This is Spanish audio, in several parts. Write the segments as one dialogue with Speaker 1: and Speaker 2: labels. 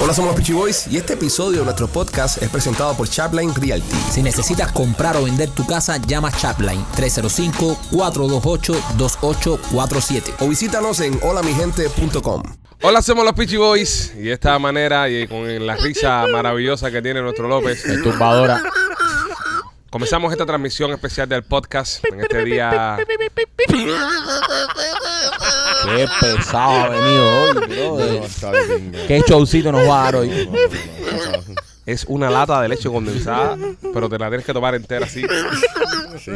Speaker 1: Hola, somos los Peachy Boys y este episodio de nuestro podcast es presentado por Chapline Realty.
Speaker 2: Si necesitas comprar o vender tu casa, llama Chapline 305-428-2847.
Speaker 1: O visítanos en holamigente.com.
Speaker 3: Hola, somos los Peachy Boys y de esta manera y con la risa maravillosa que tiene nuestro López,
Speaker 4: Tumbadora.
Speaker 3: comenzamos esta transmisión especial del podcast en este día.
Speaker 4: Qué pesado ha venido hoy, brother.
Speaker 5: Está bien, güey.
Speaker 4: Qué showcito nos va a dar hoy.
Speaker 3: Es una lata de leche condensada, pero te la tienes que tomar entera así.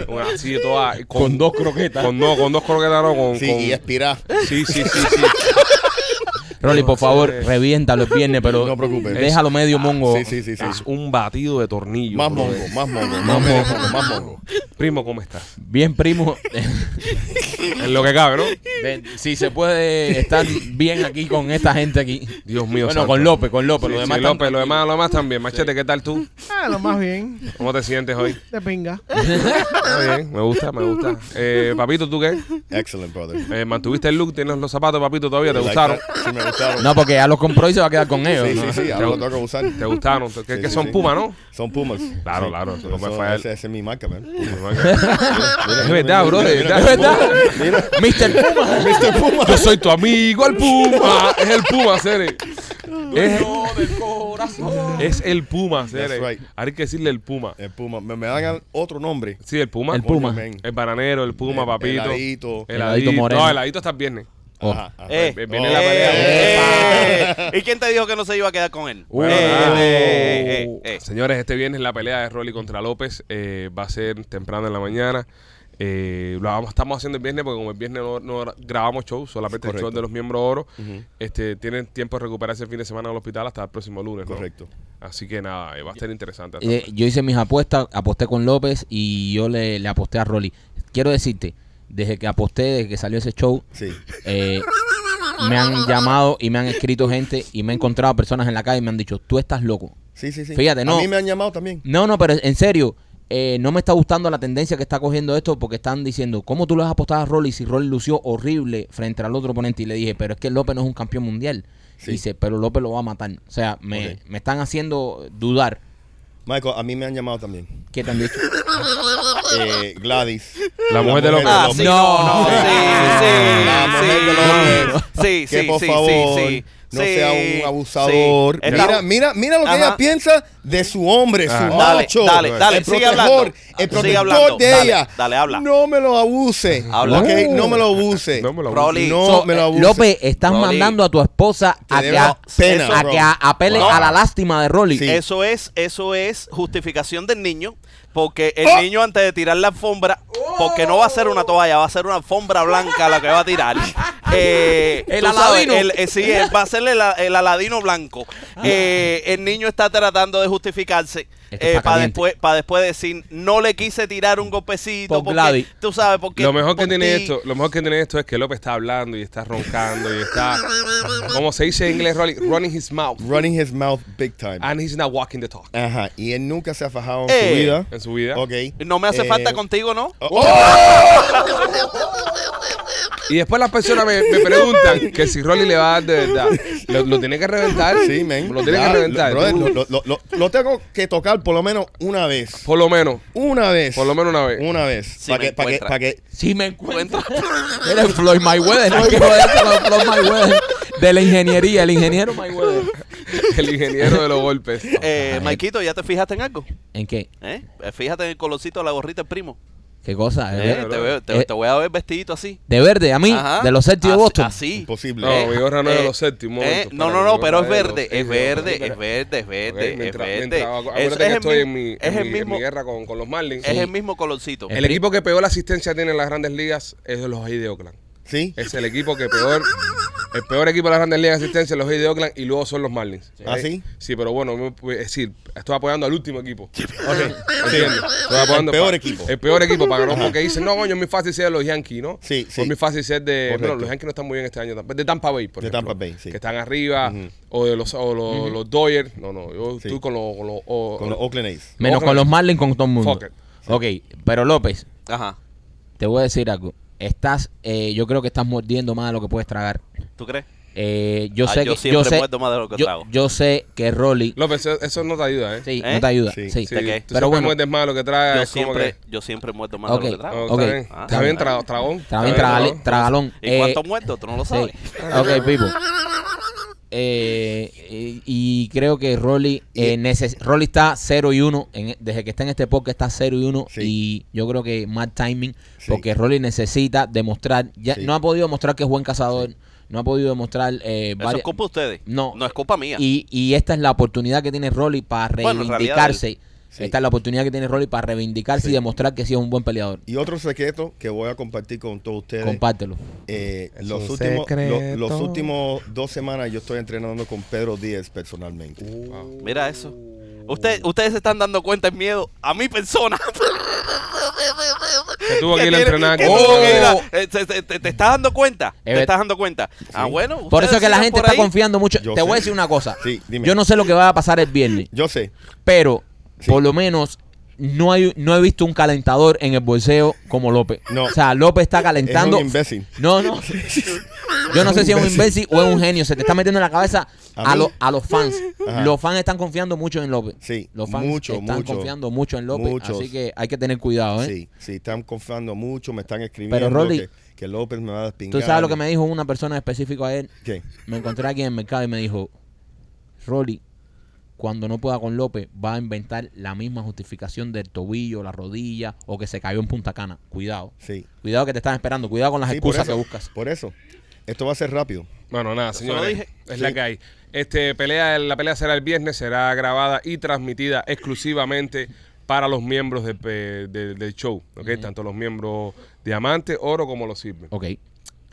Speaker 3: Una- Así toda. Con, dos croquetas. Con, no, con dos croquetas no, con.
Speaker 5: Sí,
Speaker 3: con-
Speaker 5: y expirá.
Speaker 3: sí, sí, sí, sí.
Speaker 4: Rolly, por favor,
Speaker 3: Sí.
Speaker 4: reviéntalo el viernes, pero
Speaker 5: No preocupes. Ah,
Speaker 4: déjalo medio mongo.
Speaker 5: Sí, sí, sí, sí.
Speaker 3: Es un batido de tornillo.
Speaker 5: Más
Speaker 3: bro.
Speaker 5: mongo, más mongo, más mongo, más mongo.
Speaker 3: Primo, ¿cómo estás?
Speaker 4: Bien, primo.
Speaker 3: En lo que cabe, ¿no?
Speaker 4: De- si se puede estar bien aquí con esta gente aquí.
Speaker 3: Dios mío.
Speaker 4: Bueno,
Speaker 3: santo.
Speaker 4: con López, con López.
Speaker 3: Sí,
Speaker 4: los
Speaker 3: sí,
Speaker 4: demás están-
Speaker 3: López, lo demás, lo demás también. Machete, ¿qué tal tú?
Speaker 6: Ah, lo más bien.
Speaker 3: ¿Cómo te sientes hoy?
Speaker 6: De pinga.
Speaker 3: Está bien, me gusta, me gusta. Eh, papito, ¿tú qué?
Speaker 5: Excellent, brother.
Speaker 3: Eh, ¿Mantuviste el look? ¿Tienes los zapatos, papito, todavía? ¿Te
Speaker 5: Like
Speaker 3: gustaron?
Speaker 5: that. Sí, me gustaron.
Speaker 4: No, porque ya los compró y se va a quedar con ellos.
Speaker 5: sí, sí, sí, ahora lo
Speaker 3: Te-
Speaker 5: tengo que usar.
Speaker 3: ¿Te gustaron? ¿Qué,
Speaker 5: Sí,
Speaker 3: que
Speaker 5: sí,
Speaker 3: son
Speaker 5: sí.
Speaker 3: Puma, no?
Speaker 5: Son Pumas.
Speaker 3: Claro, claro, eso no puede fallar.
Speaker 5: Esa es mi marca, man.
Speaker 3: Es verdad, bro, es verdad.
Speaker 5: Mira,
Speaker 4: Mister Puma.
Speaker 5: Mr. Este Puma.
Speaker 3: Yo soy tu amigo, el Puma. Es el Puma, Cere. Es, es el Puma, Cere.
Speaker 5: That's right.
Speaker 3: Hay que decirle el Puma.
Speaker 5: El Puma. Me, me dan otro nombre.
Speaker 3: Sí, el Puma.
Speaker 4: El Puma.
Speaker 5: Coño, men.
Speaker 3: El bananero, el Puma,
Speaker 5: El-
Speaker 3: papito.
Speaker 5: el heladito.
Speaker 3: El
Speaker 4: El heladito
Speaker 3: heladito.
Speaker 4: moreno.
Speaker 3: No, el heladito está el viernes.
Speaker 5: Ajá, ajá.
Speaker 7: Eh,
Speaker 3: Viene la
Speaker 5: Oh.
Speaker 3: pelea.
Speaker 5: Eh.
Speaker 7: ¡Eh! ¿Y quién te dijo que no se iba a quedar con él?
Speaker 3: Bueno,
Speaker 7: Eh,
Speaker 3: nada.
Speaker 7: eh, eh, eh, eh.
Speaker 3: Señores, este viernes la pelea de Rolly contra López eh, va a ser temprano en la mañana. Eh, lo vamos, estamos haciendo el viernes porque como el viernes no, no grabamos show, solamente el show
Speaker 5: Correcto.
Speaker 3: de los miembros oro. este, tienen tiempo de recuperarse el fin de semana en el hospital hasta el próximo lunes. ¿no?
Speaker 5: Correcto.
Speaker 3: Así que nada, eh, va a ser interesante.
Speaker 4: Eh, yo hice mis apuestas, aposté con López y yo le, le aposté a Rolly. Quiero decirte, desde que aposté, desde que salió ese show,
Speaker 5: Sí.
Speaker 4: eh, me han llamado y me han escrito gente y me he encontrado personas en la calle y me han dicho, tú estás loco.
Speaker 5: Sí, sí, sí.
Speaker 4: Fíjate, no.
Speaker 5: A mí me han llamado también.
Speaker 4: No, no, pero en serio, eh, no me está gustando la tendencia que está cogiendo esto porque están diciendo, ¿cómo tú le vas a apostar a Rolly si Rolly lució horrible frente al otro oponente? Y le dije, pero es que López no es un campeón mundial.
Speaker 5: Sí.
Speaker 4: Dice, pero López lo va a matar. O sea, me,
Speaker 5: Ok.
Speaker 4: me están haciendo dudar.
Speaker 5: Michael, a mí me han llamado también.
Speaker 4: ¿Qué te han dicho?
Speaker 5: Eh, Gladys.
Speaker 3: La mujer de López.
Speaker 7: Ah, sí, no, no, sí,
Speaker 5: La mujer de
Speaker 7: sí,
Speaker 5: López.
Speaker 7: sí, sí, sí,
Speaker 5: que
Speaker 7: sí,
Speaker 5: por
Speaker 7: sí,
Speaker 5: favor
Speaker 7: sí,
Speaker 5: no
Speaker 7: sí,
Speaker 5: sea
Speaker 7: sí.
Speaker 5: un abusador.
Speaker 7: Esta-
Speaker 5: Mira, mira, mira lo que
Speaker 7: Ajá.
Speaker 5: ella piensa de su hombre, su
Speaker 3: Ah.
Speaker 7: Dale,
Speaker 5: macho,
Speaker 7: dale, dale,
Speaker 5: el
Speaker 7: sigue
Speaker 5: protector,
Speaker 7: hablando.
Speaker 5: el
Speaker 7: Sigue
Speaker 5: protector
Speaker 7: hablando,
Speaker 5: de
Speaker 7: dale,
Speaker 5: ella.
Speaker 7: dale, habla.
Speaker 5: No me lo abuse.
Speaker 7: Habla.
Speaker 5: ¿ok? No me lo abuse.
Speaker 3: No me lo
Speaker 7: eh, Rolly.
Speaker 5: No
Speaker 4: So,
Speaker 5: me lo
Speaker 4: eh,
Speaker 5: abuse.
Speaker 4: López, estás
Speaker 7: Rolly.
Speaker 4: mandando a tu esposa a
Speaker 5: Te
Speaker 4: que,
Speaker 5: debo
Speaker 4: a-
Speaker 5: pena,
Speaker 4: a
Speaker 5: bro.
Speaker 4: que a- apele
Speaker 5: Wow.
Speaker 4: a la lástima de Rolly.
Speaker 5: Sí.
Speaker 7: Eso es, eso es justificación del niño, porque el niño antes de tirar la alfombra, porque no va a ser una toalla, va a ser una alfombra blanca la que va a tirar. Eh,
Speaker 4: El
Speaker 7: tú sabes,
Speaker 4: aladino.
Speaker 7: el- eh, sí, el- va a ser el, a- el aladino blanco. Eh, el niño está tratando de justificarse.
Speaker 4: Esto está
Speaker 7: para
Speaker 4: caliente.
Speaker 7: después, para después decir no le quise tirar un golpecito
Speaker 4: Por
Speaker 7: porque
Speaker 4: Gladys.
Speaker 7: tú sabes porque
Speaker 3: lo mejor que
Speaker 7: por
Speaker 3: tiene
Speaker 7: ti".
Speaker 3: esto, lo mejor que tiene esto es que López está hablando y está roncando y está, como se dice en inglés, Rolly, running his mouth
Speaker 5: Running his mouth big time.
Speaker 3: and he's not walking the talk
Speaker 5: Ajá. Y él nunca se ha fajado en
Speaker 7: Eh.
Speaker 5: su vida.
Speaker 3: en su vida.
Speaker 5: Ok.
Speaker 7: No me hace
Speaker 5: Eh,
Speaker 7: falta contigo, ¿no?
Speaker 3: Y después las personas me, me preguntan que si Rolly le va a dar de verdad. Lo, lo tiene que reventar.
Speaker 5: Ah, Sí, men.
Speaker 3: Lo tiene
Speaker 5: Ya,
Speaker 3: que reventar.
Speaker 5: brother, lo, lo- lo- lo tengo que tocar por lo menos una vez.
Speaker 3: por lo menos.
Speaker 5: Una vez.
Speaker 3: Por lo menos una vez.
Speaker 5: Una vez.
Speaker 7: Si
Speaker 5: para
Speaker 7: me
Speaker 5: que, para que,
Speaker 7: encuentra.
Speaker 5: para que.
Speaker 4: Si me encuentro. Eres Floyd Mayweather. hay que joderse con Floyd Mayweather. De la ingeniería, el ingeniero Mayweather.
Speaker 3: El ingeniero de los golpes.
Speaker 7: Eh, Maikito, ¿ya te fijaste en algo?
Speaker 4: ¿En qué?
Speaker 7: ¿Eh? Eh, Fíjate en el colorcito de la gorrita del primo.
Speaker 4: ¿Qué cosa? ¿De,
Speaker 7: Eh, te,
Speaker 4: ver-
Speaker 3: bro.
Speaker 7: veo- te-
Speaker 4: Eh.
Speaker 7: te voy a ver vestidito así.
Speaker 4: de verde? ¿A mí?
Speaker 7: Ajá.
Speaker 4: ¿De los Celtics de
Speaker 7: Así-
Speaker 4: Boston?
Speaker 7: Así.
Speaker 5: Imposible.
Speaker 3: No, mi gorra no es de los Celtics, un
Speaker 7: eh,
Speaker 3: momento,
Speaker 7: no,
Speaker 3: espérate,
Speaker 7: no,
Speaker 3: mi
Speaker 7: no,
Speaker 3: gorra
Speaker 7: pero es
Speaker 3: es de los
Speaker 7: verde,
Speaker 3: Celtics,
Speaker 7: es
Speaker 3: mi gorra
Speaker 7: verde,
Speaker 3: es
Speaker 7: es verde, es verde,
Speaker 3: Ok,
Speaker 7: es
Speaker 3: mientras-
Speaker 7: verde.
Speaker 3: mientras-
Speaker 7: Es-
Speaker 3: acuérdate que
Speaker 7: es el
Speaker 3: estoy en
Speaker 7: mi-
Speaker 3: mi,
Speaker 7: es el
Speaker 3: en mi- en mi
Speaker 7: mismo,
Speaker 3: guerra con, con los Marlins.
Speaker 7: es el mismo colorcito.
Speaker 3: El equipo que peor asistencia tiene en las grandes ligas es los A's de Oakland.
Speaker 5: Sí.
Speaker 3: Es el equipo que peor. El peor equipo de las grandes ligas de asistencia los A's de Oakland y luego son los Marlins.
Speaker 5: ¿Ah, sí?
Speaker 3: Sí, pero bueno, me- es decir, estoy apoyando al último equipo.
Speaker 5: Ok.
Speaker 3: ¿Entiendes? Estoy apoyando
Speaker 5: El peor
Speaker 3: pa-
Speaker 5: equipo.
Speaker 3: El peor equipo, para que no, porque dicen, no, coño, es muy fácil ser de los Yankees, ¿no?
Speaker 5: Sí, sí.
Speaker 3: O es muy fácil ser de.
Speaker 5: Correcto.
Speaker 3: Bueno, los Yankees no están muy bien este año, tamp- de Tampa Bay, por
Speaker 5: De
Speaker 3: ejemplo,
Speaker 5: Tampa Bay, sí.
Speaker 3: Que están arriba, o de los, o los, los Dodgers. No, no, yo
Speaker 5: Sí.
Speaker 3: estoy con los. Con los, o-
Speaker 5: Con los Oakland A's.
Speaker 4: Menos
Speaker 3: Ojo.
Speaker 4: con los Marlins, con todo el mundo.
Speaker 3: Fuck it.
Speaker 4: Ok, pero López,
Speaker 7: Ajá.
Speaker 4: te voy a decir algo. Estás, eh, yo creo que estás mordiendo más de lo que puedes tragar.
Speaker 7: ¿Tú crees?
Speaker 4: Eh, yo
Speaker 7: Ah,
Speaker 4: sé
Speaker 7: yo
Speaker 4: que yo
Speaker 7: siempre
Speaker 4: sé,
Speaker 7: muerdo más de lo que
Speaker 4: yo,
Speaker 7: trago.
Speaker 4: yo sé que Rolly
Speaker 3: López, eso, eso no te ayuda, ¿eh?
Speaker 4: sí,
Speaker 7: ¿Eh?
Speaker 4: no te ayuda. Sí,
Speaker 5: Sí.
Speaker 3: Sí,
Speaker 7: ¿de qué?
Speaker 3: Tú siempre
Speaker 4: Pero bueno,
Speaker 3: muerdes más lo que traes.
Speaker 7: Yo
Speaker 3: es como
Speaker 7: siempre,
Speaker 3: Ah, que-
Speaker 7: yo siempre muerto más
Speaker 4: Ok.
Speaker 7: de lo que trago.
Speaker 3: No,
Speaker 4: Ok.
Speaker 3: está bien.
Speaker 7: Ah,
Speaker 3: Está bien, tra- tragón.
Speaker 4: también
Speaker 3: Está bien,
Speaker 4: tragalón, tragalón.
Speaker 7: ¿Y
Speaker 4: Eh,
Speaker 7: cuántos muertos? Tú no lo
Speaker 4: sí.
Speaker 7: sabes.
Speaker 4: Ok, Pipo. Eh, y, y creo que Rolly eh, neces- Rolly está 0 y 1 en- desde que está en este podcast está 0 y 1
Speaker 5: Sí.
Speaker 4: y yo creo que mal timing
Speaker 5: Sí.
Speaker 4: porque Rolly necesita demostrar ya
Speaker 5: Sí.
Speaker 4: no ha podido demostrar que es buen cazador no ha podido demostrar eh,
Speaker 7: Eso
Speaker 4: varias-
Speaker 7: es culpa de ustedes.
Speaker 4: No.
Speaker 7: No es culpa mía.
Speaker 4: Y, y esta es la oportunidad que tiene Rolly para
Speaker 7: Bueno, en realidad,
Speaker 4: reivindicarse.
Speaker 5: Sí.
Speaker 4: Esta es la oportunidad que tiene Rolly para reivindicarse
Speaker 5: Sí.
Speaker 4: y demostrar que sí es un buen peleador.
Speaker 5: Y otro secreto que voy a compartir con todos ustedes.
Speaker 4: Compártelo.
Speaker 5: Eh,
Speaker 3: Es
Speaker 5: los,
Speaker 3: un
Speaker 5: últimos, lo-
Speaker 3: secreto.
Speaker 5: los últimos dos semanas yo estoy entrenando con Pedro Díez personalmente.
Speaker 3: Uh.
Speaker 7: Mira eso. Usted- ustedes se están dando cuenta el miedo a mi persona.
Speaker 3: Que tuvo que ir a
Speaker 7: tiene-
Speaker 3: entrenar.
Speaker 7: que
Speaker 3: con-
Speaker 7: tuvo que ir a- eh, se- se- te, te estás dando cuenta.
Speaker 4: Eh,
Speaker 7: Te estás dando cuenta. Ah, bueno.
Speaker 4: Por
Speaker 7: ustedes
Speaker 4: eso es que la
Speaker 7: sigan
Speaker 4: gente
Speaker 7: por
Speaker 4: está
Speaker 7: ahí.
Speaker 4: confiando mucho.
Speaker 5: Yo
Speaker 4: Te
Speaker 5: sé.
Speaker 4: voy a decir una cosa.
Speaker 5: Sí, dime.
Speaker 4: Yo no sé lo que va a pasar el viernes,
Speaker 5: Yo sé.
Speaker 4: pero
Speaker 5: Sí.
Speaker 4: por lo menos no hay no he visto un calentador en el bolseo como López.
Speaker 5: No.
Speaker 4: O sea, López está calentando.
Speaker 5: Es un imbécil.
Speaker 4: No, no. Yo no sé si es un imbécil o es un genio. Se te está metiendo en la cabeza
Speaker 5: ¿A
Speaker 4: a,
Speaker 5: mí?
Speaker 4: lo- a los fans.
Speaker 5: Ajá.
Speaker 4: Los fans están confiando mucho en López.
Speaker 5: Sí,
Speaker 4: Los fans
Speaker 5: mucho,
Speaker 4: están
Speaker 5: mucho.
Speaker 4: confiando mucho en López.
Speaker 5: Muchos.
Speaker 4: Así que hay que tener cuidado, ¿eh?
Speaker 5: Sí, sí, están confiando mucho, me están escribiendo
Speaker 4: Pero, Rolly,
Speaker 5: que, que López me va a despingar.
Speaker 4: Tú sabes lo que me dijo una persona específica a él.
Speaker 5: ¿Qué?
Speaker 4: Me encontré aquí en el mercado y me dijo, Rolly, cuando no pueda con López, va a inventar la misma justificación del tobillo, la rodilla o que se cayó en Punta Cana. Cuidado.
Speaker 5: Sí.
Speaker 4: Cuidado que te están esperando. Cuidado con las
Speaker 5: Sí, por
Speaker 4: excusas
Speaker 5: eso,
Speaker 4: que buscas.
Speaker 5: Por eso. Esto va a ser rápido.
Speaker 3: Bueno, nada, señores.
Speaker 7: lo dije.
Speaker 3: Es la que hay. Este, pelea, la pelea será el viernes, será grabada y transmitida exclusivamente para los miembros del, pe- del- del show. ¿ok? Tanto los miembros diamante, oro como los sirven.
Speaker 4: Ok.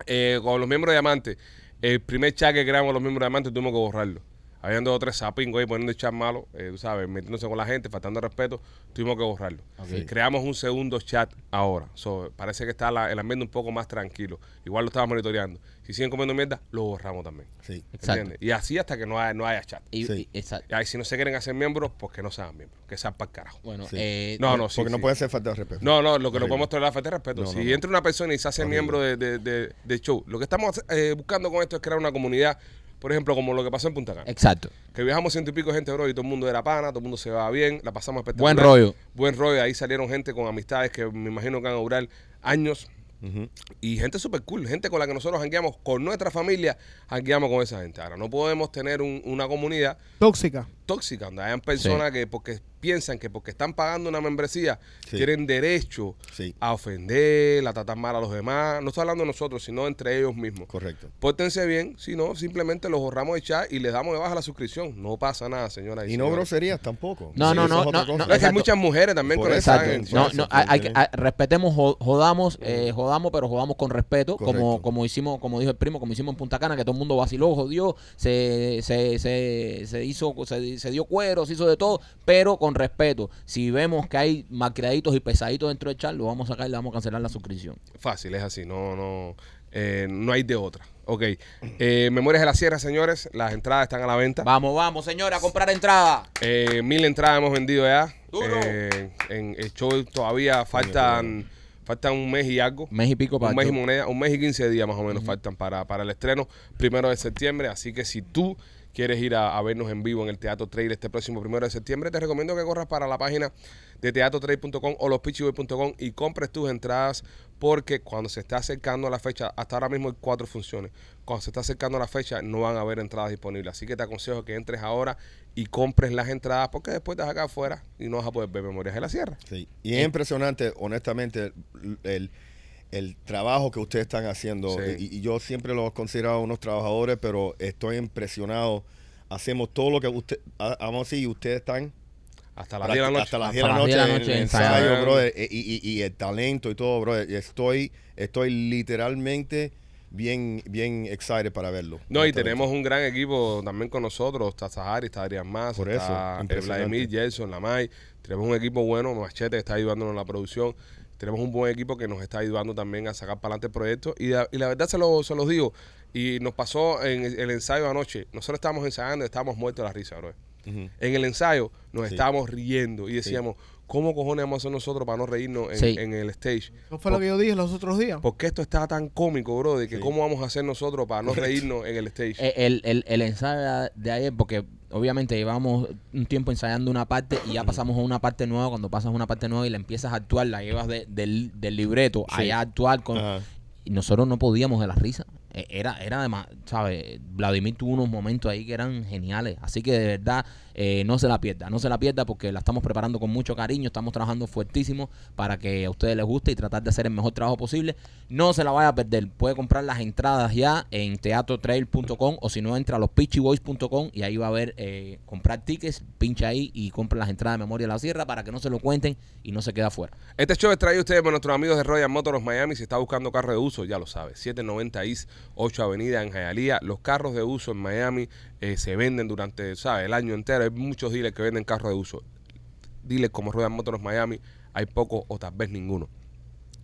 Speaker 3: Eh, con los miembros diamantes, el primer chat que creamos los miembros diamantes tuvimos que borrarlo. Habían dos o tres sapingos ahí poniendo el chat malo, eh, tú sabes, metiéndose con la gente, faltando al respeto, tuvimos que borrarlo. Creamos un segundo chat ahora. So, parece que está la- el ambiente un poco más tranquilo. Igual lo estaba monitoreando. Si siguen comiendo mierda, lo borramos también.
Speaker 5: Sí.
Speaker 4: Exacto.
Speaker 3: ¿Entiendes? Y así hasta que no haya, no haya chat.
Speaker 4: Y-
Speaker 5: Sí.
Speaker 4: y- exacto.
Speaker 3: Y ahí, si no se quieren hacer miembros, pues que no sean miembros. Que sean para carajo.
Speaker 4: Bueno,
Speaker 5: Sí.
Speaker 4: eh,
Speaker 3: No, no, sí.
Speaker 5: Porque no
Speaker 3: sí.
Speaker 5: puede ser falta de respeto.
Speaker 3: No, no, lo que no
Speaker 5: Horrible.
Speaker 3: podemos tolerar es falta de respeto.
Speaker 5: No,
Speaker 3: si
Speaker 5: no, no.
Speaker 3: entra una persona y se hace miembro de, de- de- del show, lo que estamos eh, buscando con esto es crear una comunidad, por ejemplo, como lo que pasó en Punta Cana.
Speaker 4: Exacto.
Speaker 3: Que viajamos ciento y pico de gente, bro, y todo el mundo era pana, todo el mundo se va bien, la pasamos espectacular.
Speaker 4: Buen rollo.
Speaker 3: Buen rollo, ahí salieron gente con amistades que me imagino que van a durar años. Y gente súper cool, gente con la que nosotros jangueamos, con nuestra familia, jangueamos con esa gente. Ahora, no podemos tener un- una comunidad
Speaker 6: Tóxica.
Speaker 3: tóxica, donde hayan personas que porque piensan que porque están pagando una membresía
Speaker 5: Sí.
Speaker 3: tienen derecho
Speaker 5: Sí.
Speaker 3: a ofender, a tratar mal a los demás. No estoy hablando de nosotros, sino entre ellos mismos.
Speaker 5: Correcto.
Speaker 3: Pórtense bien, si no, simplemente los borramos de chat y les damos de baja la suscripción. No pasa nada, señora.
Speaker 5: Y no
Speaker 3: señores.
Speaker 5: groserías tampoco.
Speaker 4: No, no,
Speaker 5: eso
Speaker 4: no,
Speaker 5: es otra
Speaker 4: no, no,
Speaker 5: cosa.
Speaker 3: No, es que hay
Speaker 4: Exacto.
Speaker 3: muchas mujeres también
Speaker 5: Por
Speaker 3: con
Speaker 5: eso,
Speaker 3: esa.
Speaker 5: Exacto.
Speaker 3: en-
Speaker 4: No,
Speaker 5: Exacto.
Speaker 4: no, hay- hay que- hay- respetemos, jo- jodamos, eh, jodamos, pero jodamos con respeto, como,
Speaker 5: Correcto.
Speaker 4: como hicimos, como dijo el primo, como hicimos en Punta Cana, que todo el mundo vaciló, jodió, se, se, se, se hizo, se, se dio cuero, se hizo de todo, pero con respeto. Si vemos que hay malcriaditos y pesaditos dentro del chat, lo vamos a sacar y le vamos a cancelar la suscripción.
Speaker 3: Fácil, es así, no, no, eh, no hay de otra. Ok, eh, Memorias de la Sierra, señores, las entradas están a la venta.
Speaker 4: Vamos, vamos, señora, a comprar entrada.
Speaker 3: Eh, mil entradas hemos vendido ya.
Speaker 4: Duro.
Speaker 3: Eh, en el show todavía faltan, faltan un mes y algo.
Speaker 4: Mes y pico para
Speaker 3: un mes y
Speaker 4: todo.
Speaker 3: moneda, un mes y 15 días más o menos faltan para, para el estreno, primero de septiembre. Así que si tú quieres ir a, a vernos en vivo en el Teatro Trail este próximo primero de septiembre, te recomiendo que corras para la página de teatrotrail.com o lospichiboy.com y compres tus entradas porque cuando se está acercando la fecha, hasta ahora mismo hay cuatro funciones, cuando se está acercando la fecha no van a haber entradas disponibles. Así que te aconsejo que entres ahora y compres las entradas porque después estás acá afuera y no vas a poder ver Memorias de la Sierra.
Speaker 5: Sí. Y es impresionante, honestamente, el, el- el trabajo que ustedes están haciendo.
Speaker 3: Sí.
Speaker 5: Y, y yo siempre los he considerado unos trabajadores, pero estoy impresionado. Hacemos todo lo que usted, ha- hagamos así y ustedes están
Speaker 3: Hasta las 10 de la
Speaker 5: prácti-
Speaker 3: noche.
Speaker 5: hasta las
Speaker 4: Hasta
Speaker 5: 10 de la
Speaker 4: las 10
Speaker 5: noche,
Speaker 4: de la
Speaker 5: en
Speaker 4: noche
Speaker 5: el
Speaker 4: ensayando.
Speaker 5: ensayo, brother, y, y- y- y el talento y todo, brother. Y Estoy, estoy literalmente bien, bien excited para verlo.
Speaker 3: No, y
Speaker 5: Honestamente.
Speaker 3: tenemos un gran equipo también con nosotros. Está Sahari, está Adrián Más,
Speaker 5: Por
Speaker 3: está
Speaker 5: eso,
Speaker 3: eh,
Speaker 5: impresionante.
Speaker 3: Vladimir, Jelson, Lamay. Tenemos un equipo bueno, Machete está ayudándonos en la producción. Tenemos un buen equipo que nos está ayudando también a sacar para adelante el proyecto. Y, la- y la verdad se, lo, se los digo, y nos pasó en el, el ensayo anoche. Nosotros estábamos ensayando y estábamos muertos de la risa, bro. En el ensayo nos estábamos riendo y decíamos, ¿cómo cojones vamos a hacer nosotros para no reírnos en,
Speaker 2: Sí.
Speaker 3: en el stage?
Speaker 6: Eso fue lo que yo dije los otros días.
Speaker 3: Porque esto está tan cómico, bro, de que cómo vamos a hacer nosotros para no reírnos en el stage.
Speaker 2: Eh, El, el- el ensayo de ayer, porque obviamente llevamos un tiempo ensayando una parte y ya pasamos a una parte nueva. Cuando pasas a una parte nueva y la empiezas a actuar, la llevas de- del, del libreto allá a actuar. Con,
Speaker 5: Ajá.
Speaker 2: y nosotros no podíamos de la risa. Eh, Era, era además, ¿sabes? Vladimir tuvo unos momentos ahí que eran geniales. Así que de verdad, eh, no se la pierda, no se la pierda porque la estamos preparando con mucho cariño, estamos trabajando fuertísimo para que a ustedes les guste y tratar de hacer el mejor trabajo posible. No se la vaya a perder. Puede comprar las entradas ya en teatrotrail.com o si no, entra a los pitchyboys.com y ahí va a ver eh, comprar tickets, pincha ahí y compra las entradas de memoria de la sierra para que no se lo cuenten y no se queda afuera.
Speaker 3: Este show es traído a ustedes por nuestros amigos de Royal Motors Miami. Si está buscando carro de uso, ya lo sabe. 790 East 8 Avenida en Hialeah. Los carros de uso en Miami eh, se venden durante ¿sabe? el año entero. Hay muchos dealers que venden carros de uso. Dealers como Royal Motors Miami, hay pocos o tal vez ninguno.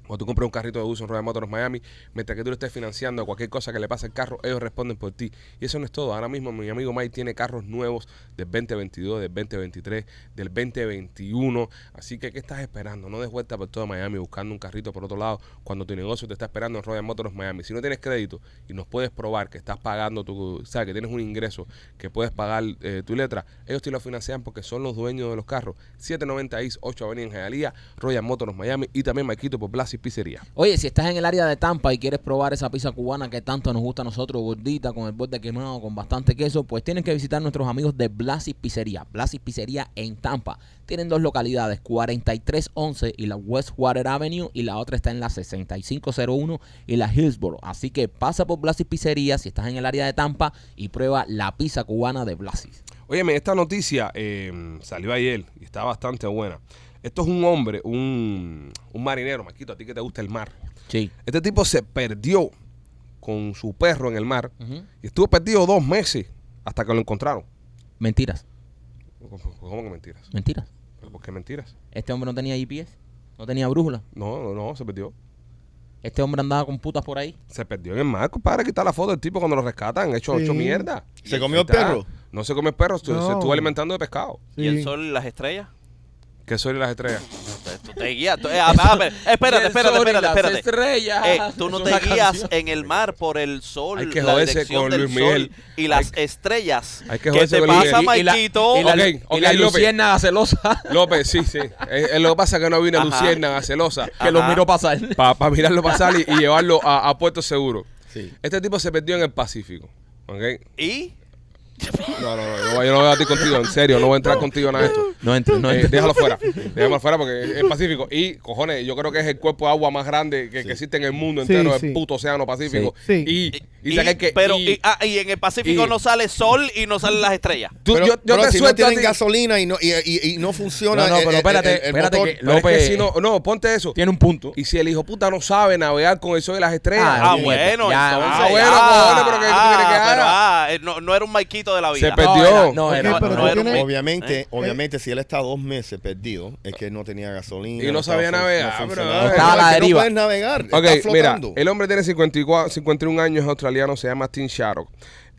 Speaker 3: Cuando tú compras un carrito de uso en Royal Motors Miami, mientras que tú lo estés financiando a cualquier cosa que le pase al carro, ellos responden por ti. Y eso no es todo. Ahora mismo mi amigo Mike tiene carros nuevos del 2022, del 2023, del 2021. Así que, ¿qué estás esperando? No des vuelta por toda Miami buscando un carrito por otro lado cuando tu negocio te está esperando en Royal Motors Miami. Si no tienes crédito y nos puedes probar que estás pagando tu, o sea, que tienes un ingreso, que puedes pagar eh, tu letra, ellos te lo financian porque son los dueños de los carros. 790 East 8 Avenida en Hialeah, Royal Motors Miami y también Maquito por Blas y Pizzería.
Speaker 2: Oye, si estás en el área de Tampa y quieres probar esa pizza cubana que tanto nos gusta a nosotros, gordita, con el borde quemado, con bastante queso, pues tienes que visitar nuestros amigos de Blasis Pizzería. Blasis Pizzería en Tampa. Tienen dos localidades, 4311 y la Westwater Avenue, y la otra está en la 6501 y la Hillsboro. Así que pasa por Blasis Pizzería si estás en el área de Tampa y prueba la pizza cubana de Blasis.
Speaker 3: Óyeme, esta noticia eh, salió ayer y está bastante buena. Esto es un hombre, un, un marinero, Maquito, a ti que te gusta el mar.
Speaker 2: Sí.
Speaker 3: Este tipo se perdió con su perro en el mar y estuvo perdido dos meses hasta que lo encontraron.
Speaker 2: Mentiras,
Speaker 3: ¿Cómo cómo que mentiras?
Speaker 2: mentiras.
Speaker 3: ¿Pero ¿Por qué mentiras?
Speaker 2: Este hombre no tenía GPS, no tenía brújula.
Speaker 3: No, no, no, se perdió.
Speaker 2: Este hombre andaba con putas por ahí.
Speaker 3: Se perdió en el mar, compadre. Aquí está la foto del tipo cuando lo rescatan. Hecho,
Speaker 6: Sí.
Speaker 3: hecho mierda.
Speaker 5: ¿Se comió el
Speaker 3: Ahí está.
Speaker 5: perro?
Speaker 3: No se comió el perro, estu-
Speaker 6: No.
Speaker 3: se estuvo alimentando de pescado.
Speaker 7: ¿Y el
Speaker 6: Sí.
Speaker 7: sol y las estrellas?
Speaker 3: Que soy las estrellas.
Speaker 7: Tú te guías. tú- eh, ah, ah, pero- espérate, espérate, espérate, espérate. Eh, tú no te guías en el mar por el sol,
Speaker 3: Hay que
Speaker 7: la
Speaker 3: joderse
Speaker 7: dirección
Speaker 3: con
Speaker 7: del
Speaker 3: Luis
Speaker 7: sol
Speaker 3: Miguel.
Speaker 7: y las estrellas.
Speaker 3: hay que
Speaker 7: ¿Qué
Speaker 3: joderse
Speaker 7: te
Speaker 3: con Luis
Speaker 7: pasa,
Speaker 2: Y- y la-
Speaker 7: Maikito?
Speaker 2: Y la,
Speaker 3: Ok,
Speaker 2: y
Speaker 3: ok,
Speaker 2: la
Speaker 3: López.
Speaker 2: luciérnaga celosa
Speaker 3: López, sí, sí. Eh, eh, lo que pasa es que no vino
Speaker 7: Ajá.
Speaker 3: Lucierna celosa
Speaker 2: que lo
Speaker 7: Ajá.
Speaker 2: miró pasar.
Speaker 3: para mirarlo pasar y, y llevarlo a, a puerto seguro.
Speaker 5: Sí.
Speaker 3: Este tipo se perdió en el Pacífico. ¿ok?
Speaker 7: ¿Y?
Speaker 3: No, no, no, yo, no voy a ti contigo, en serio, no voy a entrar contigo en nada de esto.
Speaker 2: No entra, no
Speaker 3: Eh,
Speaker 2: entra.
Speaker 3: déjalo fuera, déjalo fuera porque es es Pacífico. Y, cojones, yo creo que es el cuerpo de agua más grande que, que existe en el mundo
Speaker 6: Sí,
Speaker 3: entero,
Speaker 6: sí.
Speaker 3: el puto océano Pacífico.
Speaker 6: Sí.
Speaker 3: Y, y,
Speaker 7: y-
Speaker 3: saca que,
Speaker 7: pero,
Speaker 3: y-
Speaker 7: y, ah, y en el Pacífico
Speaker 3: y-
Speaker 7: no sale sol y no salen las estrellas.
Speaker 3: tú-
Speaker 5: Pero-
Speaker 3: yo, yo
Speaker 5: pero
Speaker 3: te
Speaker 5: si no
Speaker 3: suelto a
Speaker 5: tienen
Speaker 3: ti-
Speaker 5: gasolina y no, y, y- y no funciona
Speaker 2: No, no,
Speaker 5: el-
Speaker 2: pero
Speaker 5: el-
Speaker 2: espérate,
Speaker 5: el- el
Speaker 2: espérate
Speaker 5: motor.
Speaker 2: que-
Speaker 3: Pero es que
Speaker 2: López-
Speaker 3: si no, no, ponte eso.
Speaker 2: Tiene un punto.
Speaker 3: Y si el hijo puta no sabe navegar con eso de las estrellas,
Speaker 7: Ah,
Speaker 2: bien,
Speaker 7: bueno,
Speaker 2: ya,
Speaker 7: entonces,
Speaker 3: ah, bueno, cojones, pero ¿qué tú quieres que
Speaker 7: pero,
Speaker 3: haga?
Speaker 7: ah, eh, no, no era un Maikito de la vida.
Speaker 3: Se perdió.
Speaker 2: era- No,
Speaker 6: Ok,
Speaker 2: era-
Speaker 6: pero
Speaker 2: no
Speaker 6: tú
Speaker 7: era un
Speaker 6: tienes-
Speaker 7: Mac.
Speaker 5: Obviamente,
Speaker 7: ¿Eh?
Speaker 5: obviamente, si él está dos meses perdido, es que no tenía gasolina.
Speaker 3: Y no sabía
Speaker 5: estaba fun-
Speaker 3: navegar,
Speaker 5: no
Speaker 3: bro.
Speaker 5: funcionaba.
Speaker 2: Estaba a
Speaker 5: No,
Speaker 2: la
Speaker 5: es que
Speaker 2: deriva.
Speaker 5: No puedes navegar.
Speaker 3: Ok,
Speaker 5: está
Speaker 3: mira,
Speaker 5: flotando.
Speaker 3: el hombre tiene 54, 51 años, es australiano, se llama Tim Sharrock.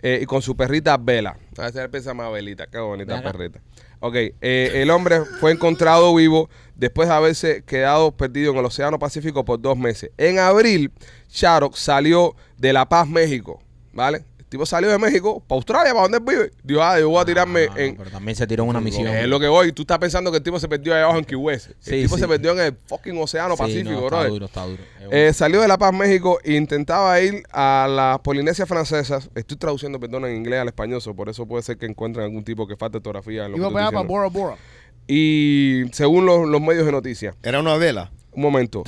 Speaker 3: eh, y con su perrita Bella. A ver si se llama Belita, qué bonita
Speaker 2: Venga.
Speaker 3: perrita. Ok, eh, el hombre fue encontrado vivo después de haberse quedado perdido en el Océano Pacífico por dos meses. En abril, Sharrock salió de La Paz, México, ¿vale? El tipo salió de México para Australia, para donde él vive. Dijo, ah, yo voy a tirarme
Speaker 2: No, no,
Speaker 3: en...
Speaker 2: Pero también se tiró en una misión.
Speaker 3: Es lo que voy. Tú estás pensando que el tipo se perdió allá abajo en Key West. El
Speaker 2: Sí,
Speaker 3: tipo
Speaker 2: sí.
Speaker 3: se perdió en el fucking Océano
Speaker 2: Sí,
Speaker 3: Pacífico,
Speaker 2: no, Está
Speaker 3: brother.
Speaker 2: duro, está duro. Es un-
Speaker 3: Eh, salió de La Paz, México, e intentaba ir a las Polinesias francesas. Estoy traduciendo, perdón, en inglés al español, so por eso puede ser que encuentren algún tipo que falte ortografía. en lo que
Speaker 6: Iba
Speaker 3: estoy
Speaker 6: para allá, para
Speaker 3: diciendo.
Speaker 6: Bora Bora.
Speaker 3: Y según los, los medios de noticias,
Speaker 5: Era una vela.
Speaker 3: un momento.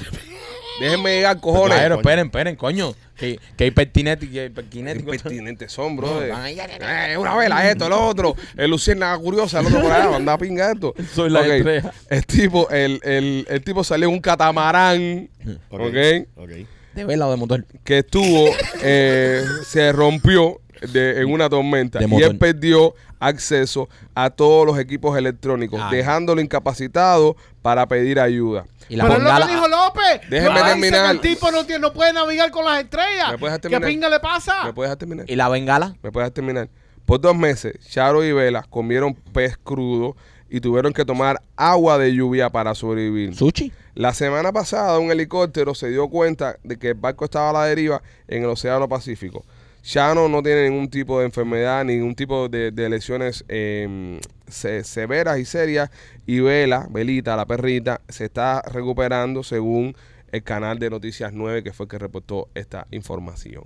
Speaker 3: Déjenme llegar, cojones.
Speaker 2: Pero
Speaker 5: coño.
Speaker 2: esperen, esperen, coño. Que, que hay pertinente- que hay pertinético.
Speaker 3: Impertinentes son, bro.
Speaker 2: van ahí, ya, ya, ya.
Speaker 3: Eh, una vela, esto, el otro. El Luciana curiosa, el otro por allá, anda a pingar esto.
Speaker 2: Soy la
Speaker 3: Ok.
Speaker 2: estrella.
Speaker 3: El tipo, el, el, el tipo salió en un catamarán.
Speaker 5: Ok.
Speaker 3: ok.
Speaker 5: ok.
Speaker 2: De vela o de motor.
Speaker 3: que estuvo eh, se rompió de- en una tormenta
Speaker 2: De
Speaker 3: y
Speaker 2: motor.
Speaker 3: él perdió acceso a todos los equipos electrónicos,
Speaker 2: Ay.
Speaker 3: dejándolo incapacitado para pedir ayuda.
Speaker 2: Y la
Speaker 6: Pero es lo
Speaker 2: bengala-
Speaker 6: que dijo López.
Speaker 3: Déjeme
Speaker 6: No, dicen
Speaker 3: terminar.
Speaker 6: que El tipo no, tiene- no puede navegar con las estrellas.
Speaker 3: ¿Me puedes dejar
Speaker 6: ¿Qué
Speaker 3: terminar?
Speaker 6: pinga le pasa?
Speaker 3: ¿Me puedes dejar terminar?
Speaker 2: Y la bengala.
Speaker 3: ¿Me puedes dejar terminar? Por dos meses, Charo y Vela comieron pez crudo y tuvieron que tomar agua de lluvia para sobrevivir.
Speaker 4: ¿Sushi?
Speaker 3: La semana pasada un helicóptero se dio cuenta de que el barco estaba a la deriva en el Océano Pacífico. Chano no tiene ningún tipo de enfermedad, ningún tipo de, de lesiones eh, se- severas y serias. Y Vela, Velita, la perrita, se está recuperando según el canal de Noticias 9 que fue el que reportó esta información.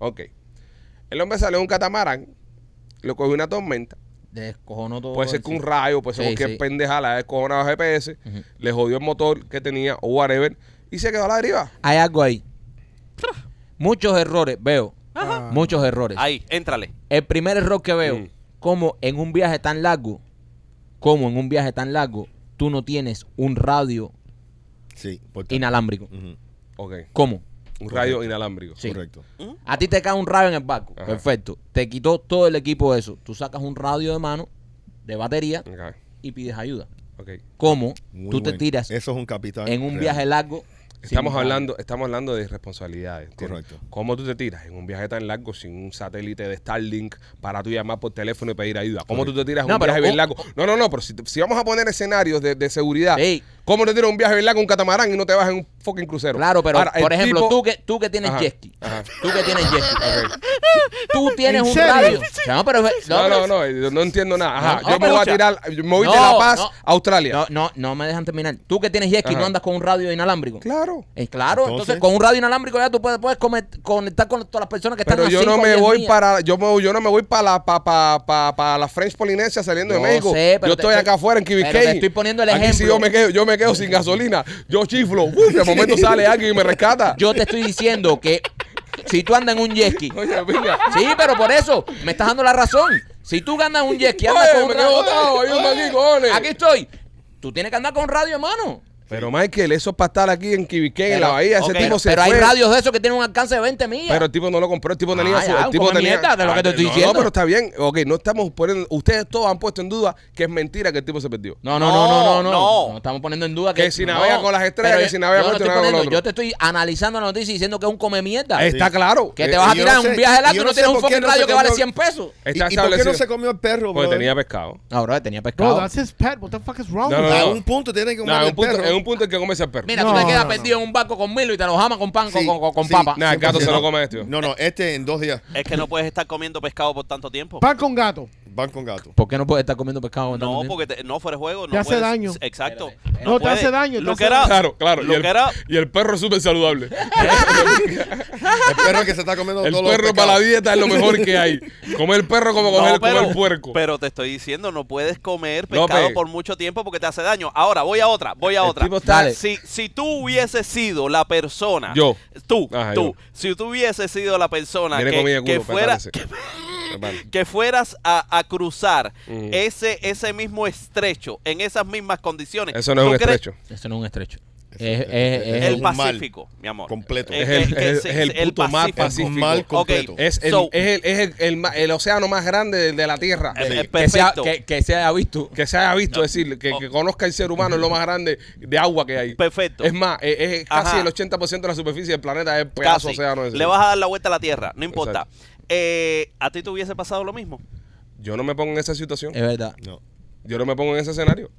Speaker 3: Ok. El hombre salió de un catamarán, lo cogió una tormenta,
Speaker 4: Descojonó todo.
Speaker 3: Puede ser Pues que
Speaker 4: el-
Speaker 3: un rayo, puede ser
Speaker 4: Sí,
Speaker 3: cualquier
Speaker 4: sí.
Speaker 3: pendeja, la descojonada GPS, le jodió el motor que tenía o whatever y se quedó a la deriva.
Speaker 4: Hay algo ahí. Muchos errores, veo. Muchos errores.
Speaker 7: Ahí, éntrale.
Speaker 4: El primer error que veo,
Speaker 3: Mm.
Speaker 4: como en un viaje tan largo, como en un viaje tan largo, tú no tienes un radio
Speaker 5: Sí, por tanto.
Speaker 4: inalámbrico.
Speaker 5: Ujú,
Speaker 3: Ok,
Speaker 4: ¿Cómo?
Speaker 3: un rayo inalámbrico.
Speaker 4: Sí.
Speaker 5: Correcto.
Speaker 4: A ti te cae un radio en el barco.
Speaker 3: Ajá.
Speaker 4: Perfecto. Te quitó todo el equipo de eso. Tú sacas un radio de mano, de batería,
Speaker 3: Ok,
Speaker 4: y pides ayuda.
Speaker 3: ok.
Speaker 4: ¿Cómo
Speaker 5: Muy
Speaker 4: tú te
Speaker 5: bueno.
Speaker 4: tiras
Speaker 5: Eso es un capitán.
Speaker 4: en un
Speaker 5: real.
Speaker 4: viaje largo? sin
Speaker 3: Estamos
Speaker 4: un radio?
Speaker 3: hablando, estamos hablando de irresponsabilidades. ¿entiendes?
Speaker 5: Correcto.
Speaker 3: ¿Cómo tú te tiras en un viaje tan largo sin un satélite de Starlink para tú llamar por teléfono y pedir ayuda? ¿Cómo tú te tiras en
Speaker 4: No,
Speaker 3: un
Speaker 4: pero
Speaker 3: viaje bien
Speaker 4: un-
Speaker 3: largo? No, no, no, pero si, si vamos a poner escenarios de, de seguridad,
Speaker 4: Sí.
Speaker 3: ¿cómo te tiras en un viaje bien largo en un catamarán y no te vas en un fucking crucero?
Speaker 4: Claro, pero
Speaker 3: Ahora, el
Speaker 4: por ejemplo,
Speaker 3: tipo-
Speaker 4: tú que tú que tienes
Speaker 3: Ajá,
Speaker 4: jet ski.
Speaker 3: ajá.
Speaker 4: Tú que tienes jet ski. Tú tienes
Speaker 6: ¿En
Speaker 4: un
Speaker 6: serio?
Speaker 4: radio. No, pero es-
Speaker 3: No,
Speaker 4: pero-
Speaker 3: no, no, yo no entiendo nada. Ajá,
Speaker 4: No,
Speaker 3: yo me
Speaker 4: pero
Speaker 3: voy a
Speaker 4: escucha.
Speaker 3: tirar, yo me voy de
Speaker 4: No,
Speaker 3: La Paz
Speaker 4: no.
Speaker 3: a Australia.
Speaker 4: No, no, no me dejan terminar. Tú que tienes jet ski,
Speaker 3: Ajá.
Speaker 4: no andas con un radio inalámbrico.
Speaker 3: Claro.
Speaker 4: Eh, claro, entonces,
Speaker 5: Entonces-
Speaker 4: con un radio inalámbrico ya tú puedes, puedes comet- conectar con todas las personas que están
Speaker 3: Pero
Speaker 4: a
Speaker 3: yo
Speaker 4: cinco
Speaker 3: no
Speaker 4: o
Speaker 3: me
Speaker 4: diez
Speaker 3: voy
Speaker 4: millas.
Speaker 3: para yo me, yo no me voy para la pa, pa, pa, pa la French Polinesia saliendo
Speaker 4: Yo
Speaker 3: de México.
Speaker 4: sé, pero
Speaker 3: yo
Speaker 4: te
Speaker 3: estoy
Speaker 4: estoy-
Speaker 3: acá afuera en
Speaker 4: pero te
Speaker 3: Kibikei.
Speaker 4: estoy poniendo el
Speaker 3: Aquí si
Speaker 4: ejemplo.
Speaker 3: yo me quedo, yo me quedo sin gasolina, yo chiflo, ¡uf! de momento sale alguien y me rescata.
Speaker 4: Yo te estoy diciendo que si tú andas en un jet ski.
Speaker 3: Oye, mira.
Speaker 4: Sí, pero por eso me estás dando la razón. Si tú ganas un jet ski, andas
Speaker 3: Oye,
Speaker 4: con
Speaker 3: me
Speaker 4: un
Speaker 3: quedo
Speaker 4: radio-
Speaker 3: botado, ayúdame aquí, cojones.
Speaker 4: Aquí estoy. Tú tienes que andar con radio, hermano.
Speaker 3: Pero Michael, eso es para estar aquí en Kibikei, en la
Speaker 4: Pero-
Speaker 3: bahía, ese
Speaker 7: ok,
Speaker 3: tipo
Speaker 4: Pero,
Speaker 3: se
Speaker 4: pero hay
Speaker 3: fue.
Speaker 4: radios de esos que tienen un alcance de 20 millas.
Speaker 3: Pero el tipo no lo compró, el tipo tenía
Speaker 4: Ah,
Speaker 3: su.
Speaker 4: ya,
Speaker 3: el
Speaker 4: un
Speaker 3: tipo
Speaker 4: come
Speaker 3: tenía.
Speaker 4: mierda de lo que te estoy
Speaker 3: no,
Speaker 4: diciendo.
Speaker 3: No, pero está bien. Ok, no estamos poniendo. Ustedes todos han puesto en duda que es mentira que el tipo se perdió.
Speaker 4: No, no, no, no, no, no.
Speaker 7: No.
Speaker 4: No estamos poniendo en duda
Speaker 3: Que
Speaker 4: que.
Speaker 3: si
Speaker 4: no.
Speaker 3: navega con las estrellas,
Speaker 4: Pero
Speaker 3: que si navega
Speaker 4: yo
Speaker 3: con
Speaker 4: no
Speaker 3: este,
Speaker 4: estoy
Speaker 3: navega con
Speaker 4: poniendo-
Speaker 3: otro.
Speaker 4: Yo te estoy analizando la noticia y diciendo que es un come mierda.
Speaker 3: Está claro.
Speaker 4: Ah, Que te
Speaker 5: Eh,
Speaker 4: vas a
Speaker 5: y yo
Speaker 4: tirar
Speaker 5: no
Speaker 4: en un
Speaker 5: sé-
Speaker 4: viaje
Speaker 5: y yo
Speaker 4: largo
Speaker 5: no
Speaker 4: no
Speaker 5: sé
Speaker 4: tienes un
Speaker 5: por qué
Speaker 4: fucking
Speaker 5: no
Speaker 4: radio
Speaker 5: se
Speaker 4: que vale
Speaker 5: compró-
Speaker 4: 100 pesos.
Speaker 3: Está
Speaker 5: ¿Y, y por qué no
Speaker 3: establecido.
Speaker 5: se comió el perro,
Speaker 3: Porque
Speaker 5: brother?
Speaker 3: tenía pescado.
Speaker 4: Ahora tenía
Speaker 6: Bro,
Speaker 4: pescado.
Speaker 6: that's his pet. What the fuck is wrong
Speaker 3: No,
Speaker 6: with
Speaker 3: no,
Speaker 6: that?
Speaker 5: A un punto tiene que comer
Speaker 3: No, es
Speaker 5: el
Speaker 3: un punto,
Speaker 5: perro.
Speaker 3: es un punto el que come ese perro.
Speaker 4: Mira,
Speaker 6: No,
Speaker 4: tú te quedas
Speaker 6: no,
Speaker 4: perdido en un barco con Milo y te lo jamas con pan, con,
Speaker 5: Sí,
Speaker 4: con, con- con
Speaker 5: sí.
Speaker 4: papa.
Speaker 3: Nah, el gato se
Speaker 5: 100%.
Speaker 3: lo come este.
Speaker 5: No, no, este en dos días
Speaker 7: Es que no puedes estar comiendo pescado por tanto tiempo.
Speaker 6: Pan con gato.
Speaker 5: van con gato.
Speaker 4: ¿Por qué no puedes estar comiendo pescado? con tanto
Speaker 7: No,
Speaker 4: tiempo?
Speaker 7: porque te- no fuera de juego. No
Speaker 6: Te hace
Speaker 7: puedes-
Speaker 6: daño.
Speaker 7: Exacto.
Speaker 6: No, te hace
Speaker 7: puedes.
Speaker 6: daño, te
Speaker 7: Look
Speaker 6: hace
Speaker 7: it
Speaker 6: daño.
Speaker 7: up.
Speaker 3: Claro, claro. Y
Speaker 7: Look
Speaker 3: el,
Speaker 7: it up.
Speaker 3: y el perro es súper saludable.
Speaker 5: El perro que se está comiendo
Speaker 3: El
Speaker 5: todos los
Speaker 3: perro
Speaker 5: pescados.
Speaker 3: para la dieta es lo mejor que hay. Comer el perro como comer,
Speaker 7: No,
Speaker 3: comer el puerco.
Speaker 7: pero te estoy diciendo, no puedes comer
Speaker 3: No,
Speaker 7: pescado
Speaker 3: pe-
Speaker 7: por mucho tiempo porque te hace daño. Ahora, voy a otra, voy a
Speaker 3: El
Speaker 7: otra.
Speaker 3: tipo está-
Speaker 4: Dale.
Speaker 7: Si, si tú hubieses sido la persona.
Speaker 3: Yo.
Speaker 7: Tú,
Speaker 3: Ajá,
Speaker 7: tú.
Speaker 3: yo.
Speaker 7: Si tú hubieses sido la persona
Speaker 3: Viene comida de
Speaker 7: que,
Speaker 3: culo,
Speaker 7: que fuera,
Speaker 3: prepárese. Prepárese.
Speaker 7: que fueras a, a cruzar
Speaker 3: Mm.
Speaker 7: ese, ese mismo estrecho en esas mismas condiciones.
Speaker 3: Eso no es
Speaker 7: ¿tú
Speaker 3: un
Speaker 7: crees-
Speaker 3: estrecho.
Speaker 4: Eso no es un estrecho. Es,
Speaker 5: Eso-
Speaker 4: es- es-
Speaker 5: es-
Speaker 7: El
Speaker 5: un mar
Speaker 7: Pacífico, mi amor.
Speaker 5: completo.
Speaker 7: Eh,
Speaker 3: Es el-
Speaker 7: eh, que
Speaker 3: es-
Speaker 7: se-
Speaker 3: es el puto mar Pacífico.
Speaker 5: Mal
Speaker 7: Ok,
Speaker 5: completo.
Speaker 3: Es el,
Speaker 7: so,
Speaker 3: es el, es el, el ma- el océano más grande de, de la Tierra.
Speaker 7: eh, eh,
Speaker 4: que, se ha-
Speaker 7: perfecto.
Speaker 4: que- que se haya visto.
Speaker 3: Que se haya visto, es decir,
Speaker 7: Oh.
Speaker 3: que, que conozca el ser humano es lo más grande de agua que hay.
Speaker 7: Perfecto.
Speaker 3: Es más, es, es casi
Speaker 7: Ajá.
Speaker 3: el 80% de la superficie del planeta es pedazo
Speaker 7: Casi.
Speaker 3: océano. ese.
Speaker 7: Le vas a dar la vuelta a la Tierra, no importa. Eh, ¿A ti te hubiese pasado lo mismo?
Speaker 3: Yo no me pongo en esa situación.
Speaker 4: Es verdad.
Speaker 5: No.
Speaker 3: Yo no me pongo en ese escenario.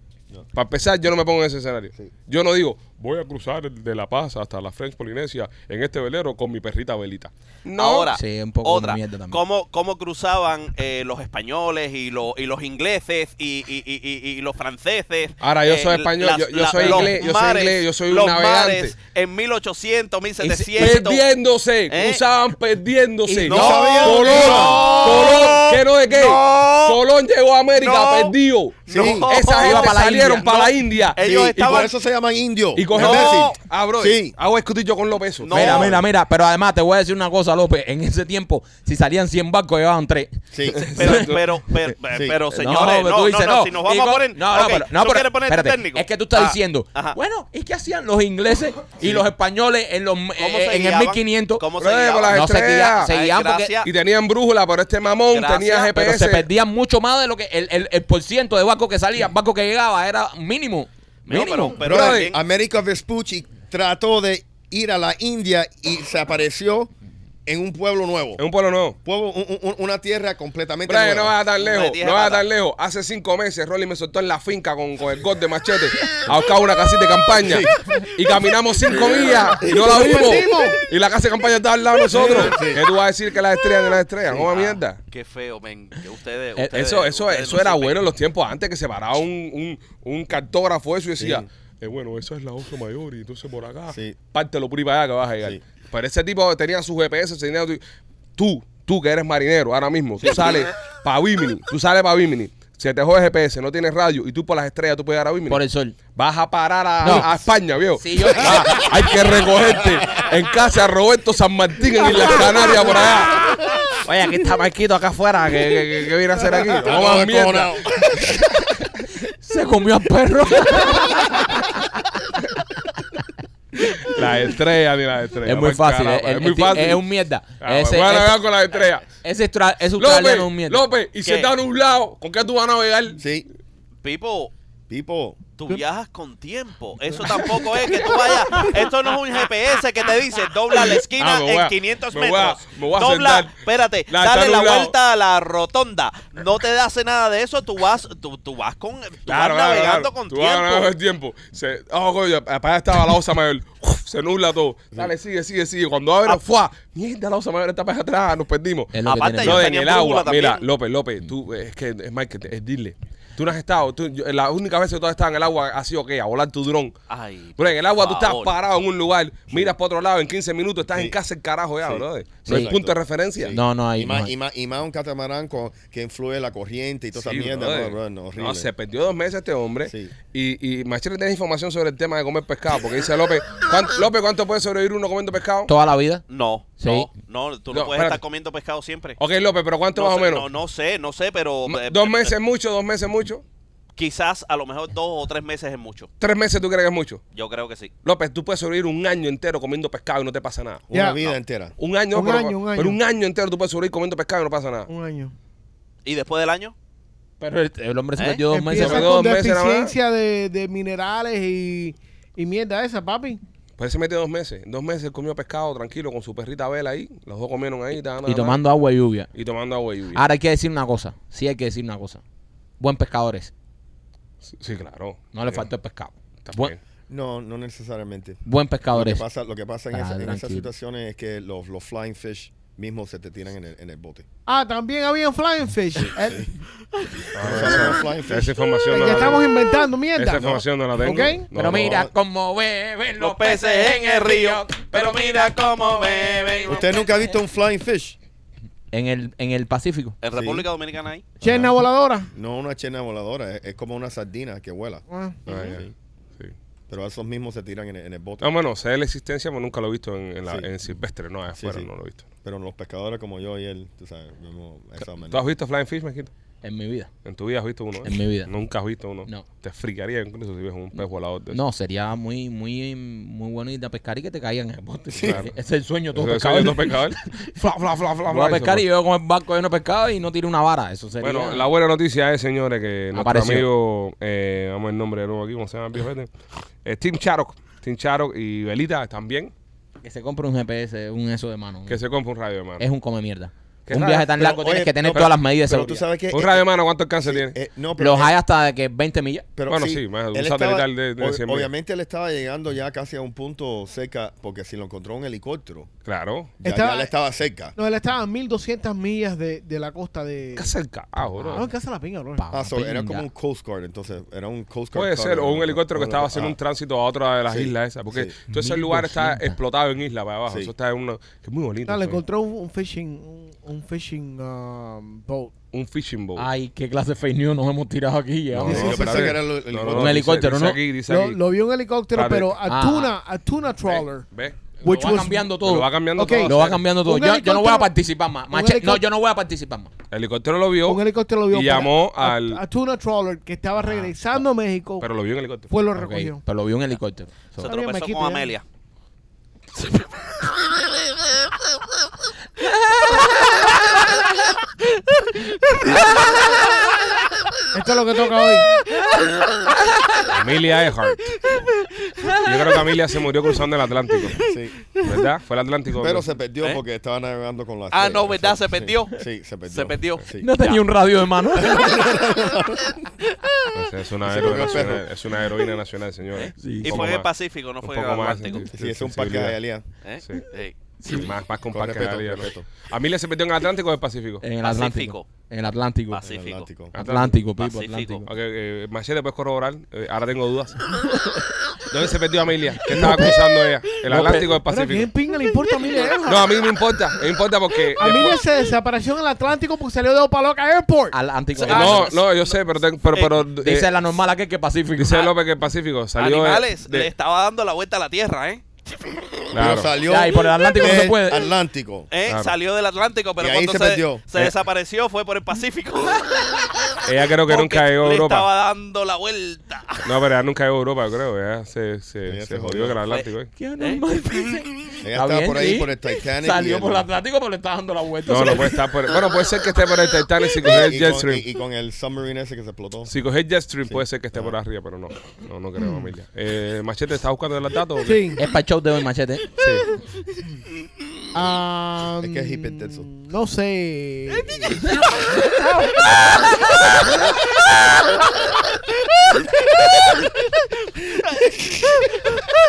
Speaker 3: Para empezar, yo no me pongo en ese escenario. Yo no digo, voy a cruzar de La Paz hasta la French Polinesia en este velero con mi perrita Belita. No.
Speaker 7: Ahora,
Speaker 4: Sí, un poco
Speaker 7: otra.
Speaker 4: una mierda también.
Speaker 7: ¿Cómo, cómo cruzaban eh, los españoles y, los y los ingleses y, y- y- y- y los franceses?
Speaker 3: Ahora, yo soy
Speaker 7: eh,
Speaker 3: español, yo- yo soy
Speaker 7: los
Speaker 3: inglés, yo soy inglés, yo soy un
Speaker 7: los
Speaker 3: navegante.
Speaker 7: mares en 1800,
Speaker 3: Perdiéndose,
Speaker 7: 1700.
Speaker 3: Perdiéndose,
Speaker 7: ¿Eh?
Speaker 3: cruzaban perdiéndose.
Speaker 7: Y no
Speaker 5: sabían
Speaker 3: Colón,
Speaker 5: dónde iban.
Speaker 3: Colón, ¿qué no de qué?
Speaker 7: No.
Speaker 3: Colón llegó a América
Speaker 7: No.
Speaker 3: perdido.
Speaker 5: Sí.
Speaker 3: Esa
Speaker 4: Iba
Speaker 3: gente
Speaker 4: pa' la
Speaker 3: salieron
Speaker 4: India.
Speaker 3: para la
Speaker 7: No.
Speaker 3: India.
Speaker 7: Ellos
Speaker 5: Sí, Y
Speaker 7: estaban-
Speaker 5: por eso se llaman indios.
Speaker 3: Y cogen
Speaker 7: No.
Speaker 3: Messi. Ah, bro,
Speaker 5: Sí.
Speaker 3: hago escutillo con los pesos.
Speaker 7: No.
Speaker 4: Mira, mira, mira. Pero además te voy a decir una cosa, López. En ese tiempo, si salían 100 barcos, llevaban 3.
Speaker 5: Sí.
Speaker 7: Pero,
Speaker 3: Exacto.
Speaker 7: pero, pero,
Speaker 5: Sí.
Speaker 7: pero, señores, no, no, no, si nos vamos a poner.
Speaker 4: No, no,
Speaker 7: ok,
Speaker 4: pero, no,
Speaker 7: ¿tú
Speaker 4: pero-
Speaker 7: quieres poner
Speaker 4: espérate,
Speaker 7: técnico?
Speaker 4: Es que tú estás
Speaker 7: Ah,
Speaker 4: diciendo,
Speaker 7: ajá.
Speaker 4: bueno, ¿y qué hacían los ingleses y los españoles en, los, eh,
Speaker 7: se
Speaker 4: en el
Speaker 7: guiaban?
Speaker 4: 1500?
Speaker 7: ¿Cómo se
Speaker 3: Bro, con
Speaker 6: Ah,
Speaker 7: guiaban?
Speaker 3: las
Speaker 4: No se
Speaker 3: estrellas.
Speaker 4: guía- se
Speaker 7: Ay,
Speaker 4: guiaban porque-
Speaker 7: gracias.
Speaker 3: Y tenían brújula, pero este mamón
Speaker 7: Gracias,
Speaker 3: tenía
Speaker 7: pero
Speaker 3: GPS.
Speaker 4: pero se perdían mucho más de lo que el, el, el por ciento de barco que salía, barco que llegaba era mínimo.
Speaker 7: No,
Speaker 4: mínimo.
Speaker 7: pero, pero
Speaker 5: Brother,
Speaker 7: también-
Speaker 5: América Vespucci trató de ir a la India y se apareció en un pueblo nuevo.
Speaker 3: Es un pueblo nuevo.
Speaker 5: Pueblo, un- un- una tierra completamente
Speaker 3: Brian, no
Speaker 5: nueva.
Speaker 3: vas tan
Speaker 7: Una
Speaker 3: lejos,
Speaker 7: tierra
Speaker 3: no vas
Speaker 7: para-
Speaker 3: tan lejos. Hace cinco meses Rolly me soltó en la finca con, con el god de machete a buscar una casita de campaña. Y caminamos cinco millas y no la vimos.
Speaker 6: perdimos.
Speaker 3: Y la casa de campaña estaba al lado de nosotros.
Speaker 5: Sí.
Speaker 3: ¿Qué tú vas a decir que las estrellas de las estrellas? ¿Cómo mierda?
Speaker 7: ah, Qué feo, men. Que ustedes,
Speaker 4: Eh,
Speaker 7: ustedes-
Speaker 3: eso eso,
Speaker 7: ustedes
Speaker 3: eso
Speaker 7: no
Speaker 3: era
Speaker 7: sirven.
Speaker 3: bueno en los tiempos antes que se paraba un, un, un cartógrafo eso y decía, eh, bueno, esa es la otra mayor y entonces por acá,
Speaker 5: Sí.
Speaker 3: pártelo por ahí para allá que vas a llegar.
Speaker 5: Sí.
Speaker 3: Pero ese tipo tenía E su GPS, tenía tu- tú, tú que eres marinero ahora mismo, tú sales para Bimini, tú sales para Bimini, se te jode GPS, no tienes radio y tú por las estrellas tú puedes llegar a Bimini.
Speaker 4: Por el sol.
Speaker 3: Vas a parar a,
Speaker 4: No.
Speaker 3: a España, viejo.
Speaker 4: Sí, yo-
Speaker 3: Ah, hay que recogerte en casa a Roberto San Martín en Islas Canarias por allá. Oye, aquí está Marquito acá afuera. ¿Qué, qué- qué- qué viene a hacer aquí?
Speaker 5: Está
Speaker 3: No
Speaker 5: todo
Speaker 3: más mierda.
Speaker 5: descojonado.
Speaker 4: Se comió al perro.
Speaker 3: Las estrellas ni las estrellas.
Speaker 4: es muy
Speaker 3: pa'l
Speaker 4: fácil.
Speaker 3: carajo,
Speaker 4: es,
Speaker 3: es muy fácil.
Speaker 4: Es un mierda.
Speaker 3: Ah,
Speaker 4: ese,
Speaker 3: voy a navegar
Speaker 4: ese,
Speaker 3: con las estrellas.
Speaker 4: ese austra- ese
Speaker 3: López,
Speaker 4: australiano es un mierda.
Speaker 3: López, y si
Speaker 7: ¿Qué?
Speaker 3: está nublado, ¿con qué tú vas a navegar?
Speaker 5: Sí,
Speaker 7: Pipo,
Speaker 5: Pipo.
Speaker 7: tú viajas con tiempo. Eso tampoco es que tú vayas. Esto no es un GPS que te dice dobla la esquina
Speaker 3: Ah, me voy
Speaker 7: en
Speaker 3: a-
Speaker 7: 500
Speaker 3: me voy a-
Speaker 7: metros.
Speaker 3: me voy a
Speaker 7: dobla,
Speaker 3: sentar.
Speaker 7: espérate,
Speaker 3: La-
Speaker 7: dale
Speaker 3: está
Speaker 7: la
Speaker 3: nublado.
Speaker 7: vuelta a la rotonda. No te hace nada de eso. Tú vas, tú, tú vas con, tú vas navegando con
Speaker 3: tú vas
Speaker 7: tiempo.
Speaker 3: navegando con tiempo. Se, oh, coño, para allá estaba la osa mayor. Uf, se nubla todo. Dale, sigue, sigue, sigue. Cuando abre, ¡fua! Mierda, la osa mayor está para atrás, nos perdimos.
Speaker 4: Es lo que
Speaker 7: Ah. Aparte,
Speaker 4: tiene
Speaker 7: yo
Speaker 3: No,
Speaker 4: miedo.
Speaker 3: en
Speaker 7: tenía
Speaker 3: el agua.
Speaker 7: brújula
Speaker 3: Mira,
Speaker 7: también.
Speaker 3: López, López, tú, eh, es que es Mike, te- es dile. Tú no has estado, tú, yo- la única vez que tú has estado en el agua ha sido que a volar tu dron.
Speaker 7: Ay,
Speaker 3: Bro, en el agua tú
Speaker 7: por
Speaker 3: estás
Speaker 7: favor.
Speaker 3: parado en un lugar, miras para otro lado, en 15 minutos estás
Speaker 5: Sí.
Speaker 3: en casa el carajo ya,
Speaker 5: Sí.
Speaker 3: brother. No
Speaker 4: Sí.
Speaker 3: hay punto de
Speaker 5: Exacto.
Speaker 3: referencia.
Speaker 5: Sí.
Speaker 4: No, no, ahí
Speaker 5: y,
Speaker 4: no
Speaker 5: más,
Speaker 4: hay.
Speaker 5: y, más, y más un catamarán con- que influye la corriente y toda
Speaker 3: Sí,
Speaker 5: esa mierda.
Speaker 3: brother.
Speaker 5: No, bro, no, horrible.
Speaker 3: No, se perdió dos meses este hombre.
Speaker 5: Sí.
Speaker 3: Y, y Machete tiene información sobre el tema de comer pescado. Porque dice López, ¿cuánto, López, ¿cuánto puede sobrevivir uno comiendo pescado?
Speaker 4: Toda la vida.
Speaker 7: No,
Speaker 4: Sí.
Speaker 7: no, no, tú no,
Speaker 3: No,
Speaker 7: puedes
Speaker 3: espérate.
Speaker 7: estar comiendo pescado siempre.
Speaker 3: Ok, López, pero ¿cuánto
Speaker 7: no
Speaker 3: más o
Speaker 7: sé,
Speaker 3: menos?
Speaker 7: No, no sé, no sé, pero
Speaker 3: Ma-
Speaker 7: eh,
Speaker 3: ¿Dos
Speaker 7: eh,
Speaker 3: meses mucho? ¿Dos meses mucho?
Speaker 7: Quizás a lo mejor dos o tres meses es mucho.
Speaker 3: ¿Tres meses tú crees que es mucho?
Speaker 7: Yo creo que sí.
Speaker 3: López, tú puedes sobrevivir un año entero comiendo pescado y no te pasa nada.
Speaker 5: Una
Speaker 6: Ya.
Speaker 5: vida entera.
Speaker 3: Un año,
Speaker 6: Un
Speaker 3: pero,
Speaker 6: año, un año.
Speaker 3: pero un año entero tú puedes sobrevivir comiendo pescado y no pasa nada.
Speaker 6: Un año.
Speaker 7: ¿Y después del año?
Speaker 4: Pero el, el hombre se
Speaker 7: ¿Eh?
Speaker 4: perdió dos meses.
Speaker 6: Empieza
Speaker 3: Sobre dos
Speaker 6: con
Speaker 3: meses nada más.
Speaker 6: deficiencia de, de minerales y, y mierda esa, papi.
Speaker 3: Pues él se mete dos meses. En dos meses él comió pescado tranquilo con su perrita Vela ahí. Los dos comieron ahí. ta, na,
Speaker 4: Y
Speaker 3: na,
Speaker 4: tomando agua y lluvia.
Speaker 3: Y tomando agua y lluvia.
Speaker 7: Ah.
Speaker 4: Ahora hay que decir una cosa. Sí hay que decir una cosa. Buen pescador es.
Speaker 3: Sí, claro.
Speaker 4: No le
Speaker 3: Sí,
Speaker 4: faltó el pescado.
Speaker 3: también.
Speaker 4: Buen,
Speaker 5: No, no necesariamente.
Speaker 4: buen
Speaker 5: Lo
Speaker 4: pescador
Speaker 5: que
Speaker 4: es.
Speaker 5: pasa, lo que pasa en,
Speaker 4: Ah,
Speaker 5: esa- en esas
Speaker 4: tranquilo.
Speaker 5: situaciones es que los, los flying fish mismos se te tiran en el, en el bote.
Speaker 6: Ah, también había flying fish. El,
Speaker 5: ¿No sabes los flying
Speaker 3: Esa
Speaker 5: fish?
Speaker 3: información
Speaker 6: el
Speaker 3: no
Speaker 6: que
Speaker 3: la
Speaker 6: estamos
Speaker 3: tengo.
Speaker 6: inventando, mierda.
Speaker 3: Esa información no la tengo.
Speaker 6: ¿Ok?
Speaker 3: No,
Speaker 4: pero
Speaker 3: no.
Speaker 4: mira cómo beben los peces en el río. Pero mira cómo beben. los
Speaker 5: ¿Usted nunca ha visto un flying fish?
Speaker 4: En el, en el Pacífico.
Speaker 7: ¿En República Dominicana hay?
Speaker 6: Chena voladora.
Speaker 5: No una chena voladora, es, es como una sardina que vuela.
Speaker 6: Ah.
Speaker 3: Ah, ya. Sí.
Speaker 5: Pero esos mismos se tiran en el, en el bote.
Speaker 3: No, Ah, bueno, sé de la existencia, pero nunca lo he visto en, en la-
Speaker 5: Sí.
Speaker 3: en silvestre, no, allá
Speaker 5: Sí,
Speaker 3: afuera
Speaker 5: sí.
Speaker 3: no lo he visto.
Speaker 5: Pero los pescadores como yo y él, tú sabes, vemos esa manera.
Speaker 3: ¿Tú has visto Flying Fish, Maquito?
Speaker 4: En mi vida.
Speaker 3: ¿En tu vida has visto uno? eh?
Speaker 4: En mi vida.
Speaker 3: Nunca has visto uno.
Speaker 4: No.
Speaker 3: Te fricaría incluso si ves un pez volador de
Speaker 4: No, sería muy, muy, muy bueno ir a pescar y que te caigan en el bote.
Speaker 3: Claro.
Speaker 4: Ese es el sueño de todo
Speaker 3: Eso- eso es
Speaker 4: pescador.
Speaker 3: dos pescadores. Fla, fla, fla, fla,
Speaker 4: Voy
Speaker 3: fla,
Speaker 4: a
Speaker 3: y se
Speaker 4: pescar y
Speaker 3: fue.
Speaker 4: yo con el barco lleno de pescado y no tiro una vara. Eso sería.
Speaker 3: Bueno, la buena noticia es, señores, que nuestro
Speaker 4: Apareció.
Speaker 3: amigo, eh, vamos el nombre de nuevo aquí, ¿cómo se llama el viejo este? Eh, Tim Charok. Tim Charok y Velita también,
Speaker 4: Que se compre un GPS, un eso de mano.
Speaker 3: que se compra un radio de mano.
Speaker 4: Es un come mierda.
Speaker 3: Qué
Speaker 4: Un
Speaker 3: raro.
Speaker 4: viaje tan
Speaker 5: Pero,
Speaker 4: largo tienes
Speaker 5: oye,
Speaker 4: que tener
Speaker 5: no,
Speaker 4: todas las medidas de
Speaker 5: Pero tú
Speaker 4: seguridad.
Speaker 5: sabes que...
Speaker 3: Un
Speaker 5: eh,
Speaker 3: radio de mano, ¿cuánto alcance tiene?
Speaker 5: eh, no, pero
Speaker 4: Los
Speaker 5: eh,
Speaker 4: hay hasta de que 20 millas.
Speaker 5: Pero
Speaker 3: Bueno, sí, más un
Speaker 5: él
Speaker 3: satelital de- de
Speaker 5: ob-
Speaker 3: 100 millas.
Speaker 5: Obviamente él estaba llegando ya casi a un punto cerca, porque si lo encontró un helicóptero,
Speaker 3: Claro.
Speaker 5: ya,
Speaker 6: Estaba-
Speaker 5: ya él estaba cerca.
Speaker 6: No, él estaba a 1200 millas de, de la costa de.
Speaker 3: Casa del carajo, bro.
Speaker 6: No, en casa de la pinga, bro.
Speaker 4: Pa,
Speaker 5: Ah, so, era
Speaker 4: pinga.
Speaker 5: como un Coast Guard, entonces era un Coast Guard.
Speaker 3: Puede ser, o un helicóptero que estaba haciendo un
Speaker 5: trabajo
Speaker 3: tránsito a otra de las
Speaker 5: Ah. Sí,
Speaker 3: islas esas, porque
Speaker 5: sí.
Speaker 3: todo ese lugar está
Speaker 4: 1200.
Speaker 3: explotado en isla para abajo,
Speaker 5: Sí.
Speaker 3: eso está en una... que es muy bonito.
Speaker 6: No,
Speaker 3: eso,
Speaker 6: le
Speaker 3: ¿eh?
Speaker 6: encontró un, un fishing, un, un fishing um, boat.
Speaker 3: Un fishing boat.
Speaker 4: Ay, qué clase de fake news nos hemos tirado aquí.
Speaker 3: Oh. No,
Speaker 4: llegamos.
Speaker 5: Dice-
Speaker 3: no,
Speaker 5: yo
Speaker 3: pero
Speaker 5: pensé
Speaker 3: a
Speaker 5: que
Speaker 3: ver.
Speaker 5: era el- el
Speaker 3: No, no,
Speaker 4: Un
Speaker 5: helicóptero.
Speaker 3: dice-
Speaker 4: helicóptero,
Speaker 3: dice
Speaker 4: ¿no?
Speaker 3: aquí, dice
Speaker 6: Lo,
Speaker 3: aquí.
Speaker 6: lo vio un helicóptero,
Speaker 3: Espérate.
Speaker 6: pero a
Speaker 4: Ah.
Speaker 6: tuna, a tuna
Speaker 3: Ve,
Speaker 6: trawler.
Speaker 3: ve.
Speaker 6: Which
Speaker 4: lo va
Speaker 6: was-
Speaker 4: cambiando todo.
Speaker 3: Lo va cambiando
Speaker 6: Ok.
Speaker 3: todo.
Speaker 4: Lo va cambiando todo.
Speaker 6: Un
Speaker 4: Yo, yo no voy a
Speaker 6: helicóptero-
Speaker 4: participar más.
Speaker 6: un
Speaker 4: Mache- no,
Speaker 6: helicóptero-
Speaker 4: yo no voy a participar más.
Speaker 3: El helicóptero lo vio,
Speaker 6: Un helicóptero lo vio.
Speaker 3: Oh, y
Speaker 6: para-
Speaker 3: llamó
Speaker 6: a-
Speaker 3: al... Ah,
Speaker 6: A, tuna trawler que estaba regresando a México.
Speaker 3: pero lo vio en helicóptero.
Speaker 6: fue lo
Speaker 4: Ok,
Speaker 6: recogió.
Speaker 4: Pero lo vi un helicóptero. So,
Speaker 7: Se
Speaker 6: Está bien,
Speaker 7: tropezó
Speaker 6: Maquito,
Speaker 7: con
Speaker 6: ya.
Speaker 7: Amelia.
Speaker 6: Esto es lo que toca hoy.
Speaker 3: Amelia Earhart. Yo creo que Amelia se murió cruzando el Atlántico.
Speaker 5: ah, Sí.
Speaker 3: ¿Verdad? Fue el Atlántico.
Speaker 5: Pero se perdió
Speaker 7: ¿Eh?
Speaker 5: porque estaba navegando con la
Speaker 7: Ah,
Speaker 5: estrella.
Speaker 7: no, ¿verdad?
Speaker 5: Sí,
Speaker 7: Se perdió.
Speaker 5: Sí, sí, se perdió.
Speaker 7: Se perdió.
Speaker 5: Sí.
Speaker 4: No tenía un radio de mano.
Speaker 3: Es- Es una,
Speaker 5: Se
Speaker 3: héroe
Speaker 5: comió el perro.
Speaker 3: nacional, es una heroína nacional, señores.
Speaker 7: Y fue en el Pacífico, no fue en el Atlántico.
Speaker 5: Sí, es un parque de Galilea.
Speaker 7: ¿Eh?
Speaker 3: Sí.
Speaker 7: Sí.
Speaker 3: Sí, Más, más con
Speaker 5: Con
Speaker 3: parque
Speaker 5: respeto,
Speaker 3: de Galilea, ¿no?
Speaker 5: respeto. Eh.
Speaker 3: Amelia se perdió en el Atlántico o el Pacífico.
Speaker 4: En el
Speaker 7: Pacífico.
Speaker 4: Atlántico. En el Atlántico.
Speaker 7: Pacífico.
Speaker 5: Atlántico.
Speaker 4: Ah, Atlántico, Pipo,
Speaker 7: Pacífico.
Speaker 4: Atlántico.
Speaker 3: Ok, eh, Machete, ¿puedes corroborar? Eh, ahora tengo dudas. ¿Dónde se perdió Amelia? ¿Qué estaba cruzando ella? ¿El Atlántico o el
Speaker 6: Ahora, ¿quién
Speaker 3: Pacífico?
Speaker 6: pinga le importa a Amelia Earhart?
Speaker 3: No, a mí me importa. Me importa porque...
Speaker 6: Amelia
Speaker 3: después-
Speaker 6: se desapareció en el Atlántico porque salió de Opaloca Airport.
Speaker 4: Atlántico.
Speaker 3: Eh,
Speaker 7: Ah,
Speaker 3: No, no, yo sé, pero... ten- pero, pero, eh,
Speaker 4: Dice la normal aquel que Pacífico.
Speaker 3: dice López que el Pacífico salió... de-
Speaker 7: Animales,
Speaker 3: de-
Speaker 7: le estaba dando la vuelta a la Tierra, ¿eh?
Speaker 5: Pero
Speaker 3: Claro.
Speaker 5: salió.
Speaker 4: Ya, y por el Atlántico no se
Speaker 5: del
Speaker 4: puede.
Speaker 5: Atlántico.
Speaker 7: ¿Eh?
Speaker 3: Claro.
Speaker 7: Salió del Atlántico, pero
Speaker 5: Y ahí
Speaker 7: cuando
Speaker 5: se
Speaker 7: se,
Speaker 5: perdió.
Speaker 7: se
Speaker 3: Eh.
Speaker 7: desapareció fue por el Pacífico.
Speaker 3: Ella creo que
Speaker 7: Porque
Speaker 3: nunca llegó a
Speaker 7: le
Speaker 3: Europa.
Speaker 7: estaba dando la vuelta.
Speaker 3: No, pero ella nunca llegó a Europa, creo. Ella se, se,
Speaker 5: Ella
Speaker 3: se
Speaker 5: se
Speaker 3: jodió
Speaker 5: jodió.
Speaker 3: en el Atlántico. ¿eh?
Speaker 4: Qué anormal.
Speaker 5: Ella
Speaker 4: Está
Speaker 5: estaba
Speaker 4: bien,
Speaker 5: por ahí
Speaker 4: sí.
Speaker 5: por el Titanic. y
Speaker 4: Salió
Speaker 5: el-
Speaker 4: por el Atlántico, pero le está dando la vuelta.
Speaker 3: No, no puede estar por... Bueno, puede ser que esté por el Titanic si cogió el
Speaker 5: y
Speaker 3: jet
Speaker 5: con-
Speaker 3: stream.
Speaker 5: y- y con el submarine ese que se explotó.
Speaker 3: Si coges Jetstream puede ser que
Speaker 5: Ah.
Speaker 3: esté por arriba, pero no. No, no
Speaker 5: Mm.
Speaker 3: creo, Amelia. Eh, Machete, ¿estás buscando los datos? o qué?
Speaker 6: Sí.
Speaker 4: Es para el show de hoy, machete.
Speaker 6: Ah,
Speaker 5: Es que es hipertenso.
Speaker 6: Mm, No sé.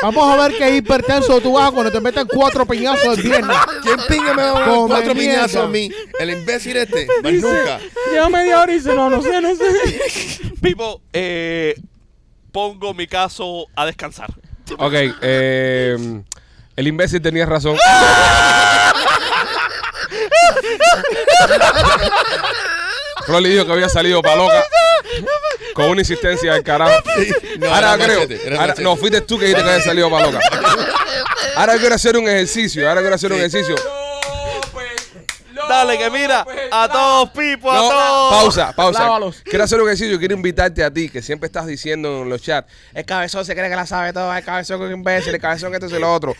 Speaker 6: Vamos a ver qué hipertenso tú vas cuando te meten cuatro piñazos el viernes.
Speaker 5: ¿Quién pinga me va a
Speaker 6: Come
Speaker 5: poner cuatro
Speaker 6: mierda.
Speaker 5: piñazos a mí? El imbécil este. Más nunca.
Speaker 4: Lleva media hora y dice, no, no sé, no sé.
Speaker 7: Pipo, eh, pongo mi caso a descansar.
Speaker 3: Ok, eh, el imbécil tenía razón.
Speaker 5: ¡Ah!
Speaker 3: Rolly dijo que había salido pa' loca con una insistencia del carajo.
Speaker 5: No,
Speaker 3: ahora
Speaker 5: era
Speaker 3: creo,
Speaker 5: machete, era
Speaker 3: ahora-
Speaker 5: machete.
Speaker 3: no, fuiste tú que dijiste que había salido pa' loca. Ahora quiero hacer un ejercicio, ahora quiero hacer un ejercicio.
Speaker 7: Dale, que mira, a todos, Pipo, a
Speaker 3: No,
Speaker 7: todos.
Speaker 3: pausa, pausa.
Speaker 4: Lávalos.
Speaker 3: Quiero hacer un ejercicio, quiero invitarte a ti, que siempre estás diciendo en los chats, el cabezón se cree que la sabe todo, el cabezón es un imbécil, el cabezón esto y lo otro.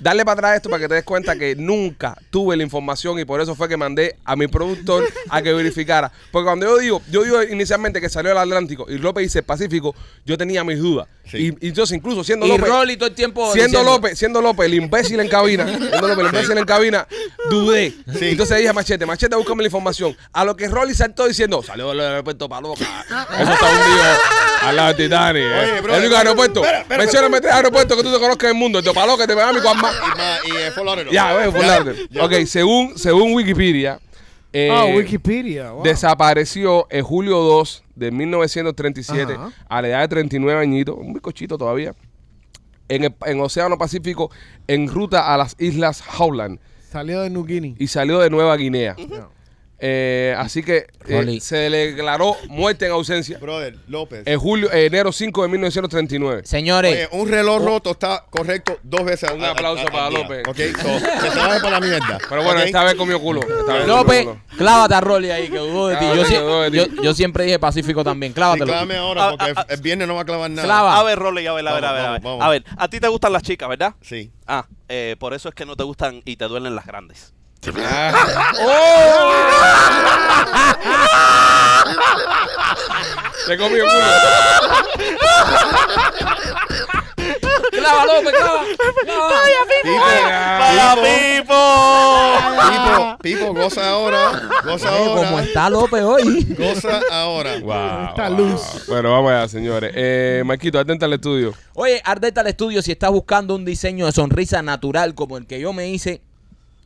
Speaker 3: Dale para atrás esto para que te des cuenta que nunca tuve la información y por eso fue que mandé a mi productor a que verificara. Porque cuando yo digo, yo digo inicialmente que salió el Atlántico y López dice Pacífico, yo tenía mis dudas.
Speaker 5: Sí.
Speaker 3: Y, y entonces incluso siendo
Speaker 4: Y
Speaker 3: López...
Speaker 4: Rolly todo el tiempo.
Speaker 3: Siendo
Speaker 4: diciendo,
Speaker 3: López, siendo López, el imbécil en cabina, siendo López, el imbécil en cabina, dudé.
Speaker 5: Sí.
Speaker 3: Entonces dije a Machete, Machete, búscame la información. A lo que Rolly saltó diciendo, salió del aeropuerto para loca. Eso está hundido al lado de Titanic. eh.
Speaker 5: Oye, bro,
Speaker 3: el único
Speaker 5: espera,
Speaker 3: aeropuerto.
Speaker 5: espera, espera,
Speaker 3: Mencióname tres aeropuertos que tú te conozcas en el mundo. El de Paloca, el de Miami, Guamá.
Speaker 5: Y, ma- y eh, Fort Lauderdale.
Speaker 3: Ya, ves, por
Speaker 5: ya.
Speaker 3: Ok, según, según Wikipedia. eh,
Speaker 6: Ah, Wikipedia. wow.
Speaker 3: Desapareció en julio 2 de 1937
Speaker 6: Ajá.
Speaker 3: a la edad de 39 añitos, un bizcochito todavía, en el en Océano Pacífico en ruta a las islas Howland
Speaker 6: Salió de New Guinea.
Speaker 3: y salió de Nueva Guinea. Eh, así que eh,
Speaker 4: Rolly.
Speaker 3: se le declaró muerte en ausencia
Speaker 5: Brother, López.
Speaker 3: en julio, eh, enero 5 de 1939.
Speaker 5: Oye,
Speaker 4: Señores,
Speaker 5: un reloj roto está correcto dos veces.
Speaker 3: Un
Speaker 5: al-
Speaker 3: Oh. Ah, aplauso
Speaker 5: al- al
Speaker 3: para
Speaker 5: día.
Speaker 3: López.
Speaker 5: ah, Ok, so, que se vaya para la mierda.
Speaker 3: Pero bueno,
Speaker 5: Ok.
Speaker 3: esta vez comió culo. esta vez comió
Speaker 4: López,
Speaker 3: culo.
Speaker 4: clávate a Rolly ahí, que dudó de ti. Yo,
Speaker 3: Clávate,
Speaker 4: sie-
Speaker 3: dudó de ti.
Speaker 4: yo- yo siempre dije Pacífico también,
Speaker 5: Sí,
Speaker 4: clávatelo.
Speaker 5: clávame ahora porque
Speaker 7: Ah, ah,
Speaker 5: el viernes no va a clavar nada.
Speaker 4: Clava.
Speaker 7: A ver, Rolly, a ver, a ver, a
Speaker 5: Vamos,
Speaker 7: ver, a
Speaker 5: vamos,
Speaker 7: ver.
Speaker 5: vamos.
Speaker 7: A ver, a ti te gustan las chicas, ¿verdad?
Speaker 5: Sí.
Speaker 7: Ah, eh, por eso es que no te gustan y te duelen las grandes.
Speaker 3: Te comió culo.
Speaker 4: Clava, López, clava. clava.
Speaker 5: Pipo,
Speaker 7: ¡Para Pipo!
Speaker 3: ah.
Speaker 5: Pipo, Pipo, goza ahora. Goza
Speaker 4: Oye, ¿Cómo
Speaker 5: ahora.
Speaker 4: está López hoy?
Speaker 5: Goza ahora.
Speaker 3: Wow,
Speaker 6: Está
Speaker 3: wow.
Speaker 6: luz.
Speaker 3: Bueno, vamos allá, señores. Eh, Marquito, atenta al estudio.
Speaker 4: Oye, Ardental Studio, si estás buscando un diseño de sonrisa natural como el que yo me hice,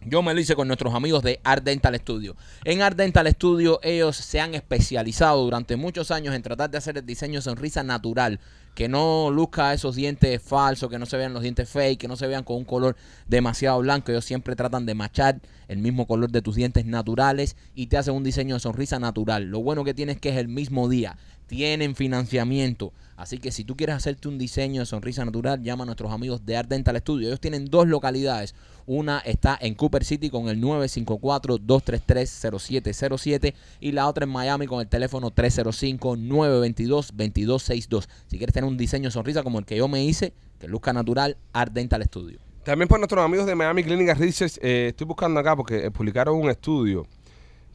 Speaker 4: yo me lo hice con nuestros amigos de Art Dental Studio. En Art Dental Studio ellos se han especializado durante muchos años en tratar de hacer el diseño de sonrisa natural, que no luzca esos dientes falsos, que no se vean los dientes fake, que no se vean con un color demasiado blanco. Ellos siempre tratan de machar el mismo color de tus dientes naturales y te hacen un diseño de sonrisa natural. Lo bueno que tienes que es el mismo día. Tienen financiamiento. Así que si tú quieres hacerte un diseño de sonrisa natural, llama a nuestros amigos de Art Dental Studio. Ellos tienen dos localidades. Una está en Cooper City con el 954-233-0707 y la otra en Miami con el teléfono 305-922-2262. Si quieres tener un diseño de sonrisa como el que yo me hice, que luzca natural, Art Dental Studio.
Speaker 3: También por nuestros amigos de Miami Clinic Research, eh, estoy buscando acá porque eh, publicaron un estudio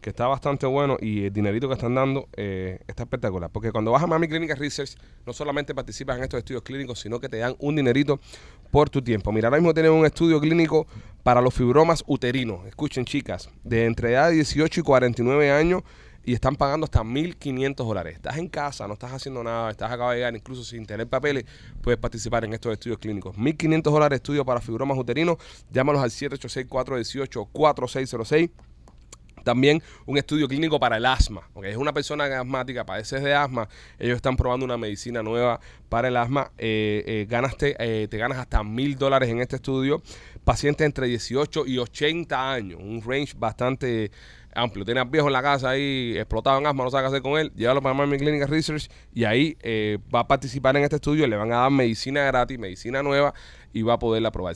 Speaker 3: que está bastante bueno y el dinerito que están dando eh, está espectacular. Porque cuando vas a Miami Clinic Research, no solamente participas en estos estudios clínicos, sino que te dan un dinerito por tu tiempo. Mira, ahora mismo tenemos un estudio clínico para los fibromas uterinos. Escuchen, chicas, de entre edad de 18 y 49 años y están pagando hasta 1.500 dólares. Estás en casa, no estás haciendo nada, estás acabado de llegar, incluso sin tener papeles, puedes participar en estos estudios clínicos. 1.500 dólares estudio para fibromas uterinos. Llámalos al 786-418-4606. También un estudio clínico para el asma. ¿ok? Es una persona que es asmática, padeces de asma. Ellos están probando una medicina nueva para el asma. Eh, eh, ganaste, eh, te ganas hasta mil dólares en este estudio. Pacientes entre 18 y 80 años. Un range bastante amplio. Tienes al viejo en la casa ahí, explotado en asma, no sabes qué hacer con él. Llévalo para Miami Clinic Research y ahí eh, va a participar en este estudio. Le van a dar medicina gratis, medicina nueva y va a poderla probar.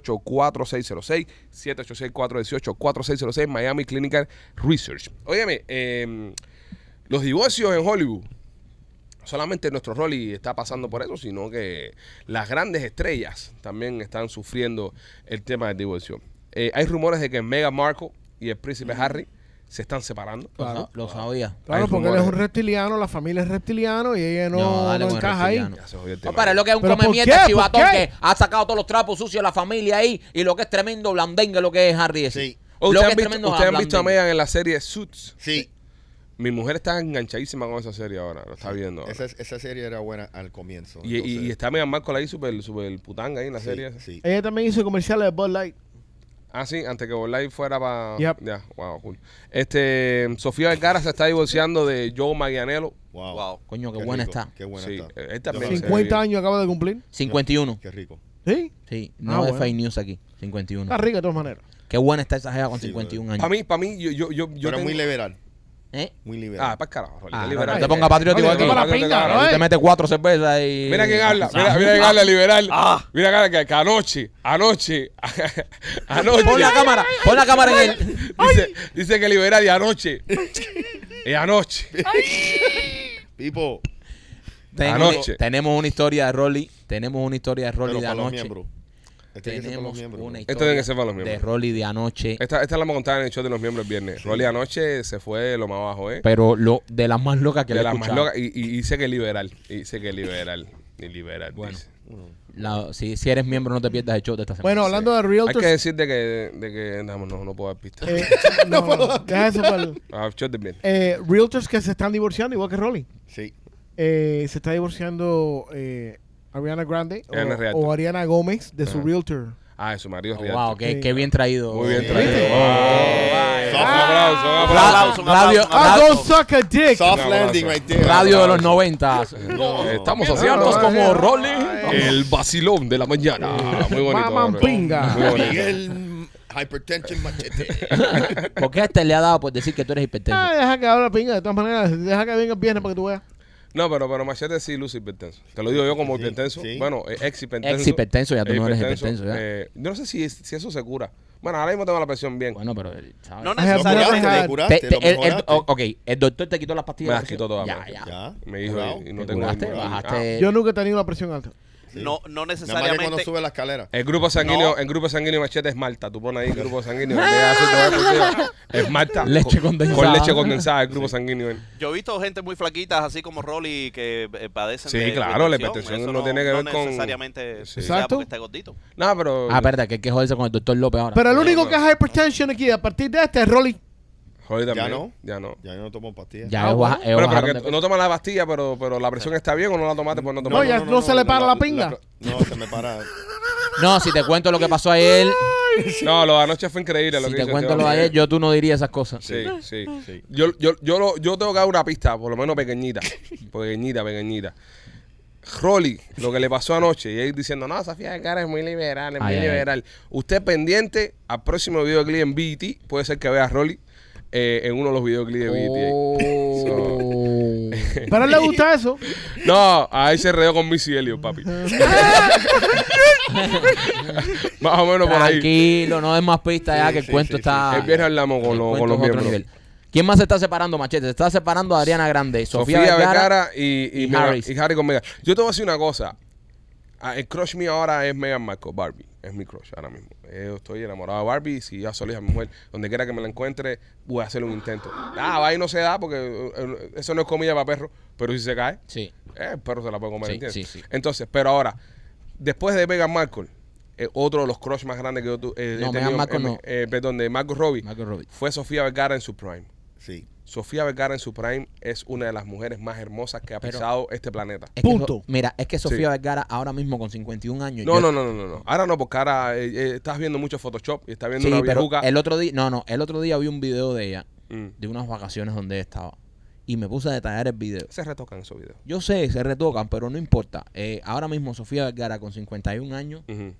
Speaker 3: 786-418-4606. 786-418-4606. Miami Clinical Research. Óyeme, eh, los divorcios en Hollywood. Solamente nuestro Rolly está pasando por eso, sino que las grandes estrellas también están sufriendo el tema del divorcio. Eh, hay rumores de que Meghan Markle y el príncipe Harry se están separando.
Speaker 4: Lo, lo sabía.
Speaker 6: Claro,
Speaker 3: Hay
Speaker 6: porque él es un
Speaker 3: rumores.
Speaker 6: reptiliano, la familia es reptiliano y ella no,
Speaker 4: No, dale
Speaker 6: no
Speaker 4: con el
Speaker 6: encaja ahí.
Speaker 4: reptiliano.
Speaker 3: Ya Ah, se jodió el tema.
Speaker 4: No, Oh, para lo que es un
Speaker 6: ¿Pero
Speaker 4: come
Speaker 6: por
Speaker 4: mierda
Speaker 6: qué?
Speaker 4: chivatón
Speaker 6: ¿Por qué?
Speaker 4: que ha sacado todos los trapos sucios de la familia ahí y lo que es tremendo blandengue lo que es Harry ese.
Speaker 5: Sí.
Speaker 3: Oh,
Speaker 4: Lo
Speaker 3: ¿Ustedes
Speaker 4: que es
Speaker 3: han visto,
Speaker 4: tremendo
Speaker 3: ustedes han visto a
Speaker 4: blandengue.
Speaker 3: Megan en la serie Suits?
Speaker 5: Sí.
Speaker 3: Mi mujer está enganchadísima con esa serie ahora, lo está viendo. ahora.
Speaker 5: Esa, esa serie era buena al comienzo.
Speaker 3: y, y- y
Speaker 5: entonces-
Speaker 3: está Megan Markle ahí, super, super putanga ahí en la
Speaker 5: sí,
Speaker 3: serie.
Speaker 5: sí.
Speaker 6: Ella también hizo comerciales de Bud Light.
Speaker 3: Ah, sí, antes que Borlai fuera para...
Speaker 6: Yep.
Speaker 3: Ya, wow, cool. Este, Sofía Vergara se está divorciando de Joe Magianello.
Speaker 5: Wow.
Speaker 7: Wow.
Speaker 4: Coño, qué
Speaker 5: Qué
Speaker 4: buena
Speaker 5: rico,
Speaker 4: está.
Speaker 5: Qué buena
Speaker 3: Sí,
Speaker 5: está.
Speaker 3: eh, él también
Speaker 5: Yo-
Speaker 3: se-
Speaker 6: 50 años acaba de cumplir.
Speaker 4: 51.
Speaker 5: Qué rico.
Speaker 6: Sí.
Speaker 4: Sí,
Speaker 6: Ah,
Speaker 4: no es
Speaker 6: bueno.
Speaker 4: fake news aquí. 51.
Speaker 6: Está rica de todas maneras.
Speaker 4: Qué buena está esa jeva con
Speaker 5: Sí,
Speaker 4: 51
Speaker 3: Para
Speaker 4: años.
Speaker 3: mí, para mí, yo... yo, yo, yo
Speaker 5: Pero
Speaker 3: tengo-
Speaker 5: muy liberal.
Speaker 4: ¿Eh?
Speaker 5: Muy liberal.
Speaker 3: Ah, para carajo, Rolly,
Speaker 4: Ah,
Speaker 3: qué
Speaker 4: no,
Speaker 3: liberal.
Speaker 4: no te pongas patriótico
Speaker 3: Oye,
Speaker 4: aquí.
Speaker 3: no te pongas
Speaker 6: Para la pinga,
Speaker 3: patriótico,
Speaker 6: ¿no?
Speaker 3: ¿eh?
Speaker 4: Tú te metes cuatro cervezas y...
Speaker 3: Mira quién habla,
Speaker 4: Ah.
Speaker 3: mira, mira quién habla, liberal. Mira que habla, que, que anoche, anoche, anoche.
Speaker 4: Pon la cámara, pon la cámara en él.
Speaker 3: Dice, dice que liberal y anoche. y anoche. Ah.
Speaker 5: Pipo.
Speaker 3: Anoche.
Speaker 4: Tenemos una historia de Rolly. Tenemos una historia de Rolly
Speaker 5: Pero
Speaker 4: de
Speaker 5: para los
Speaker 4: anoche.
Speaker 5: miembros. Este tiene que ser para los
Speaker 4: Tenemos
Speaker 5: miembros,
Speaker 4: una
Speaker 5: ¿no?
Speaker 3: Esto tiene que ser para los
Speaker 4: historia de
Speaker 3: miembros.
Speaker 4: Rolly de anoche.
Speaker 3: Esta, esta la vamos a contar en el show de los miembros el viernes. Rolly anoche se fue de lo más abajo, ¿eh?
Speaker 4: Pero lo, de las más locas que
Speaker 3: de
Speaker 4: le
Speaker 3: las más locas. Y, y dice que liberal. Y dice que liberal. Y liberal.
Speaker 4: Bueno.
Speaker 3: dice.
Speaker 4: La- si, si eres miembro, no te pierdas el show de esta semana.
Speaker 6: Bueno, hablando de
Speaker 3: Hay que
Speaker 6: Realtors.
Speaker 3: decir de que. De que no, no, no puedo dar pistas.
Speaker 6: eh, no, no, deja eso para el-
Speaker 3: Ah, show de viernes.
Speaker 6: eh, Realtors que se están divorciando, igual que Rolly.
Speaker 5: Sí.
Speaker 6: Eh, se está divorciando eh, Ariana Grande o-
Speaker 3: Ariana Realtor.
Speaker 6: o, Ariana Gómez de su Realtor.
Speaker 3: Ah, su marido es
Speaker 4: Oh,
Speaker 3: real.
Speaker 4: wow, qué,
Speaker 6: Sí.
Speaker 4: qué bien traído.
Speaker 3: Muy bien
Speaker 5: Sí.
Speaker 3: traído.
Speaker 6: ¿Viste?
Speaker 3: Wow.
Speaker 7: Eh.
Speaker 3: Un
Speaker 4: Ah.
Speaker 3: aplauso, un aplauso.
Speaker 7: aplauso, un aplauso, un
Speaker 6: I
Speaker 7: aplauso.
Speaker 6: Ah, don't suck a dick.
Speaker 5: Soft
Speaker 3: Un
Speaker 5: landing
Speaker 3: abrazo.
Speaker 5: right there.
Speaker 4: Radio de los 90.
Speaker 5: No.
Speaker 3: Estamos
Speaker 4: Mira,
Speaker 3: haciendo
Speaker 4: nosotros como Rolly.
Speaker 3: el vacilón de la mañana. Muy bonito.
Speaker 6: Maman
Speaker 3: Rolly.
Speaker 6: pinga.
Speaker 3: Muy bonito.
Speaker 5: Miguel Hypertension Machete.
Speaker 4: ¿Por qué a este le ha dado por decir que tú eres hipertenso?
Speaker 6: Ah, deja que abra la pinga, de todas maneras. Deja que venga el viernes para que tú veas.
Speaker 3: No, pero, pero Machete sí luce hipertenso. Te lo digo yo como
Speaker 5: Sí,
Speaker 3: hipertenso.
Speaker 5: sí.
Speaker 3: Bueno, eh, ex hipertenso.
Speaker 4: Ex hipertenso, ya tú
Speaker 3: Eh,
Speaker 4: no eres hipertenso, ya.
Speaker 3: eh, yo no sé si, es- si eso se cura. Bueno, ahora mismo tengo la presión bien.
Speaker 4: Bueno, pero. eh, ¿sabes?
Speaker 7: No
Speaker 6: Ay,
Speaker 7: necesariamente.
Speaker 5: Curaste,
Speaker 6: Ajá.
Speaker 5: lo curaste,
Speaker 4: Te- te-
Speaker 5: lo
Speaker 4: el- el-
Speaker 5: mejoraste.
Speaker 4: o- ok, el doctor te quitó las pastillas.
Speaker 3: Me las
Speaker 4: ¿no?
Speaker 3: quitó todas,
Speaker 4: Ya,
Speaker 3: me-
Speaker 4: ya.
Speaker 5: Ya.
Speaker 3: Me dijo
Speaker 5: curado.
Speaker 3: y, y no
Speaker 4: Te
Speaker 3: tengo
Speaker 4: curaste,
Speaker 3: ningún- Ah,
Speaker 4: bajaste.
Speaker 6: Yo nunca he tenido una presión alta.
Speaker 7: No, no
Speaker 5: Nada más que cuando
Speaker 7: necesariamente.
Speaker 5: sube la escalera.
Speaker 3: Ah. El grupo sanguíneo,
Speaker 7: No.
Speaker 3: el grupo sanguíneo Machete es Malta. Tú pones ahí el grupo sanguíneo. en vez de azúcar, te voy a poner- es Malta.
Speaker 4: Leche
Speaker 3: con- Con
Speaker 4: condensada.
Speaker 3: leche condensada, el grupo sanguíneo. eh.
Speaker 7: Yo he visto gente muy flaquitas, así como Rolly, que eh, padecen
Speaker 3: Sí,
Speaker 7: de
Speaker 3: claro, la hipertensión
Speaker 7: hipertensión. Eso
Speaker 3: no tiene que ver con-
Speaker 7: necesariamente
Speaker 3: Sí.
Speaker 7: sea
Speaker 6: Exacto.
Speaker 7: porque está gordito.
Speaker 3: No, pero.
Speaker 4: Ah, espérate, que hay que joderse con el doctor López ahora.
Speaker 6: Pero el único que es hypertension aquí a partir de este es Rolly.
Speaker 3: Joder, también.
Speaker 5: Ya no.
Speaker 3: Ya no.
Speaker 4: Eh,
Speaker 5: Ya yo no tomo pastillas.
Speaker 4: ya
Speaker 6: Ah,
Speaker 4: es baja-
Speaker 6: bueno.
Speaker 4: es
Speaker 3: Bueno,
Speaker 4: bajaron
Speaker 3: pero
Speaker 4: de
Speaker 3: que
Speaker 4: peso.
Speaker 3: no tomas la pastilla, pero, pero la presión está bien o no la tomaste, pues no
Speaker 6: No,
Speaker 3: tomaste.
Speaker 6: ya no se le para la pinga.
Speaker 5: no, se me para.
Speaker 4: No, si te cuento lo que pasó ayer,
Speaker 3: No, lo de anoche fue increíble. lo
Speaker 4: si
Speaker 3: que
Speaker 4: te
Speaker 3: hizo
Speaker 4: cuento
Speaker 3: este
Speaker 4: lo de
Speaker 3: hombre.
Speaker 4: ayer, yo tú no dirías esas cosas.
Speaker 3: Sí, sí.
Speaker 5: Sí.
Speaker 3: Yo, yo, yo, lo- yo tengo que dar una pista, por lo menos pequeñita. pequeñita, pequeñita. Rolly, lo que le pasó anoche, y él diciendo, no, esa fiesta de cara es muy liberal, es
Speaker 4: Ay,
Speaker 3: muy
Speaker 4: ay, ay.
Speaker 3: liberal. Usted pendiente al próximo videoclip en BET, puede ser que vea a Rolly eh, en uno de los videoclips de E BET.
Speaker 4: Oh.
Speaker 6: Pero a él le gusta eso.
Speaker 3: No, ahí se reó con Missy Elliott, papi. Más o menos por ahí.
Speaker 4: Tranquilo, no es más pista ya
Speaker 5: Sí,
Speaker 4: que el
Speaker 5: sí,
Speaker 4: cuento
Speaker 5: sí,
Speaker 4: está.
Speaker 5: sí.
Speaker 3: El viernes hablamos
Speaker 4: el
Speaker 3: con, lo-
Speaker 4: cuento
Speaker 3: con los
Speaker 4: es otro
Speaker 3: miembros.
Speaker 4: nivel. ¿Quién más se está separando, Machete? Se está separando Adriana Grande, Sofía,
Speaker 3: Sofía
Speaker 4: Vergara.
Speaker 3: Vergara y, y,
Speaker 4: y
Speaker 3: Mega-
Speaker 4: Harris.
Speaker 3: y Harry con Mega. Yo te voy a decir una cosa. Ah, el crush mío ahora es Megan Marco, Barbie. Es mi crush ahora mismo. Eh, Yo estoy enamorado de Barbie. Si ya solía a mi mujer, donde quiera que me la encuentre, voy a hacerle un intento. Ah, va y no se da porque eh, eh, eso no es comida para perro. Pero si se cae,
Speaker 4: Sí.
Speaker 3: eh, el perro se la puede comer,
Speaker 4: Sí,
Speaker 3: ¿entiendes?
Speaker 4: sí, sí.
Speaker 3: Entonces, pero ahora, después de Megan Markle, eh, otro de los crush más grandes que yo eh, tuve.
Speaker 4: No, Meghan Markle no.
Speaker 3: eh, perdón, de Marco Robbie.
Speaker 4: Margot Robbie.
Speaker 3: Fue Sofía Vergara en su prime.
Speaker 5: Sí.
Speaker 3: Sofía Vergara en su prime es una de las mujeres más hermosas que ha
Speaker 4: Pero-
Speaker 3: pisado este planeta.
Speaker 4: Es que
Speaker 6: Punto.
Speaker 4: So- mira, es que Sofía
Speaker 3: Sí.
Speaker 4: Vergara ahora mismo con 51 años.
Speaker 3: No,
Speaker 4: yo-
Speaker 3: no, no, no, no, no. Ahora no, porque ahora eh, eh, estás viendo mucho Photoshop y estás viendo
Speaker 4: Sí,
Speaker 3: una
Speaker 4: pero
Speaker 3: viejuca.
Speaker 4: el otro día, no, no, el otro día vi un video de ella,
Speaker 3: Mm.
Speaker 4: de unas vacaciones donde ella estaba. Y me puse a detallar el video.
Speaker 3: Se retocan esos videos.
Speaker 4: Yo sé, se retocan, pero no importa. Eh, ahora mismo Sofía Vergara con 51 años,
Speaker 3: Ujú.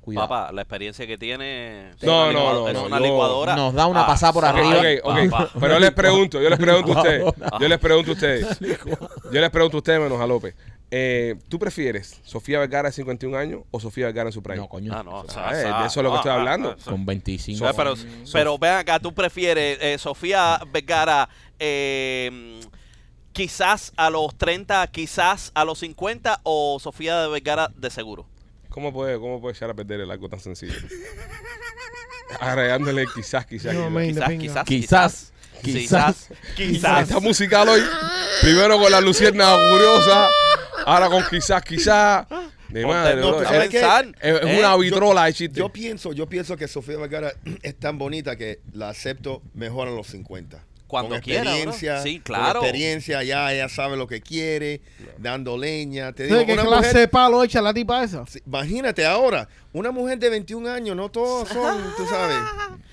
Speaker 4: cuidado.
Speaker 7: Papá, la experiencia que tiene es
Speaker 3: No,
Speaker 7: una
Speaker 3: no,
Speaker 7: licuado-
Speaker 3: no,
Speaker 7: es
Speaker 3: no,
Speaker 7: una
Speaker 3: yo-
Speaker 7: licuadora.
Speaker 4: Nos da una pasada por
Speaker 7: se
Speaker 4: arriba.
Speaker 7: va,
Speaker 3: Ok, ok.
Speaker 7: papá.
Speaker 3: Pero yo les pregunto, yo les pregunto a ustedes. Yo les pregunto a ustedes. Yo les pregunto a ustedes menos a López. Eh, ¿Tú prefieres Sofía Vergara de 51 años o Sofía Vergara en su prime?
Speaker 4: No, coño.
Speaker 7: Ah, no, o sea,
Speaker 3: Ah, eh,
Speaker 7: o sea,
Speaker 3: de eso es lo que
Speaker 7: ah,
Speaker 3: estoy
Speaker 7: ah,
Speaker 3: hablando.
Speaker 7: ah, o sea,
Speaker 4: Con 25.
Speaker 7: Ah, pero, pero ven acá, tú prefieres eh, Sofía Vergara eh, quizás a los 30, quizás a los 50 o Sofía de Vergara de seguro.
Speaker 3: ¿Cómo puede, cómo puede echar a perder el algo tan sencillo? Agregándole quizás, quizás.
Speaker 6: No,
Speaker 3: quizás.
Speaker 6: man.
Speaker 7: Quizás,
Speaker 6: Venga.
Speaker 7: quizás,
Speaker 4: Quizás,
Speaker 7: quizás, quizás.
Speaker 3: Está musical hoy. Primero con la lucierna curiosa. Ahora con quizás, quizás. De madre,
Speaker 7: Ponte- no,
Speaker 3: bro.
Speaker 7: tú
Speaker 3: Es-
Speaker 7: sabes
Speaker 5: que-
Speaker 7: pensar,
Speaker 3: Es, es
Speaker 7: ¿eh?
Speaker 3: una vitrola de chiste.
Speaker 5: Yo pienso, yo pienso que Sofía Vergara es tan bonita que la acepto mejor a los 50.
Speaker 7: Cuando
Speaker 5: con
Speaker 7: quiera,
Speaker 5: experiencia,
Speaker 7: bro. Sí,
Speaker 5: con
Speaker 7: claro.
Speaker 5: experiencia, ya ella sabe lo que quiere, dando leña. Te digo,
Speaker 6: ¿Qué
Speaker 5: una
Speaker 6: clase de
Speaker 5: mujer,
Speaker 6: palo echa la tipa esa?
Speaker 5: Sí, imagínate ahora, una mujer de 21 años, no todos son, tú sabes.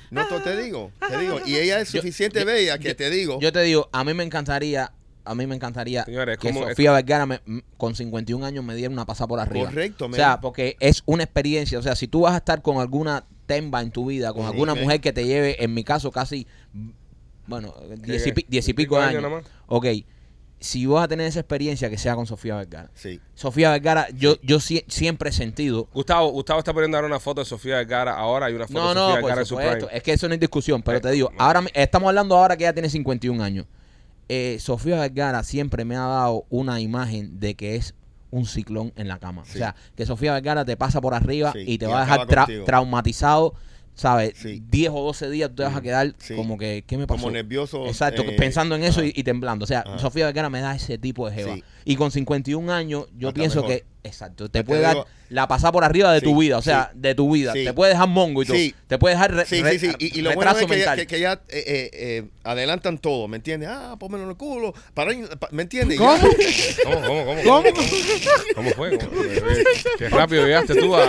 Speaker 5: No to- te digo, te digo. Y ella es
Speaker 4: Yo-
Speaker 5: suficiente
Speaker 4: yo-
Speaker 5: bella que te digo.
Speaker 4: Yo te digo, a mí me encantaría, a mí me encantaría
Speaker 3: Señores,
Speaker 4: que
Speaker 3: ¿cómo es?
Speaker 4: Sofía Vergara me- m- con 51 años me diera una pasada por arriba.
Speaker 5: Correcto,
Speaker 4: O
Speaker 5: man.
Speaker 4: sea, porque es una experiencia. O sea, si tú vas a estar con alguna temba en tu vida, con
Speaker 5: Sí,
Speaker 4: alguna
Speaker 5: man.
Speaker 4: mujer que te lleve, en mi caso, casi, bueno,
Speaker 3: Eh,
Speaker 4: diez y, pi- diez y pico de años.
Speaker 3: nada más?
Speaker 4: Ok, si vas a tener esa experiencia, que sea con Sofía Vergara.
Speaker 5: Sí.
Speaker 4: Sofía Vergara, yo, yo sie- siempre he sentido
Speaker 3: Gustavo, Gustavo está poniendo ahora una foto de Sofía Vergara. Ahora hay una foto
Speaker 4: no,
Speaker 3: de Sofía
Speaker 4: no,
Speaker 3: Vergara
Speaker 4: por
Speaker 3: en su
Speaker 4: supuesto.
Speaker 3: prime.
Speaker 4: Es que eso no es discusión, pero
Speaker 3: Eh,
Speaker 4: te digo,
Speaker 3: no.
Speaker 4: ahora mi- estamos hablando ahora que ella tiene 51 años. Eh, Sofía Vergara siempre me ha dado una imagen de que es un ciclón en la cama.
Speaker 5: Sí.
Speaker 4: O sea, que Sofía Vergara te pasa por arriba
Speaker 5: Sí,
Speaker 4: y te
Speaker 5: y
Speaker 4: va a dejar
Speaker 5: acaba
Speaker 4: tra-
Speaker 5: contigo.
Speaker 4: traumatizado, ¿sabes?
Speaker 5: Sí. Mm,
Speaker 4: 10 o 12 días tú te vas a quedar
Speaker 5: Sí.
Speaker 4: como que, ¿qué me pasó?
Speaker 5: Como nervioso.
Speaker 4: Exacto,
Speaker 5: eh,
Speaker 4: pensando en eso
Speaker 5: ajá.
Speaker 4: y, y temblando. O sea,
Speaker 5: Ajá.
Speaker 4: Sofía Vergara me da ese tipo de jeva.
Speaker 5: Sí.
Speaker 4: Y con 51 años, yo
Speaker 5: Hasta
Speaker 4: pienso
Speaker 5: mejor.
Speaker 4: que, exacto, te
Speaker 5: Hasta
Speaker 4: puede
Speaker 5: te
Speaker 4: dar
Speaker 5: digo-
Speaker 4: la pasada por arriba de tu
Speaker 5: Sí,
Speaker 4: vida. O sea, de tu vida.
Speaker 5: sí.
Speaker 4: Te puede dejar mongo y todo.
Speaker 5: Sí.
Speaker 4: Te puede dejar re-
Speaker 5: ah, Sí,
Speaker 4: re-
Speaker 5: sí, sí. Y, y lo bueno
Speaker 4: retraso
Speaker 5: es que ya,
Speaker 4: mental.
Speaker 5: que, que ya, eh, eh, eh, adelantan todo, ¿me entiendes? Ah, pónmelo en el culo. Para, ahí, pa- ¿Me entiendes?
Speaker 6: ¿Cómo?
Speaker 3: ¿Cómo, cómo, cómo?
Speaker 6: ¿Cómo?
Speaker 3: ¿Cómo fue? ¿Cómo fue? Qué rápido llegaste tú a...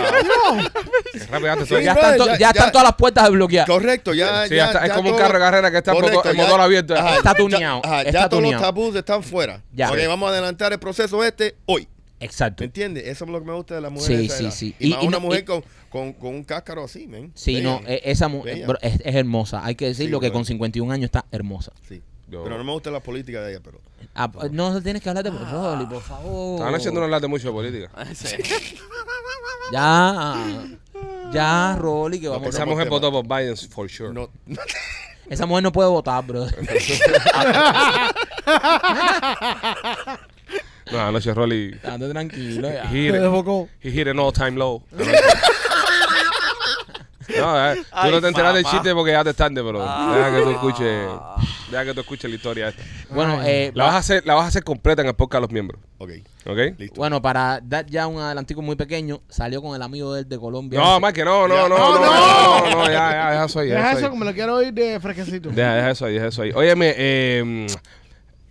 Speaker 3: Qué rápido llegaste tú
Speaker 5: Sí,
Speaker 4: Ya
Speaker 3: a...
Speaker 5: brother,
Speaker 4: están to-
Speaker 5: ya-
Speaker 4: ya están
Speaker 5: ya-
Speaker 4: todas las puertas desbloqueadas.
Speaker 5: Correcto, ya.
Speaker 3: Sí,
Speaker 5: ya,
Speaker 3: ya está- es
Speaker 5: ya
Speaker 3: como un
Speaker 5: todo-
Speaker 3: carro de carrera que está en motor- en
Speaker 5: ya-
Speaker 3: motor abierto.
Speaker 4: Está
Speaker 5: ya-
Speaker 4: tuneado,
Speaker 5: ajá,
Speaker 4: está
Speaker 5: ya todos los
Speaker 4: tuneado.
Speaker 5: tabús están fuera.
Speaker 4: Ya.
Speaker 5: Ok, vamos a adelantar el proceso este hoy.
Speaker 4: Exacto.
Speaker 5: ¿Me entiendes? Eso es lo que me gusta de la mujer.
Speaker 4: Sí,
Speaker 5: de esa
Speaker 4: sí,
Speaker 5: edad.
Speaker 4: sí.
Speaker 5: Y,
Speaker 4: Y-
Speaker 5: más
Speaker 4: y
Speaker 5: una
Speaker 4: no-
Speaker 5: mujer
Speaker 4: y-
Speaker 5: con, con, con un cáscaro así, men.
Speaker 4: Sí, no,
Speaker 5: Bella.
Speaker 4: e- esa mu-
Speaker 5: Bella.
Speaker 4: bro, es, es hermosa. Hay que decirlo
Speaker 5: Sí,
Speaker 4: que
Speaker 5: bro.
Speaker 4: con 51 años está hermosa.
Speaker 5: Sí.
Speaker 3: Yo-
Speaker 5: Pero no me gusta la política de ella, pero.
Speaker 4: Ah, no, no tienes que hablar de Rolly,
Speaker 5: Ah.
Speaker 4: por favor.
Speaker 3: Estaban haciendo una lata mucho de política.
Speaker 7: Sí.
Speaker 4: Ya. Ya, Rolly, que vamos.
Speaker 5: pensamos-
Speaker 3: Esa
Speaker 5: Vamos
Speaker 3: mujer
Speaker 5: tema.
Speaker 3: votó por Biden, for sure.
Speaker 5: No,
Speaker 4: Esa mujer no puede votar, bro.
Speaker 3: No, anoche Rolly...
Speaker 4: Ando tranquilo. ya.
Speaker 3: He hit
Speaker 6: Se
Speaker 3: it.
Speaker 6: desbocó.
Speaker 3: He hit an all time low. no, eh, tú
Speaker 7: Ay,
Speaker 3: no te enteras del
Speaker 7: mamá.
Speaker 3: chiste porque ya te estás de bro.
Speaker 7: Ah.
Speaker 3: Deja que tú escuches, deja que tú escuches la historia. esta.
Speaker 4: Bueno, eh,
Speaker 3: La vas a hacer, la vas a hacer completa en el podcast a los miembros,
Speaker 5: ok,
Speaker 3: ¿ok?
Speaker 5: listo.
Speaker 4: Bueno, para dar ya un adelantico muy pequeño, salió con el amigo de él de Colombia.
Speaker 3: No,
Speaker 4: Hace-
Speaker 3: más que no, no, no,
Speaker 5: Ya.
Speaker 3: no, no,
Speaker 6: No,
Speaker 3: no, no, ya, ya, deja eso ahí,
Speaker 6: Deja
Speaker 3: deja
Speaker 6: eso
Speaker 3: eso
Speaker 6: que
Speaker 3: ahí.
Speaker 6: me lo quiero oír de fresquecito.
Speaker 3: Deja, deja eso ahí, deja eso ahí. Óyeme, eh,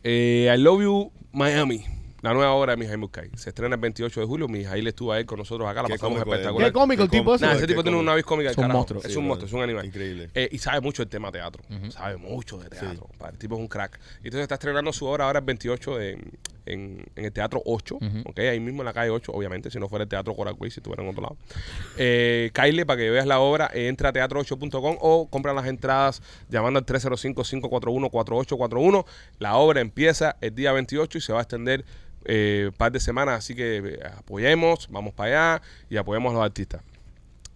Speaker 3: eh, I Love You Miami, la nueva obra de Mijail Muscay. Se estrena el 28 de julio, Mijail estuvo ahí con nosotros acá, la pasamos
Speaker 5: cómico es.
Speaker 3: espectacular.
Speaker 6: Qué cómico el
Speaker 5: Qué
Speaker 6: tipo ese.
Speaker 3: Nah,
Speaker 6: Eso
Speaker 3: ese
Speaker 5: Qué
Speaker 3: tipo tiene
Speaker 5: cómico.
Speaker 3: una vez cómica del
Speaker 4: Es un
Speaker 3: carajo.
Speaker 4: monstruo.
Speaker 3: Es
Speaker 5: Sí,
Speaker 3: un
Speaker 5: bro.
Speaker 3: monstruo, es un animal.
Speaker 5: Increíble.
Speaker 3: Eh, y sabe mucho del tema teatro. Sabe mucho de teatro. compadre. El tipo es un crack. Y entonces está estrenando su obra ahora el 28 de- en, en el Teatro 8. ok, Ahí mismo en la calle 8, obviamente, si no fuera el Teatro Coracuy, si estuviera en otro lado. Eh, Kyle, para que veas la obra, eh, entra a teatro8.com o compra las entradas llamando al 305-541-4841. La obra empieza el día 28 y se va a extender eh, par de semanas. Así que eh, apoyemos, vamos para allá y apoyemos a los artistas.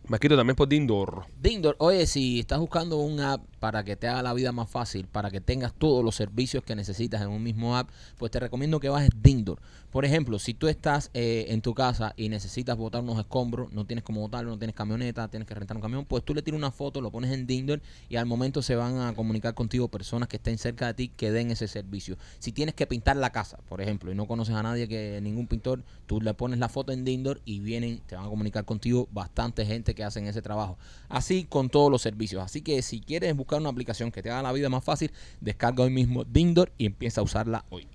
Speaker 3: Me escrito también por Dindor.
Speaker 4: Dindor, oye, si estás buscando un app para que te haga la vida más fácil, para que tengas todos los servicios que necesitas en un mismo app, pues te recomiendo que bajes Dindor. Por ejemplo, si tú estás eh, en tu casa y necesitas botar unos escombros, no tienes cómo botarlo, no tienes camioneta, tienes que rentar un camión, pues tú le tiras una foto, lo pones en Dindor y al momento se van a comunicar contigo personas que estén cerca de ti que den ese servicio. Si tienes que pintar la casa, por ejemplo, y no conoces a nadie que ningún pintor, tú le pones la foto en Dindor y vienen, te van a comunicar contigo bastante gente que hacen ese trabajo. Así con todos los servicios. Así que si quieres buscar una aplicación que te haga la vida más fácil, descarga hoy mismo Dindor y empieza a usarla hoy.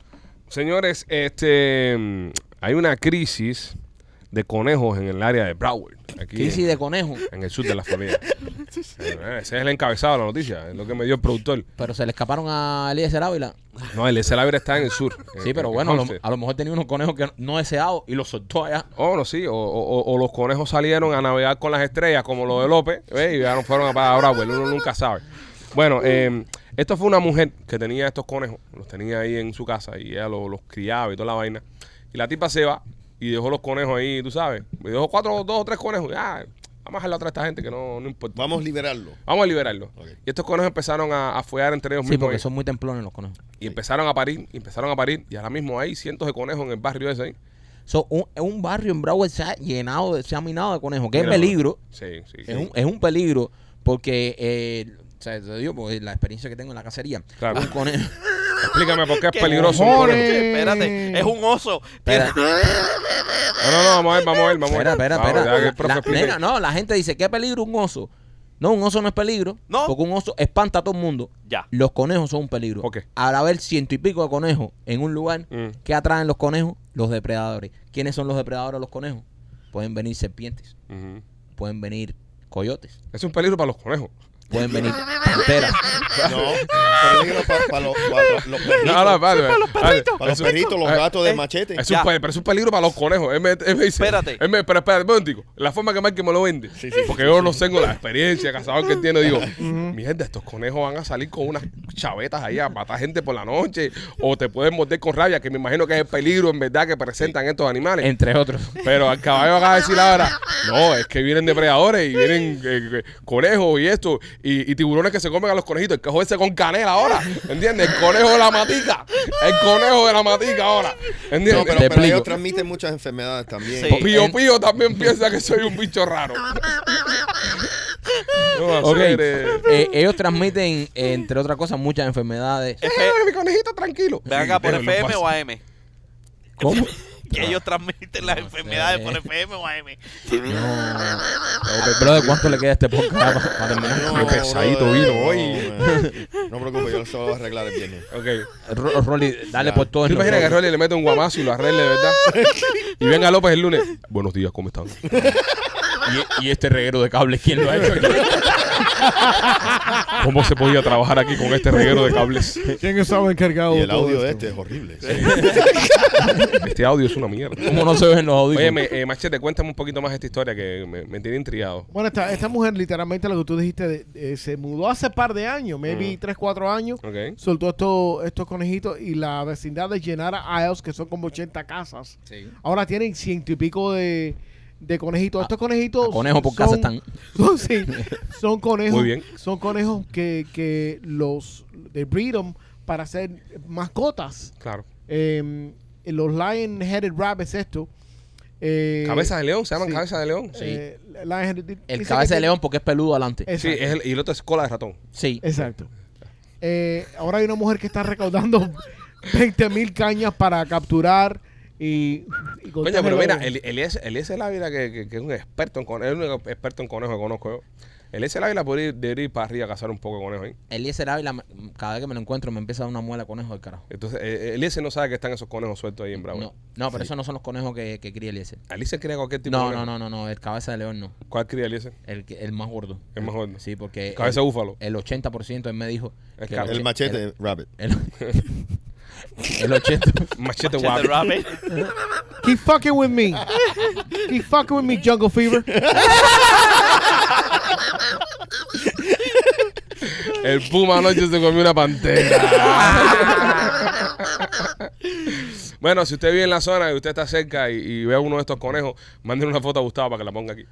Speaker 3: Señores, este mm, hay una crisis de conejos en el área de Broward. Aquí
Speaker 4: Crisis
Speaker 3: en,
Speaker 4: de conejo.
Speaker 3: en el sur de la Florida. Eh, Ese es el encabezado de la noticia, es lo que me dio el productor.
Speaker 4: Pero se le escaparon a Eliezer Ávila.
Speaker 3: No, el Celabra está en el sur.
Speaker 4: Sí,
Speaker 3: en-
Speaker 4: pero
Speaker 3: en
Speaker 4: bueno, a lo,
Speaker 3: Homestead.
Speaker 4: a lo mejor tenía unos conejos que no deseados y los soltó allá.
Speaker 3: Oh, no, sí, o, o- o- o los conejos salieron a navegar con las estrellas, como lo de López, ¿ves? y ya no fueron a para Broward, uno nunca sabe. Bueno, eh, esto fue una mujer que tenía estos conejos, los tenía ahí en su casa, y ella lo- los criaba y toda la vaina. Y la tipa se va y dejó los conejos ahí, tú sabes, y dejó cuatro, dos o tres conejos, ah, vamos a dejarlo atrás a esta gente que no, no importa.
Speaker 5: Vamos a liberarlo.
Speaker 3: Vamos a liberarlo. Y estos conejos empezaron a, a follar entre ellos
Speaker 4: Sí,
Speaker 3: mismos.
Speaker 4: porque
Speaker 3: ahí.
Speaker 4: son muy templones los conejos.
Speaker 3: Y empezaron a parir, y empezaron a parir. Y ahora mismo hay cientos de conejos en el barrio ese ahí.
Speaker 4: So, un, un barrio en Broward se ha llenado, de- se ha minado de conejos. Que es
Speaker 3: Mira,
Speaker 4: peligro.
Speaker 3: Sí, sí.
Speaker 4: Es, un, es un peligro porque, eh, o sea, te digo, porque la experiencia que tengo en la cacería.
Speaker 3: Claro.
Speaker 4: Un conejo.
Speaker 3: Explícame por qué es
Speaker 7: Qué
Speaker 3: peligroso. un
Speaker 6: cojones.
Speaker 3: conejo.
Speaker 7: Che, espérate, es un oso.
Speaker 4: Espera.
Speaker 3: No, no, no, vamos a ver, vamos a ver, vamos a ver.
Speaker 4: espera, espera,
Speaker 3: Vamos, deja que el
Speaker 4: espera.
Speaker 3: profe
Speaker 4: La-
Speaker 3: explique.
Speaker 4: nena, no, la gente dice, ¿qué peligro un oso? No, un oso no es peligro.
Speaker 7: No.
Speaker 4: Porque un oso espanta a todo el mundo.
Speaker 7: Ya.
Speaker 4: Los conejos son un peligro.
Speaker 3: ¿Por qué?
Speaker 4: Al haber ciento y pico de conejos en un lugar,
Speaker 3: Mm.
Speaker 4: ¿qué atraen los conejos? Los depredadores. ¿Quiénes son los depredadores de los conejos? Pueden venir serpientes,
Speaker 3: Ujú.
Speaker 4: pueden venir coyotes,
Speaker 3: mm. Es un peligro para los conejos.
Speaker 4: pueden venir panteras.
Speaker 5: No, peligro para los perritos.
Speaker 3: No, no, vale, vale. Vale.
Speaker 5: Para los
Speaker 3: Es un-
Speaker 5: perritos, los
Speaker 3: eh,
Speaker 5: gatos de
Speaker 7: eh,
Speaker 5: machete.
Speaker 3: Es
Speaker 7: Ya.
Speaker 3: un, pe- pero es un peligro para los conejos. Él me, él me dice,
Speaker 7: Espérate.
Speaker 3: Él me, pero espérate, un momentico. La forma que Mike me lo vende.
Speaker 5: Sí, sí,
Speaker 3: porque yo no tengo la experiencia, cazador que él tiene. Digo, mierda, estos conejos van a salir con unas chavetas ahí a matar gente por la noche. O te pueden morder con rabia, que me imagino que es el peligro en verdad que presentan estos animales.
Speaker 4: Entre otros.
Speaker 3: Pero al caballo acaba de decir ahora, no, es que vienen depredadores y vienen eh, eh, conejos y esto, y, y tiburones que se comen a los conejitos. El cojo ese con canela ahora, ¿entiendes? El conejo de la matica, el conejo de la matica ahora, ¿entiendes?
Speaker 5: No, pero,
Speaker 4: Te
Speaker 5: pero
Speaker 4: explico.
Speaker 5: ellos transmiten muchas enfermedades también.
Speaker 7: Sí.
Speaker 3: Pío
Speaker 4: en-
Speaker 3: Pío también piensa que soy un bicho raro. No va a
Speaker 4: Ok.
Speaker 3: ser, eh,
Speaker 4: Eh, ellos transmiten, eh, entre otras cosas, muchas enfermedades.
Speaker 7: Es
Speaker 3: "Eh, mi
Speaker 7: que-
Speaker 3: conejito tranquilo.
Speaker 7: Ven acá por
Speaker 3: Pero no
Speaker 7: FM
Speaker 3: pasa.
Speaker 7: o E. AM.
Speaker 4: ¿Cómo?
Speaker 7: Que ellos transmiten las enfermedades por FM o AM.
Speaker 4: Pero de cuánto le queda a este podcast para, para terminar.
Speaker 5: No,
Speaker 3: Qué pesadito
Speaker 5: brother,
Speaker 3: vino hoy.
Speaker 5: No, man. no preocupes, yo se lo voy a arreglar el viernes.
Speaker 3: Ok.
Speaker 4: Ro- Rolly, dale por todo
Speaker 3: ¿Tú
Speaker 4: el
Speaker 3: imaginas que Rolly le mete un guamazo y lo arregle, verdad? y venga López el lunes. Buenos días, ¿cómo están?
Speaker 4: y, y este reguero de cables, ¿quién lo ha hecho? aquí?
Speaker 3: ¿Cómo se podía trabajar aquí con este reguero de cables?
Speaker 6: ¿Quién estaba encargado
Speaker 5: Y
Speaker 6: de
Speaker 5: el
Speaker 6: todo
Speaker 5: audio de
Speaker 6: esto?
Speaker 5: este es horrible.
Speaker 3: Este audio es una mierda.
Speaker 4: ¿Cómo no se ven los
Speaker 3: Oye,
Speaker 4: audífonos?
Speaker 3: me- eh, Machete, cuéntame un poquito más esta historia que me, me tiene intrigado.
Speaker 6: Bueno, esta, esta mujer, literalmente, lo que tú dijiste, de- eh, se mudó hace par de años, maybe
Speaker 3: Mm.
Speaker 6: 3, 4 años.
Speaker 3: Ok.
Speaker 6: Soltó estos, estos conejitos y la vecindad de Llenara Isles, que son como 80 casas. Ahora tienen ciento y pico de, de conejitos. Estos conejitos.
Speaker 4: Ah, a conejo por
Speaker 6: son-
Speaker 4: casa están.
Speaker 6: Son, sí, son conejos.
Speaker 3: Muy bien.
Speaker 6: Son conejos que, que los. de breedom para hacer mascotas.
Speaker 3: Claro.
Speaker 6: Eh, los lion-headed rabbits, esto. eh,
Speaker 3: Cabeza de león, se llaman
Speaker 6: sí.
Speaker 3: cabeza de león.
Speaker 6: eh, lion-headed- dicen
Speaker 4: El
Speaker 6: que
Speaker 4: cabeza de
Speaker 6: tienen-
Speaker 4: león porque es peludo adelante.
Speaker 3: Sí,
Speaker 6: Exacto.
Speaker 3: es el- y el otro es cola de ratón.
Speaker 4: Sí.
Speaker 6: Exacto. Eh, ahora hay una mujer que está recaudando 20 mil cañas para capturar y... y
Speaker 3: Coño, pero
Speaker 6: contárselo.
Speaker 3: mira, el- el es el Eliezer Ávila, que, que- que es un experto en conejos, es el único experto en conejos que conozco yo. El Eliezer Ávila podría ir, debería ir para arriba a cazar un poco de ¿eh? conejos ahí.
Speaker 4: Eliezer Ávila, me- cada vez que me lo encuentro, me empieza a dar una muela de conejo del carajo.
Speaker 3: Entonces, eh, Eliezer no sabe que están esos conejos sueltos ahí en Bravo.
Speaker 4: No, no, pero esos no son los conejos que, que cría Eliezer.
Speaker 3: Eliezer cría cualquier tipo
Speaker 4: No,
Speaker 3: de
Speaker 4: no,
Speaker 3: conejo.
Speaker 4: no, no, no, el cabeza de león no.
Speaker 3: ¿Cuál cría Eliezer?
Speaker 4: El, que- el más gordo.
Speaker 3: El más gordo.
Speaker 4: Sí, porque.
Speaker 3: Cabeza de
Speaker 4: Eh, el,
Speaker 3: búfalo.
Speaker 4: El 80% él me dijo.
Speaker 3: Es
Speaker 4: que
Speaker 3: caro.
Speaker 5: El
Speaker 4: och-
Speaker 5: machete, rabbit.
Speaker 4: El, el 80%.
Speaker 3: Machete
Speaker 7: Che, the
Speaker 3: guapo.
Speaker 7: rabbit.
Speaker 6: Keep fucking with me. Keep fucking with me, Jungle Fever.
Speaker 3: El puma anoche se comió una pantera. bueno, si usted vive en la zona y usted está cerca y, y ve a uno de estos conejos, manden una foto a Gustavo para que la ponga aquí.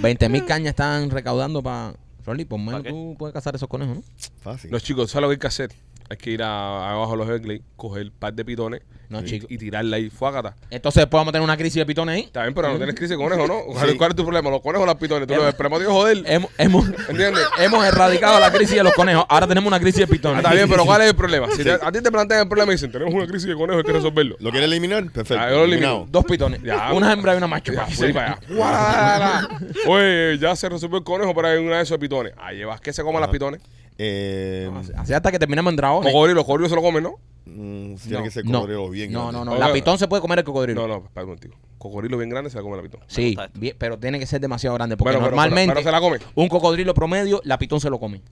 Speaker 4: 20 mil cañas están recaudando para Rolly, por menos
Speaker 7: ¿Para qué?
Speaker 4: tú puedes cazar esos conejos, ¿no?
Speaker 5: Fácil.
Speaker 3: Los chicos, ¿sabes lo que hay que hacer? Hay que ir a- abajo a los Everglades, coger un par de pitones
Speaker 4: No,
Speaker 3: y,
Speaker 4: chico.
Speaker 3: y tirarla ahí, fuágata.
Speaker 4: Entonces después vamos a tener una crisis de pitones ¿eh? ahí.
Speaker 3: Está bien, pero no tienes crisis con conejos, ¿no? ¿Cuál, cuál es tu problema? ¿Los conejos o las pitones? Tú
Speaker 4: Eh,
Speaker 3: los esperemos, Dios, joder.
Speaker 4: Hemos, hemos,
Speaker 3: ¿Entiendes?
Speaker 4: hemos erradicado la crisis de los conejos. Ahora tenemos una crisis de
Speaker 3: Ah,
Speaker 4: pitones.
Speaker 3: está bien, pero ¿cuál es el problema? Si te- a ti te plantean el problema y dicen, tenemos una crisis de conejos,
Speaker 4: Mm.
Speaker 3: hay que resolverlo.
Speaker 5: ¿Lo quieres eliminar? Perfecto.
Speaker 3: Ah, yo lo elimino.
Speaker 5: Eliminado.
Speaker 4: Dos pitones.
Speaker 3: Ya. pues,
Speaker 4: una hembra y una macho.
Speaker 3: Ya,
Speaker 4: Para que
Speaker 3: voy
Speaker 4: sepa.
Speaker 3: para allá. Guarara. Oye, ya se resolvió el conejo, pero hay una de esos pitones. Ah, llevas que se coman las pitones.
Speaker 5: Eh,
Speaker 4: Así hasta que terminemos en dragones.
Speaker 3: Cocodrilo, los cocodrilos se lo comen, ¿no?
Speaker 5: mm, tiene que ser
Speaker 4: no.
Speaker 5: cocodrilo bien.
Speaker 4: No,
Speaker 5: grande.
Speaker 4: no, no.
Speaker 3: Oiga.
Speaker 4: La pitón se puede comer el cocodrilo.
Speaker 3: No, no, espera un momentico. Cocodrilo bien grande se la come la pitón.
Speaker 4: Sí,
Speaker 7: gusta esto.
Speaker 4: bien, pero tiene que ser demasiado grande. Porque
Speaker 3: Bueno, pero-
Speaker 4: normalmente
Speaker 3: pero- pero se la come.
Speaker 4: un cocodrilo promedio, la pitón se lo come.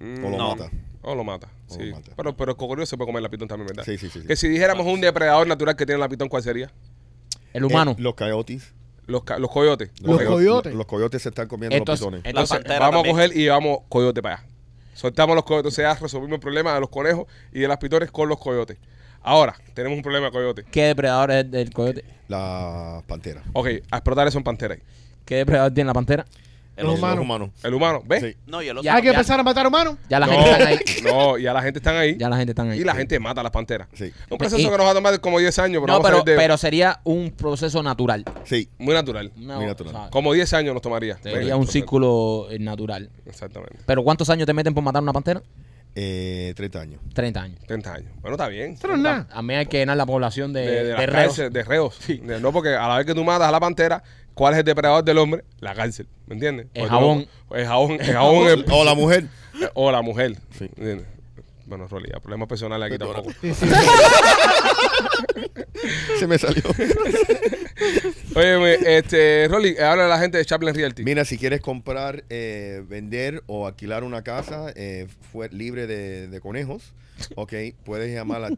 Speaker 5: O lo
Speaker 7: No.
Speaker 5: mata.
Speaker 3: O lo mata.
Speaker 5: O
Speaker 3: sí.
Speaker 5: lo mata.
Speaker 3: Pero, pero el cocodrilo se puede comer la pitón también, ¿verdad?
Speaker 5: Sí, sí, sí, sí.
Speaker 3: Que si dijéramos un depredador natural que tiene la pitón, ¿cuál sería?
Speaker 4: El humano.
Speaker 5: Eh, los coyotes.
Speaker 3: Los, ca- los coyotes.
Speaker 6: Los
Speaker 3: Ok.
Speaker 6: coyotes.
Speaker 5: Los, los coyotes se están comiendo
Speaker 4: entonces,
Speaker 5: los pitones.
Speaker 4: entonces,
Speaker 7: La pantera
Speaker 3: Vamos a
Speaker 7: también.
Speaker 3: coger y llevamos coyote para allá. Soltamos los coyotes. O sea, resolvimos el problema de los conejos y de las pitones con los coyotes. Ahora, tenemos un problema de coyote.
Speaker 4: ¿qué depredador es el coyote?
Speaker 5: La pantera.
Speaker 3: Ok, a explotar eso en pantera. ahí.
Speaker 4: ¿Qué depredador tiene la pantera?
Speaker 5: Eh,
Speaker 6: Los humanos.
Speaker 5: humanos.
Speaker 3: El humano, ¿ves?
Speaker 5: Sí.
Speaker 7: No, y el otro.
Speaker 4: Ya,
Speaker 6: Hay que
Speaker 4: ya.
Speaker 6: empezar a matar humanos.
Speaker 4: Ya la
Speaker 3: no,
Speaker 4: gente está ahí.
Speaker 3: No, ya la gente están ahí.
Speaker 4: Ya la gente está ahí.
Speaker 3: y la gente mata a las panteras.
Speaker 5: Sí.
Speaker 3: Un proceso
Speaker 4: Y-
Speaker 3: que nos va a tomar como 10 años, pero
Speaker 4: No,
Speaker 3: vamos a
Speaker 4: pero,
Speaker 3: salir de-
Speaker 4: pero sería un proceso natural.
Speaker 5: Sí.
Speaker 3: muy natural.
Speaker 4: Una-
Speaker 5: Muy natural.
Speaker 4: o sea,
Speaker 3: Como 10 años nos tomaría.
Speaker 4: Sería
Speaker 3: Venga,
Speaker 4: un
Speaker 3: perfecto.
Speaker 4: círculo eh, natural.
Speaker 3: Exactamente.
Speaker 4: ¿Pero cuántos años te meten por matar una pantera?
Speaker 5: Eh, 30 años.
Speaker 4: 30 años.
Speaker 3: 30 años. Bueno, está bien.
Speaker 6: Eso no es nada.
Speaker 4: A mí hay que llenar la población de,
Speaker 3: De, de
Speaker 4: de
Speaker 3: las
Speaker 4: reos.
Speaker 3: cárceles, de reos. De- no, porque a la vez que tú matas a la pantera, ¿cuál es el depredador del hombre? La cárcel. ¿Me entiendes?
Speaker 4: El
Speaker 3: Porque
Speaker 4: jabón.
Speaker 3: tú- El jabón. El jabón. el-
Speaker 5: O Oh, la mujer.
Speaker 3: o la mujer. ¿Entiendes? Bueno, Rolly, ya problemas personales aquí
Speaker 5: Perdona.
Speaker 3: tampoco.
Speaker 5: Se me salió.
Speaker 3: Oye, este, Rolly, habla de la gente de Chaplin Realty.
Speaker 5: Mira, si quieres comprar, eh, vender o alquilar una casa eh, fue libre de, de conejos, ok, puedes llamar al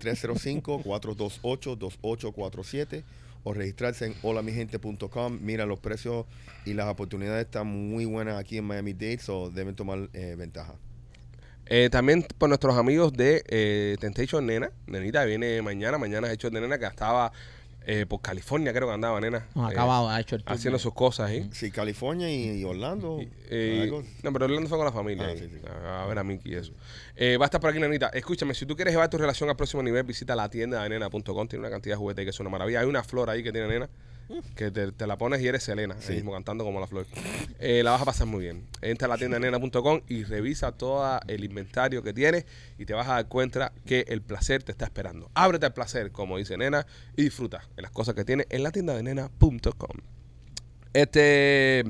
Speaker 5: 305-428-2847 o registrarse en holamigente.com. Mira, los precios y las oportunidades están muy buenas aquí en Miami Dade, so deben tomar eh, ventaja.
Speaker 3: Eh, también por nuestros amigos de eh, Temptation Nena. Nenita viene mañana. Mañana es hecho de nena que estaba eh, por California, creo que andaba nena.
Speaker 4: No,
Speaker 3: eh,
Speaker 4: acabado, ha hecho el tour.
Speaker 3: haciendo sus cosas ahí.
Speaker 5: Sí, California y, y Orlando.
Speaker 3: Eh,
Speaker 5: algo.
Speaker 3: no, pero Orlando fue con la familia.
Speaker 5: Ah,
Speaker 3: ahí.
Speaker 5: sí, sí.
Speaker 3: A, a ver a Mickey y eso. Eh, va a estar por aquí, Nanita. Escúchame, si tú quieres llevar tu relación al próximo nivel, visita la tienda de nena.com. Tiene una cantidad de juguetes que es una maravilla. Hay una flor ahí que tiene nena. Que te, te la pones y eres Selena, ahí mismo cantando como la flor. Eh, la vas a pasar muy bien. Entra a la tienda de nena.com y revisa todo el inventario que tienes y te vas a dar cuenta que el placer te está esperando. Ábrete al placer, como dice nena, y disfruta de las cosas que tiene en la tienda de nena.com. Este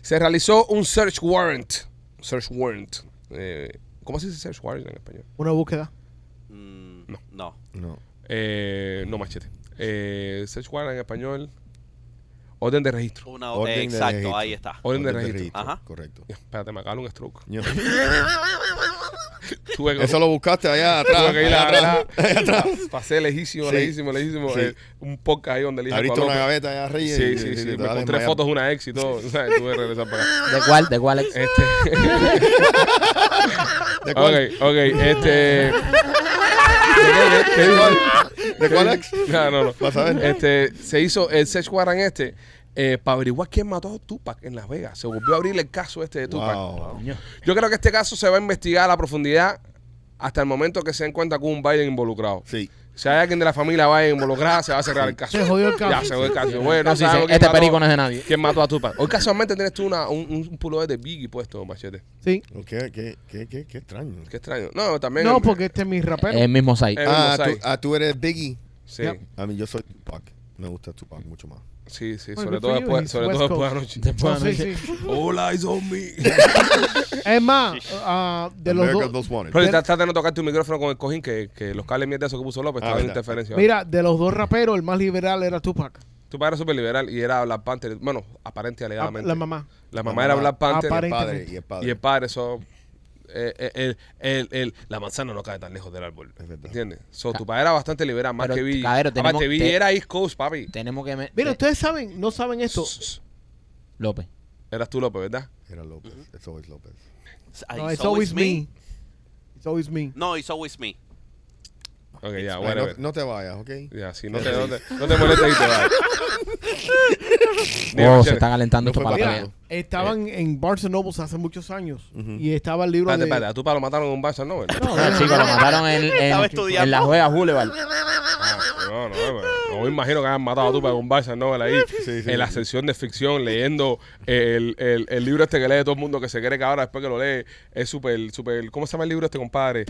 Speaker 3: se realizó un search warrant. Search warrant. Eh, ¿Cómo se dice search warrant en español?
Speaker 6: Una búsqueda.
Speaker 7: Mm,
Speaker 3: No.
Speaker 7: no.
Speaker 5: No.
Speaker 3: Eh, no machete. Eh, search warrant en español. Orden de registro.
Speaker 7: Una
Speaker 5: Orden de
Speaker 7: Exacto,
Speaker 5: registro.
Speaker 7: ahí está.
Speaker 3: Orden de
Speaker 5: Orden
Speaker 3: registro.
Speaker 7: Ajá.
Speaker 5: Correcto.
Speaker 3: Ya, Espérate, me acaba de dar un stroke.
Speaker 5: Ño.
Speaker 3: Tuve que,
Speaker 5: Eso lo buscaste allá atrás.
Speaker 3: tuve que ir
Speaker 5: allá atrás.
Speaker 3: a- Pasé lejísimo,
Speaker 5: Sí.
Speaker 3: lejísimo, lejísimo.
Speaker 5: Sí.
Speaker 3: Eh, un podcast ahí donde le dije a
Speaker 5: Abriste
Speaker 3: Pablo
Speaker 5: una
Speaker 3: que-
Speaker 5: gaveta allá arriba. y-
Speaker 3: Sí,
Speaker 5: y-
Speaker 3: sí,
Speaker 5: y-
Speaker 3: sí.
Speaker 5: te
Speaker 3: Me
Speaker 5: vas a
Speaker 3: encontré
Speaker 5: desmayar.
Speaker 3: fotos, una ex y todo. O sea, tuve que regresar para acá. Este,
Speaker 4: ¿De cuál? ¿De cuál? ex?
Speaker 5: ¿De cuál?
Speaker 3: Ok, ok, este. ¿Qué, qué, qué dijo?
Speaker 5: ¿De cuál ex?
Speaker 3: Ah, No, no, no.
Speaker 5: Vas a ver.
Speaker 3: Este, se hizo el search warrant este eh, para averiguar quién mató a Tupac en Las Vegas. Se volvió a abrir el caso este de Tupac.
Speaker 5: Wow.
Speaker 3: Yo creo que este caso se va a investigar a la profundidad hasta el momento que se den cuenta que hubo un Biden involucrado.
Speaker 5: Sí.
Speaker 3: Si hay alguien de la familia Biden involucrada, se va a cerrar el caso.
Speaker 6: Se jodió el caso.
Speaker 3: Ya, se jodió el caso. Bueno, no
Speaker 4: Casi dice,
Speaker 3: sabemos quién
Speaker 4: este
Speaker 3: mató-
Speaker 4: perico no es de nadie.
Speaker 3: ¿Quién mató a Tupac? Hoy casualmente tienes tú una, un, un pullover de Biggie puesto, machete.
Speaker 6: Sí.
Speaker 5: ¿Qué, qué, qué, qué, qué extraño.
Speaker 3: Qué extraño. No, también.
Speaker 6: No, porque este es mi rapero.
Speaker 4: El mismo site.
Speaker 3: Eh,
Speaker 5: Ah
Speaker 3: Buenos
Speaker 5: tú,
Speaker 3: Aires.
Speaker 5: ah, tú eres Biggie.
Speaker 3: Sí.
Speaker 6: Yep.
Speaker 5: A mí yo soy Tupac. Me gusta Tupac mucho más.
Speaker 3: Sí, sí,
Speaker 6: Well,
Speaker 3: sobre todo
Speaker 6: good for you,
Speaker 3: después,
Speaker 6: he's
Speaker 3: sobre
Speaker 6: West
Speaker 3: todo después de
Speaker 6: Coast.
Speaker 3: anoche.
Speaker 6: No, sí, sí.
Speaker 3: Hola, it's on me.
Speaker 6: Es más, ah, de los
Speaker 5: America
Speaker 6: dos.
Speaker 5: Most Wanted.
Speaker 3: Rolly, trata de no tocar tu micrófono con el cojín, que, que los cables mierda eso que puso López
Speaker 5: Ah,
Speaker 3: estaban en
Speaker 5: verdad.
Speaker 3: interferencia.
Speaker 6: Mira, de los dos raperos, el más liberal era Tupac.
Speaker 3: Tu padre era súper liberal y era Black Panther. Bueno, aparente y
Speaker 6: Ah,
Speaker 3: alegadamente.
Speaker 6: La mamá.
Speaker 3: La
Speaker 5: La
Speaker 3: mamá era
Speaker 5: mamá.
Speaker 3: Black Panther
Speaker 5: El
Speaker 6: Aparente.
Speaker 5: padre y el padre.
Speaker 3: y el padre, eso. eh, eh, el, el, el- la manzana no cae tan lejos del árbol.
Speaker 5: Es verdad.
Speaker 3: ¿Entiendes? So, tu padre era bastante liberal, más
Speaker 4: Pero,
Speaker 3: que Billy.
Speaker 4: cabrero, tenemos
Speaker 3: Aparte, Billy
Speaker 4: que-
Speaker 3: era East Coast, papi.
Speaker 4: Tenemos que... me-
Speaker 6: Mira,
Speaker 4: eh,
Speaker 6: ustedes saben, no saben esto.
Speaker 4: López.
Speaker 3: Eras tú, López, ¿verdad?
Speaker 5: Era López. It's always López.
Speaker 7: Ah,
Speaker 6: No, it's always me. It's always me.
Speaker 7: No, it's always me.
Speaker 3: Ok, ya,
Speaker 5: Ay,
Speaker 3: bueno.
Speaker 5: no, no te vayas, ¿ok?
Speaker 3: Ya, si no te, no te, no te molestes y te vas.
Speaker 4: Oh,
Speaker 3: Digo,
Speaker 4: se están alentando
Speaker 5: No
Speaker 4: esto
Speaker 5: fue
Speaker 4: para la
Speaker 5: para
Speaker 4: pelea.
Speaker 5: nada.
Speaker 6: Estaban en Barnes Nobles hace muchos años y estaba el libro
Speaker 3: Espérate,
Speaker 6: de...
Speaker 3: espérate, a tu pa lo mataron en un Barça Nobel.
Speaker 4: No, no, chicos, Eh, lo mataron en,
Speaker 7: Estaba
Speaker 4: en,
Speaker 7: estudiando.
Speaker 4: en la juega Boulevard.
Speaker 3: Ah, No, no, no, no me imagino que hayan matado a tu para un Barça Nobel ahí
Speaker 5: Sí, sí.
Speaker 3: en la sección de ficción leyendo el, el, el libro este que lee todo el mundo que se cree que ahora después que lo lee es súper, súper. ¿Cómo se llama el libro este, compadre?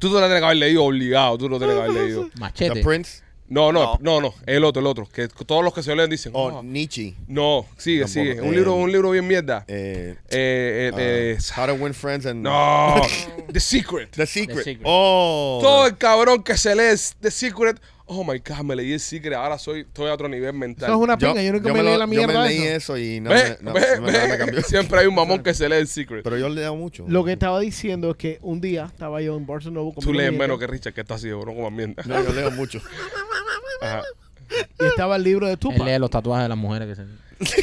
Speaker 3: Tú te lo tienes que haber leído obligado, tú lo tienes que haber leído.
Speaker 5: The
Speaker 4: Machete.
Speaker 5: Prince.
Speaker 3: No, no, no,
Speaker 7: No.
Speaker 3: no, el otro, el otro, que todos los que se lo leen dicen.
Speaker 5: O
Speaker 3: "Oh,
Speaker 5: Nietzsche.
Speaker 3: no, sigue,
Speaker 5: Tampoco.
Speaker 3: sigue. Un
Speaker 5: Eh,
Speaker 3: libro, un libro bien mierda.
Speaker 5: Eh,
Speaker 3: Eh, eh, eh,
Speaker 5: uh, How to Win Friends and
Speaker 3: no, The Secret.
Speaker 5: The Secret.
Speaker 4: The Secret.
Speaker 5: Oh.
Speaker 3: Todo el cabrón que se lee es The Secret. Oh my God, me leí el Secret. Ahora soy, estoy a otro nivel mental.
Speaker 6: Eso es una pinga, yo, nunca me, leí
Speaker 5: lo-
Speaker 6: la mierda
Speaker 5: Yo me
Speaker 6: esa.
Speaker 5: leí eso y no,
Speaker 3: ve,
Speaker 5: me, no,
Speaker 3: ve,
Speaker 5: no me-
Speaker 3: ve.
Speaker 5: no me cambió.
Speaker 3: Siempre hay un mamón que se lee el Secret.
Speaker 5: Pero yo leo mucho.
Speaker 6: Lo que estaba diciendo es que un día estaba yo en Barnes Noble
Speaker 3: Tú lees
Speaker 6: mi
Speaker 3: menos que
Speaker 6: nieta,
Speaker 3: Richard, que está así, bro, como mierda.
Speaker 5: No, yo leo mucho.
Speaker 3: Ajá.
Speaker 6: y estaba el libro de
Speaker 4: Él
Speaker 6: Tupac.
Speaker 4: lee los tatuajes de las mujeres que se...
Speaker 3: So,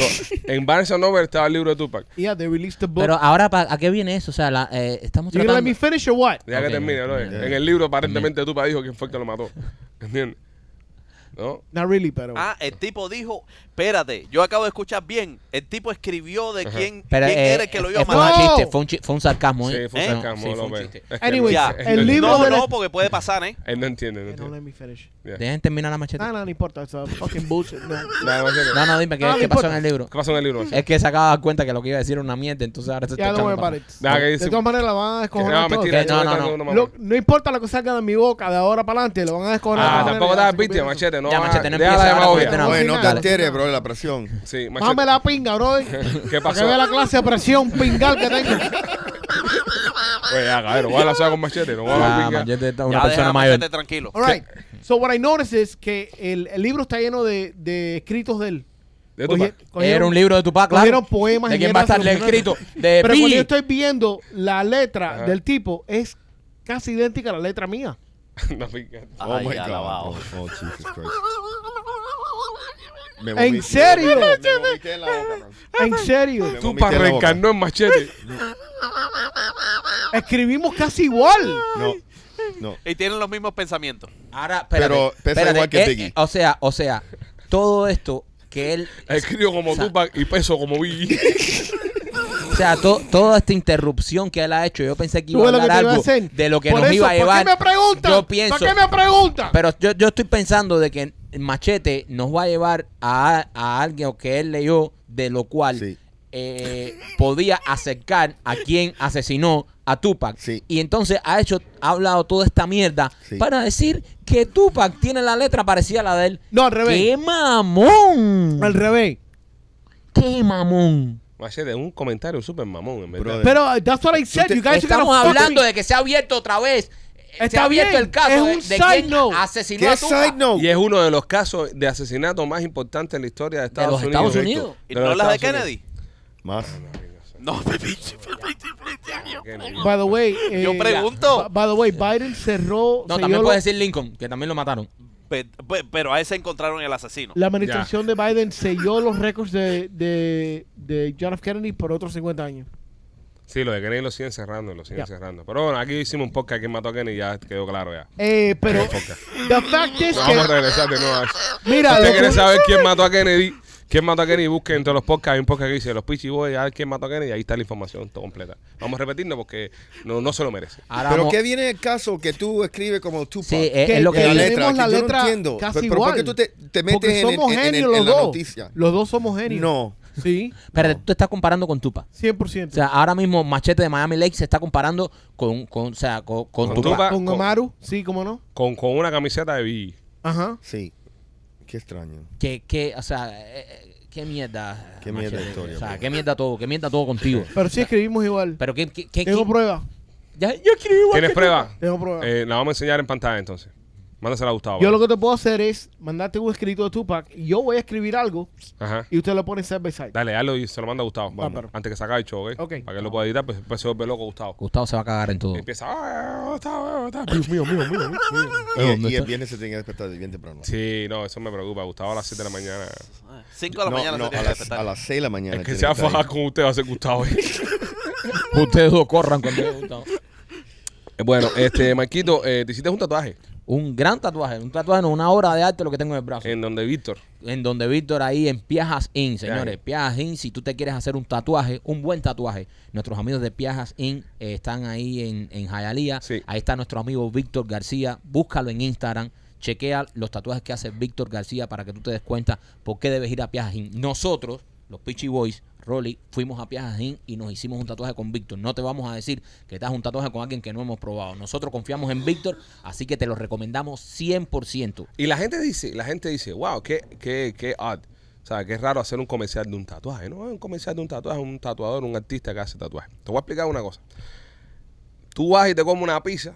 Speaker 3: en Barnes Noble estaba el libro de Tupac.
Speaker 6: Yeah, they released the book.
Speaker 4: Pero ahora, pa- ¿a qué viene eso? O sea, la- eh, estamos
Speaker 6: You gonna let
Speaker 4: tratando...
Speaker 6: me finish or what?
Speaker 3: Deja
Speaker 4: Ok.
Speaker 3: que termine, bro.
Speaker 4: Yeah.
Speaker 3: En el libro, aparentemente, Tupac dijo quién fue el que lo mató. ¿Entiendes? ¿No?
Speaker 6: Not really, pero...
Speaker 7: Ah, el tipo dijo, espérate, yo acabo de escuchar bien. El tipo escribió de quién,
Speaker 4: Pero,
Speaker 7: quién
Speaker 4: eh,
Speaker 7: era el que lo iba a
Speaker 4: es- es un
Speaker 7: matar.
Speaker 6: ¡No!
Speaker 4: chiste, fue un, chi- fue un sarcasmo, ¿eh?
Speaker 3: Sí, fue un
Speaker 4: No,
Speaker 3: sarcasmo,
Speaker 4: sí, fue un
Speaker 3: López.
Speaker 4: chiste.
Speaker 3: Es que
Speaker 6: Anyways,
Speaker 7: Ya.
Speaker 3: él-
Speaker 6: el
Speaker 3: él-
Speaker 6: libro
Speaker 7: No,
Speaker 6: de la-
Speaker 7: no, porque puede pasar, ¿eh?
Speaker 3: Él no entiende, no
Speaker 6: They don't let
Speaker 3: entiende.
Speaker 6: me finish.
Speaker 3: Yeah.
Speaker 4: Dejen terminar la machete.
Speaker 6: No, no, no importa. It's a fucking bullshit. No.
Speaker 3: Nada más que-
Speaker 4: No, no, dime, ¿qué,
Speaker 6: Ah, No, no
Speaker 4: qué pasó en
Speaker 6: importa.
Speaker 4: el libro?
Speaker 3: ¿Qué pasó en el libro?
Speaker 4: Es que se acaba de dar cuenta que lo que iba a decir era una mierda, entonces ahora se está
Speaker 6: Ya no
Speaker 4: echando
Speaker 6: me
Speaker 4: para-
Speaker 6: parece.
Speaker 3: Nada, que
Speaker 6: De
Speaker 3: dice-
Speaker 6: todas maneras la van a descojonar
Speaker 3: No,
Speaker 6: todos.
Speaker 3: mentira.
Speaker 4: Que no,
Speaker 3: eso
Speaker 4: no,
Speaker 3: está
Speaker 4: no.
Speaker 3: con una mamá.
Speaker 6: Lo- no importa lo que salga de mi boca de ahora para adelante, lo van a descojonar.
Speaker 3: Ah,
Speaker 6: de todas
Speaker 3: tampoco te
Speaker 6: maneras,
Speaker 3: das
Speaker 6: así que
Speaker 3: viste,
Speaker 6: piensa.
Speaker 3: machete. No,
Speaker 4: Ya,
Speaker 3: ah,
Speaker 4: Machete, no
Speaker 3: deja la
Speaker 4: empieza,
Speaker 3: demagogia.
Speaker 4: machete, no.
Speaker 5: Oye, no te
Speaker 6: Dale.
Speaker 5: alteres, bro, la presión.
Speaker 3: Sí, machete.
Speaker 6: Májame la pinga, bro.
Speaker 3: ¿Qué
Speaker 6: Para
Speaker 3: pasó?
Speaker 6: que vea la clase de presión pingal que tengo.
Speaker 3: Oye, Pues, ya, cabrero, voy a lanzar con machete. No voy a
Speaker 4: Ah,
Speaker 3: picar.
Speaker 4: machete está
Speaker 7: Ya
Speaker 4: una
Speaker 7: deja a
Speaker 4: persona mayor.
Speaker 7: Machete tranquilo.
Speaker 6: All right. So what I noticed is que el, el libro está lleno de, de escritos de él.
Speaker 3: De
Speaker 6: Cogi-
Speaker 3: Tupac.
Speaker 4: Era un libro de Tupac, claro.
Speaker 6: Cogieron poemas
Speaker 4: ¿De
Speaker 6: y
Speaker 4: quién va a
Speaker 6: mierdas
Speaker 4: estar
Speaker 6: de los
Speaker 4: escrito?
Speaker 6: grandes.
Speaker 4: De
Speaker 6: Pero cuando yo
Speaker 4: Biggie.
Speaker 6: estoy viendo la letra
Speaker 3: Ajá.
Speaker 6: del tipo es casi idéntica a la letra mía.
Speaker 3: No, pica.
Speaker 5: Oh
Speaker 7: Ay,
Speaker 5: my God.
Speaker 7: alabado.
Speaker 5: bro. Oh, Jesus Christ. Me
Speaker 6: ¿En
Speaker 5: vomité.
Speaker 6: serio?
Speaker 5: Me vomité en la boca, bro.
Speaker 4: Ah,
Speaker 6: En serio.
Speaker 5: Me
Speaker 3: Tupac
Speaker 5: vomité en la boca.
Speaker 3: reencarnó en machete.
Speaker 6: Escribimos casi igual.
Speaker 4: Ah.
Speaker 5: No. No.
Speaker 7: Y tienen los mismos pensamientos.
Speaker 4: Ahora, espérate,
Speaker 5: Pero pesa
Speaker 4: espérate,
Speaker 5: igual que
Speaker 4: eh,
Speaker 5: Biggie.
Speaker 4: eh, o sea, o sea, todo esto que él...
Speaker 3: Escribo como
Speaker 4: o sea,
Speaker 3: Tupac y peso como Biggie.
Speaker 4: O sea, to- toda esta interrupción que él ha hecho, yo pensé que iba a
Speaker 6: ¿Tú ves lo que
Speaker 4: hablar
Speaker 6: te iba a
Speaker 4: algo
Speaker 6: hacer?
Speaker 4: de lo que
Speaker 6: Por
Speaker 4: nos
Speaker 6: eso,
Speaker 4: iba a llevar.
Speaker 6: ¿Por qué me preguntan?
Speaker 4: Yo pienso...
Speaker 6: ¿Por qué me preguntan?
Speaker 4: Pero yo, yo estoy pensando de que Machete nos va a llevar a, a alguien o que él leyó, de lo cual
Speaker 5: Sí.
Speaker 4: eh, podía acercar a quien asesinó a Tupac.
Speaker 5: Sí.
Speaker 4: Y entonces ha hecho, ha hablado toda esta mierda
Speaker 5: Sí.
Speaker 4: para decir que Tupac tiene la letra parecida a la de él.
Speaker 6: No, al revés.
Speaker 4: ¡Qué mamón!
Speaker 6: Al revés.
Speaker 4: ¡Qué mamón!
Speaker 3: Machete, un comentario súper mamón, en verdad.
Speaker 5: Brother.
Speaker 6: Pero uh, that's what I said.
Speaker 5: te-
Speaker 6: you guys are gonna
Speaker 4: Estamos
Speaker 6: fuck
Speaker 4: hablando
Speaker 6: me.
Speaker 4: de que se ha abierto otra vez. eh, se
Speaker 6: Está
Speaker 4: ha abierto
Speaker 6: bien,
Speaker 4: el caso
Speaker 6: es
Speaker 4: de,
Speaker 6: un
Speaker 4: de
Speaker 6: side
Speaker 4: quién
Speaker 6: note.
Speaker 4: asesinó
Speaker 5: ¿Qué
Speaker 4: a
Speaker 5: es
Speaker 4: Tupac.
Speaker 5: side note?
Speaker 3: Y es uno de los casos de asesinato más importantes en la historia de Estados
Speaker 4: los
Speaker 3: Unidos.
Speaker 4: Estados Unidos.
Speaker 7: ¿Y
Speaker 3: De
Speaker 7: no
Speaker 3: los
Speaker 7: las de
Speaker 3: Estados
Speaker 7: Kennedy?
Speaker 5: Más.
Speaker 7: No, pinche.
Speaker 3: Unidos.
Speaker 6: By the way,
Speaker 7: Yo
Speaker 6: eh,
Speaker 7: pregunto.
Speaker 6: ba- By the way, Biden cerró.
Speaker 4: No,
Speaker 6: selló
Speaker 4: también
Speaker 6: lo-
Speaker 4: puedes decir Lincoln, que también lo mataron.
Speaker 7: Pe- pe- Pero a ese encontraron el asesino.
Speaker 6: La administración de Biden selló los récords de, de, de John F. Kennedy por otros 50 años.
Speaker 3: Sí, lo de Kennedy lo siguen cerrando, lo siguen
Speaker 6: Ya.
Speaker 3: cerrando. Pero bueno, aquí hicimos un podcast que mató a Kennedy y ya quedó claro ya.
Speaker 6: Eh, pero the fact is
Speaker 3: No, vamos a
Speaker 6: que
Speaker 3: regresar de nuevo a eso.
Speaker 6: mira,
Speaker 3: ¿Usted
Speaker 6: lo
Speaker 3: quiere
Speaker 6: que-
Speaker 3: saber quién mató a Kennedy? ¿Quién mató a Kennedy? Busquen entre los podcasts. Hay un podcast que dice los Pichi Boys, a ver quién mató a Kennedy. Ahí está la información toda completa. Vamos a repetirlo porque no, no se lo merece.
Speaker 4: Ahora
Speaker 5: Pero
Speaker 4: vamos-
Speaker 5: ¿qué viene el caso que tú escribes como Tupac?
Speaker 4: Sí, es, es lo
Speaker 6: que
Speaker 4: que
Speaker 5: la
Speaker 4: dice.
Speaker 5: letra,
Speaker 6: tenemos la
Speaker 5: que yo no
Speaker 6: letra
Speaker 5: entiendo.
Speaker 6: casi
Speaker 5: Pero- pero ¿por
Speaker 6: igual.
Speaker 5: qué tú te- te metes
Speaker 6: Porque
Speaker 5: en el-
Speaker 6: somos
Speaker 5: en- en el-
Speaker 6: genios
Speaker 5: en
Speaker 6: los
Speaker 5: la
Speaker 6: dos.
Speaker 5: noticia?
Speaker 6: Los dos somos genios.
Speaker 5: No.
Speaker 6: Sí,
Speaker 4: Espérate, tú te estás comparando con Tupac.
Speaker 6: 100%.
Speaker 4: O sea, ahora mismo Machete de Miami Lake se está comparando con, con, o sea, con, con
Speaker 3: Con
Speaker 4: Tupac.
Speaker 3: Tupac.
Speaker 6: con
Speaker 3: con-
Speaker 6: Amaru, sí, cómo no.
Speaker 3: Con, con una camiseta de Biggie.
Speaker 6: Ajá.
Speaker 5: Sí. Qué extraño.
Speaker 4: Que, que, o sea, eh, eh, qué mierda.
Speaker 5: Qué mierda de historia, pues.
Speaker 4: O sea,
Speaker 5: bro.
Speaker 4: qué mierda todo, qué mierda todo contigo.
Speaker 6: Pero sí escribimos igual.
Speaker 4: Pero qué, qué, qué,
Speaker 6: Tengo
Speaker 4: qué-
Speaker 6: pruebas.
Speaker 4: ya- yo escribí igual
Speaker 3: ¿Tienes
Speaker 4: que
Speaker 3: prueba?
Speaker 6: Tengo pruebas.
Speaker 3: Eh, la vamos a enseñar en pantalla entonces. Mándasela a
Speaker 5: Ah,
Speaker 3: Gustavo.
Speaker 6: Yo lo que te puedo hacer es mandarte un escrito de Tupac y yo voy a escribir algo
Speaker 3: Ajá.
Speaker 6: y usted lo pone side by side.
Speaker 3: Dale, hazlo y se lo manda a Gustavo.
Speaker 6: Vamos. pero-
Speaker 3: Antes que se acabe el show, ¿ok?
Speaker 6: Ok.
Speaker 3: Para que él lo pueda editar, pues, pues se vuelve loco Gustavo.
Speaker 4: Tupac. Gustavo se va a cagar en todo.
Speaker 3: Y empieza. "Ah, Gustavo, Gustavo". Mío, mío, mío, mío, mío.
Speaker 5: Y,
Speaker 4: ¿dónde
Speaker 5: y el
Speaker 4: está?
Speaker 5: viernes se tiene que despertar bien temprano.
Speaker 3: Sí, no, eso me preocupa. Gustavo a las 7 de la mañana.
Speaker 7: 5 Ah, de la
Speaker 5: No,
Speaker 7: mañana
Speaker 5: no,
Speaker 7: se
Speaker 5: a,
Speaker 7: tiene que
Speaker 5: las, a
Speaker 7: despertar.
Speaker 5: las 6 de la mañana.
Speaker 3: El que
Speaker 5: tiene
Speaker 3: se va a
Speaker 5: estar
Speaker 3: fajar
Speaker 5: ahí.
Speaker 3: con usted va a ser Gustavo.
Speaker 4: Ustedes dos corran cuando Gustavo.
Speaker 3: Eh, Bueno, este, Marquito, eh, te hiciste un tatuaje.
Speaker 4: un gran tatuaje, un tatuaje, no, una obra de arte lo que tengo en el brazo. En,
Speaker 3: En donde Víctor.
Speaker 4: donde Víctor ahí en Piajas Inn, señores.
Speaker 3: Piajas.
Speaker 4: Piajas Inn, si tú te quieres hacer un tatuaje, un buen tatuaje, nuestros amigos de Piajas Inn eh, están ahí en, en Hialeah.
Speaker 3: Sí.
Speaker 4: Ahí está nuestro amigo Víctor García. Búscalo en Instagram. Chequea los tatuajes que hace Víctor García para que tú te des cuenta por qué debes ir a Piajas Inn. Nosotros, los Peachy Boys, Rolly, fuimos a Piajas Inn y nos hicimos un tatuaje con Víctor. No te vamos a decir que te hagas un tatuaje con alguien que no hemos probado. Nosotros confiamos en Víctor, así que te lo recomendamos 100%.
Speaker 3: Y la gente dice, la gente dice, wow, qué, qué, qué odd. O sea, qué raro hacer un comercial de un tatuaje, ¿no? Un comercial de un tatuaje, un tatuador, un artista que hace tatuaje. Te voy a explicar una cosa. Tú vas y te comes una pizza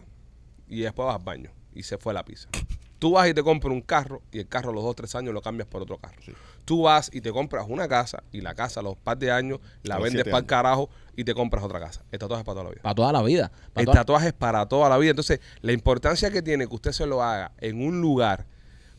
Speaker 3: y después vas al baño y se fue la pizza. Tú vas y te compras un carro y el carro a los dos, tres años lo cambias por otro carro. Tú vas y te compras una casa y la casa a los par de años la
Speaker 5: A los
Speaker 3: vendes
Speaker 5: siete
Speaker 3: para el
Speaker 5: años.
Speaker 3: carajo y te compras otra casa. El tatuaje es para toda la vida.
Speaker 4: Para toda la vida. Para
Speaker 3: El
Speaker 4: toda-
Speaker 3: tatuaje es para toda la vida. Entonces, la importancia que tiene que usted se lo haga en un lugar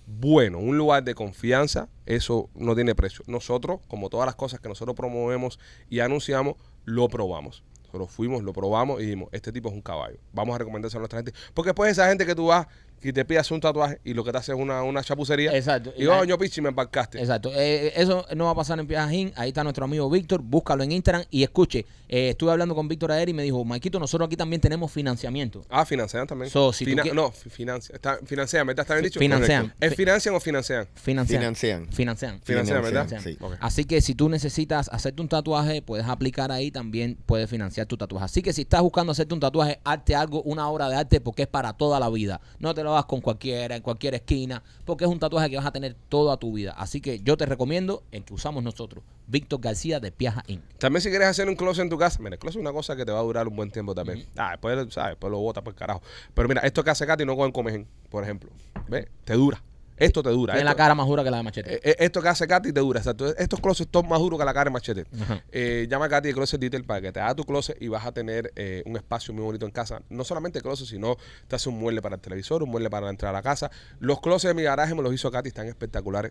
Speaker 3: bueno, un lugar de confianza, eso no tiene precio. Nosotros, como todas las cosas que nosotros promovemos y anunciamos, lo probamos. Nosotros fuimos, lo probamos y dijimos, este tipo es un caballo. Vamos a recomendárselo a nuestra gente. Porque después esa gente que tú vas y te pidas un tatuaje y lo que te hace es una, una chapucería.
Speaker 4: Exacto.
Speaker 3: Y "Oh,
Speaker 4: Y la-
Speaker 3: yo, yo pichi, me
Speaker 5: Este.
Speaker 3: embarcaste.
Speaker 4: Exacto. Eh, eso no va a pasar en Piajín. Ahí está nuestro amigo Víctor. Búscalo en Instagram y escuche. eh, estuve hablando con Víctor ayer y me dijo, Maquito, nosotros aquí también tenemos financiamiento.
Speaker 3: Ah, financian también.
Speaker 4: So, si tú
Speaker 3: Fina-
Speaker 4: quie-
Speaker 3: no, fi- financia. Está, financian, ¿verdad? ¿Está bien
Speaker 4: Fi-
Speaker 3: dicho?
Speaker 4: financian.
Speaker 3: Correcto. ¿Es
Speaker 4: Fi-
Speaker 3: financian o financian?
Speaker 4: Financian.
Speaker 5: Financian.
Speaker 4: Financian.
Speaker 3: Financian, ¿verdad?
Speaker 5: Financian, sí.
Speaker 3: Ok.
Speaker 4: Así que si tú necesitas hacerte un tatuaje, puedes aplicar ahí también, puedes financiar tu tatuaje. Así que si estás buscando hacerte un tatuaje, arte algo, una obra de arte, porque es para toda la vida. No te lo hagas con cualquiera, en cualquier esquina, porque es un tatuaje que vas a tener toda tu vida. Así que yo te recomiendo el que usamos nosotros, Víctor García de Piaja Inc.
Speaker 3: También si quieres hacer un closet en tu casa, mira, el closet es una cosa que te va a durar un buen tiempo también. Ah, después, ¿sabes? después lo botas por carajo. Pero mira, esto que hace Katy no cogen comején, por ejemplo. ¿Ves? Te dura. Esto te dura.
Speaker 4: Tiene la
Speaker 3: Esto-
Speaker 4: cara más dura que la de Machete.
Speaker 3: eh, eh, Esto que hace Katy te dura. O sea, tú- estos closets son más duros que la cara de machete. Eh, llama a Katy de Closet Detail para que te haga tu closet y vas a tener eh, un espacio muy bonito en casa. No solamente closet, sino te hace un mueble para el televisor, un mueble para entrar a la casa. Los closets de mi garaje me los hizo Katy, están espectaculares.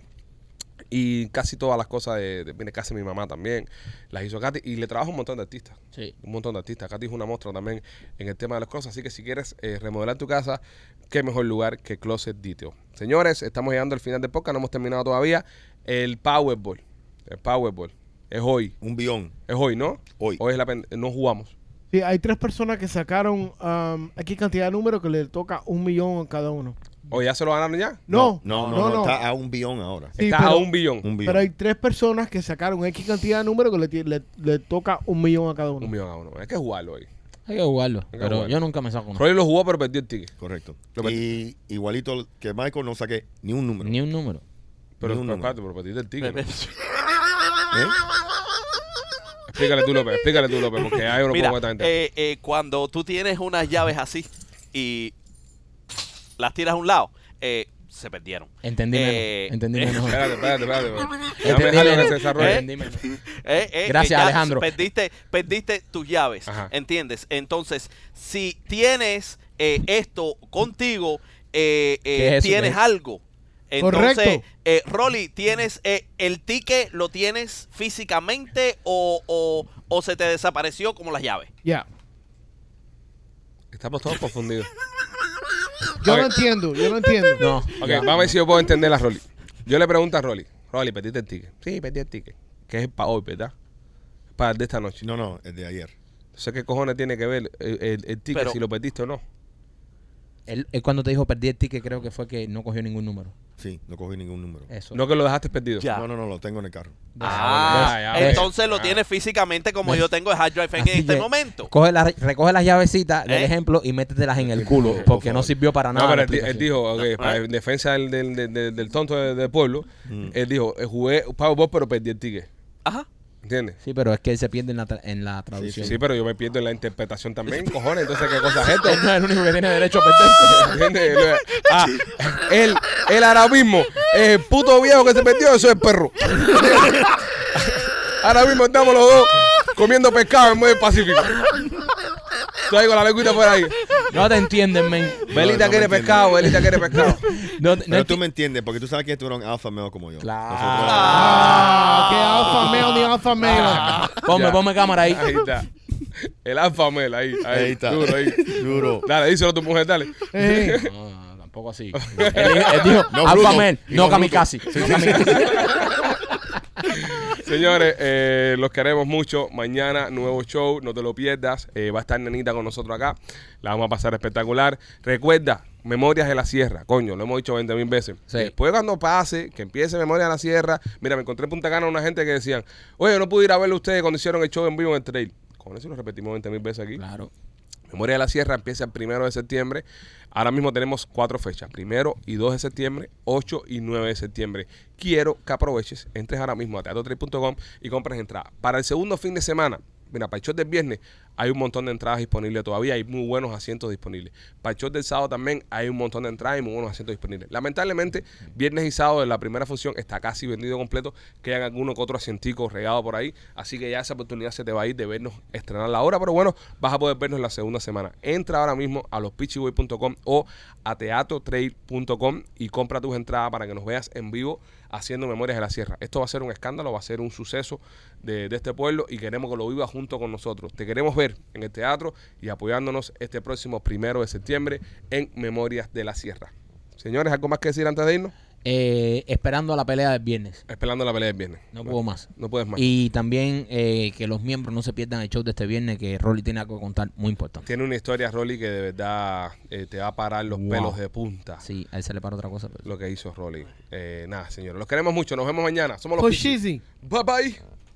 Speaker 3: Y casi todas las cosas de, de- viene casi mi mamá también, las hizo Katy. Y le trabajo un montón de artistas.
Speaker 4: Sí.
Speaker 3: Un montón de artistas. Katy es una muestra también en el tema de las cosas. Así que si quieres eh, remodelar tu casa, qué mejor lugar que Closet Detail. Señores, estamos llegando al final del podcast, no hemos terminado todavía. El Powerball. El Powerball. Es hoy.
Speaker 5: Un billón.
Speaker 3: Es hoy, ¿no?
Speaker 5: Hoy.
Speaker 3: Hoy es la pen- no jugamos.
Speaker 6: Sí, hay tres personas que sacaron um, aquí cantidad de números que le toca un millón a cada uno.
Speaker 3: Hoy ya se lo ganaron ya.
Speaker 6: No,
Speaker 5: No, no, no. Está a un billón ahora.
Speaker 6: Sí,
Speaker 3: Está a
Speaker 6: pero-
Speaker 3: un billón.
Speaker 5: Un billón.
Speaker 6: Pero hay tres personas que sacaron X cantidad de números que le, ti- le, le toca un millón a cada uno.
Speaker 3: Un billón a uno. Hay que jugarlo hoy.
Speaker 4: Hay que jugarlo,
Speaker 3: que
Speaker 4: pero
Speaker 3: jugarlo.
Speaker 4: yo nunca me saco uno.
Speaker 3: Roy lo jugó, pero perdió el ticket.
Speaker 5: Correcto.
Speaker 3: Lo que-
Speaker 5: Y igualito que Michael, no saqué ni un número.
Speaker 4: Ni un número.
Speaker 3: Pero,
Speaker 5: Ni un
Speaker 3: pero,
Speaker 5: número.
Speaker 3: espérate, pero perdiste el ticket. ¿no?
Speaker 5: ¿Eh?
Speaker 3: Explícale tú, López. Explícale tú, López, porque hay uno
Speaker 7: Mira,
Speaker 3: poco de gente.
Speaker 7: eh, eh, cuando tú tienes unas llaves así y las tiras a un lado, eh, se perdieron.
Speaker 4: Entendí
Speaker 7: Eh,
Speaker 4: menos. Entendí
Speaker 7: eh,
Speaker 4: menos.
Speaker 3: Espérate, espérate, espérate.
Speaker 4: Entendí
Speaker 3: Déjame dejarlo que
Speaker 4: menos.
Speaker 3: se desarrolle.
Speaker 4: Entendí menos.
Speaker 7: Eh, eh,
Speaker 4: Gracias,
Speaker 7: que ya
Speaker 4: Alejandro.
Speaker 7: Perdiste, perdiste tus llaves,
Speaker 3: Ajá.
Speaker 7: ¿entiendes? Entonces, si tienes eh, esto contigo, eh, eh,
Speaker 4: ¿Qué es eso?
Speaker 7: tienes
Speaker 4: ¿Qué es?
Speaker 7: algo. Entonces,
Speaker 6: Correcto.
Speaker 7: eh, Rolly, ¿tienes eh, el ticket, lo tienes físicamente o, o- o se te desapareció como las llaves?
Speaker 6: Ya.
Speaker 3: Estamos todos confundidos.
Speaker 6: Yo
Speaker 3: Ok.
Speaker 6: no entiendo, yo no entiendo.
Speaker 4: No.
Speaker 3: Ok,
Speaker 4: ya.
Speaker 3: vamos a ver si yo puedo entender a Rolly. Yo le pregunto a Rolly, Rolly, perdiste el ticket. Sí, perdí el ticket. Que es para hoy, ¿verdad? Para el de esta noche.
Speaker 5: No, no, el de ayer.
Speaker 3: No sé qué cojones tiene que ver el, el- el ticket,
Speaker 7: Pero-
Speaker 3: si lo perdiste o no.
Speaker 4: Él, él cuando te dijo perdí el ticket, creo que fue que no cogió ningún número.
Speaker 5: Sí, no cogí ningún número.
Speaker 4: Eso.
Speaker 3: No que lo dejaste perdido.
Speaker 7: Ya.
Speaker 5: No, no, no, lo tengo en el carro.
Speaker 7: Ah,
Speaker 3: bueno, ves,
Speaker 7: entonces
Speaker 3: ves.
Speaker 7: lo
Speaker 3: Ah.
Speaker 7: tienes físicamente como
Speaker 4: Ves.
Speaker 7: yo tengo el hard drive en
Speaker 4: Así
Speaker 7: este
Speaker 4: que
Speaker 7: momento.
Speaker 4: coge la- recoge las llavecitas del
Speaker 7: ¿Eh?
Speaker 4: ejemplo y métetelas en el culo, porque no
Speaker 5: favor.
Speaker 4: sirvió para nada.
Speaker 3: No, pero
Speaker 4: Ah, la
Speaker 3: él, di- él
Speaker 4: explicación.
Speaker 3: dijo, ok, para- en defensa del, del- del- del- del tonto de- del, pueblo, él dijo, eh, jugué Powerball, pero perdí el ticket.
Speaker 7: Ajá.
Speaker 3: ¿Entiendes?
Speaker 4: Sí, pero es que él se pierde en la, tra- en la traducción.
Speaker 3: Sí, pero yo me pierdo en la interpretación también, cojones. Entonces, ¿qué cosa es esto?
Speaker 4: Él no es el único que tiene derecho a perderse.
Speaker 3: ¿Entiendes? Ah, él, él ahora mismo, es el puto viejo que se perdió, eso es el perro. Ahora mismo estamos los dos comiendo pescado en medio del Pacífico. Traigo la lengüita por ahí.
Speaker 4: No te entienden, men.
Speaker 3: Belita
Speaker 5: no
Speaker 3: quiere
Speaker 5: me
Speaker 3: pescado, Belita quiere pescado.
Speaker 4: No, no
Speaker 5: Pero
Speaker 4: enti-
Speaker 5: tú me entiendes, porque tú sabes que tú eres un alfa male como yo.
Speaker 4: Claro.
Speaker 5: Nosotros-
Speaker 6: Ah, que alfa male ni alfa male.
Speaker 5: Ah.
Speaker 4: Ponme,
Speaker 3: Ya.
Speaker 4: ponme cámara ahí.
Speaker 3: Ahí está. El alfa mel, ahí, ahí,
Speaker 5: Ahí está.
Speaker 3: Duro ahí.
Speaker 5: Duro.
Speaker 3: Dale, díselo a tu mujer, dale.
Speaker 6: Eh,
Speaker 4: No, no, no, Tampoco así. él, él dijo,
Speaker 5: No,
Speaker 4: Alpha
Speaker 5: Bruto.
Speaker 4: Male,
Speaker 5: Y
Speaker 4: no
Speaker 5: no,
Speaker 4: Kamikaze. No Kamikaze.
Speaker 3: Señores, eh, los queremos mucho. Mañana, nuevo show, no te lo pierdas. Eh, va a estar Nenita con nosotros acá. La vamos a pasar espectacular. Recuerda, Memorias de la Sierra, coño, lo hemos dicho 20 mil veces.
Speaker 4: Sí.
Speaker 3: Después cuando pase, que empiece Memorias de la Sierra, mira, me encontré en Punta Cana una gente que decían, oye, no pude ir a verlo ustedes cuando hicieron el show en vivo en el trail. Con eso lo repetimos 20 mil veces aquí.
Speaker 4: Claro.
Speaker 3: Memoria de la Sierra empieza el primero de septiembre. Ahora mismo tenemos cuatro fechas: primero y 2 de septiembre, 8 y 9 de septiembre. Quiero que aproveches, entres ahora mismo a teatro3.com y compres entradas. Para el segundo fin de semana, mira, para el show del viernes hay un montón de entradas disponibles todavía, hay muy buenos asientos disponibles. Para el show del sábado también hay un montón de entradas y muy buenos asientos disponibles. Lamentablemente, viernes y sábado de la primera función está casi vendido completo, quedan algunos que otro asientico regado por ahí, así que ya esa oportunidad se te va a ir de vernos estrenar la hora, pero bueno, vas a poder vernos la segunda semana. Entra ahora mismo a lospitchyboy.com o a teatrotrail.com y compra tus entradas para que nos veas en vivo haciendo Memorias de la Sierra. Esto va a ser un escándalo, va a ser un suceso de, de este pueblo y queremos que lo vivas junto con nosotros. Te queremos ver en el teatro y apoyándonos este próximo primero de septiembre en Memorias de la Sierra. Señores, ¿algo más que decir antes de irnos?
Speaker 4: Eh, esperando a la pelea del viernes.
Speaker 3: Esperando la pelea del viernes.
Speaker 4: No puedo más.
Speaker 3: No puedes más.
Speaker 4: Y también eh, que los miembros no se pierdan el show de este viernes que Rolly tiene algo que contar muy importante.
Speaker 3: Tiene una historia, Rolly, que de verdad eh, te va a parar los
Speaker 4: Wow.
Speaker 3: pelos de punta.
Speaker 4: Sí, a él se le para otra cosa. pero-
Speaker 3: Lo que hizo Rolly. Eh, nada, señores. Los queremos mucho. Nos vemos mañana. Somos los
Speaker 6: Pues
Speaker 3: Pichis.
Speaker 6: Shizzy.
Speaker 3: Bye bye.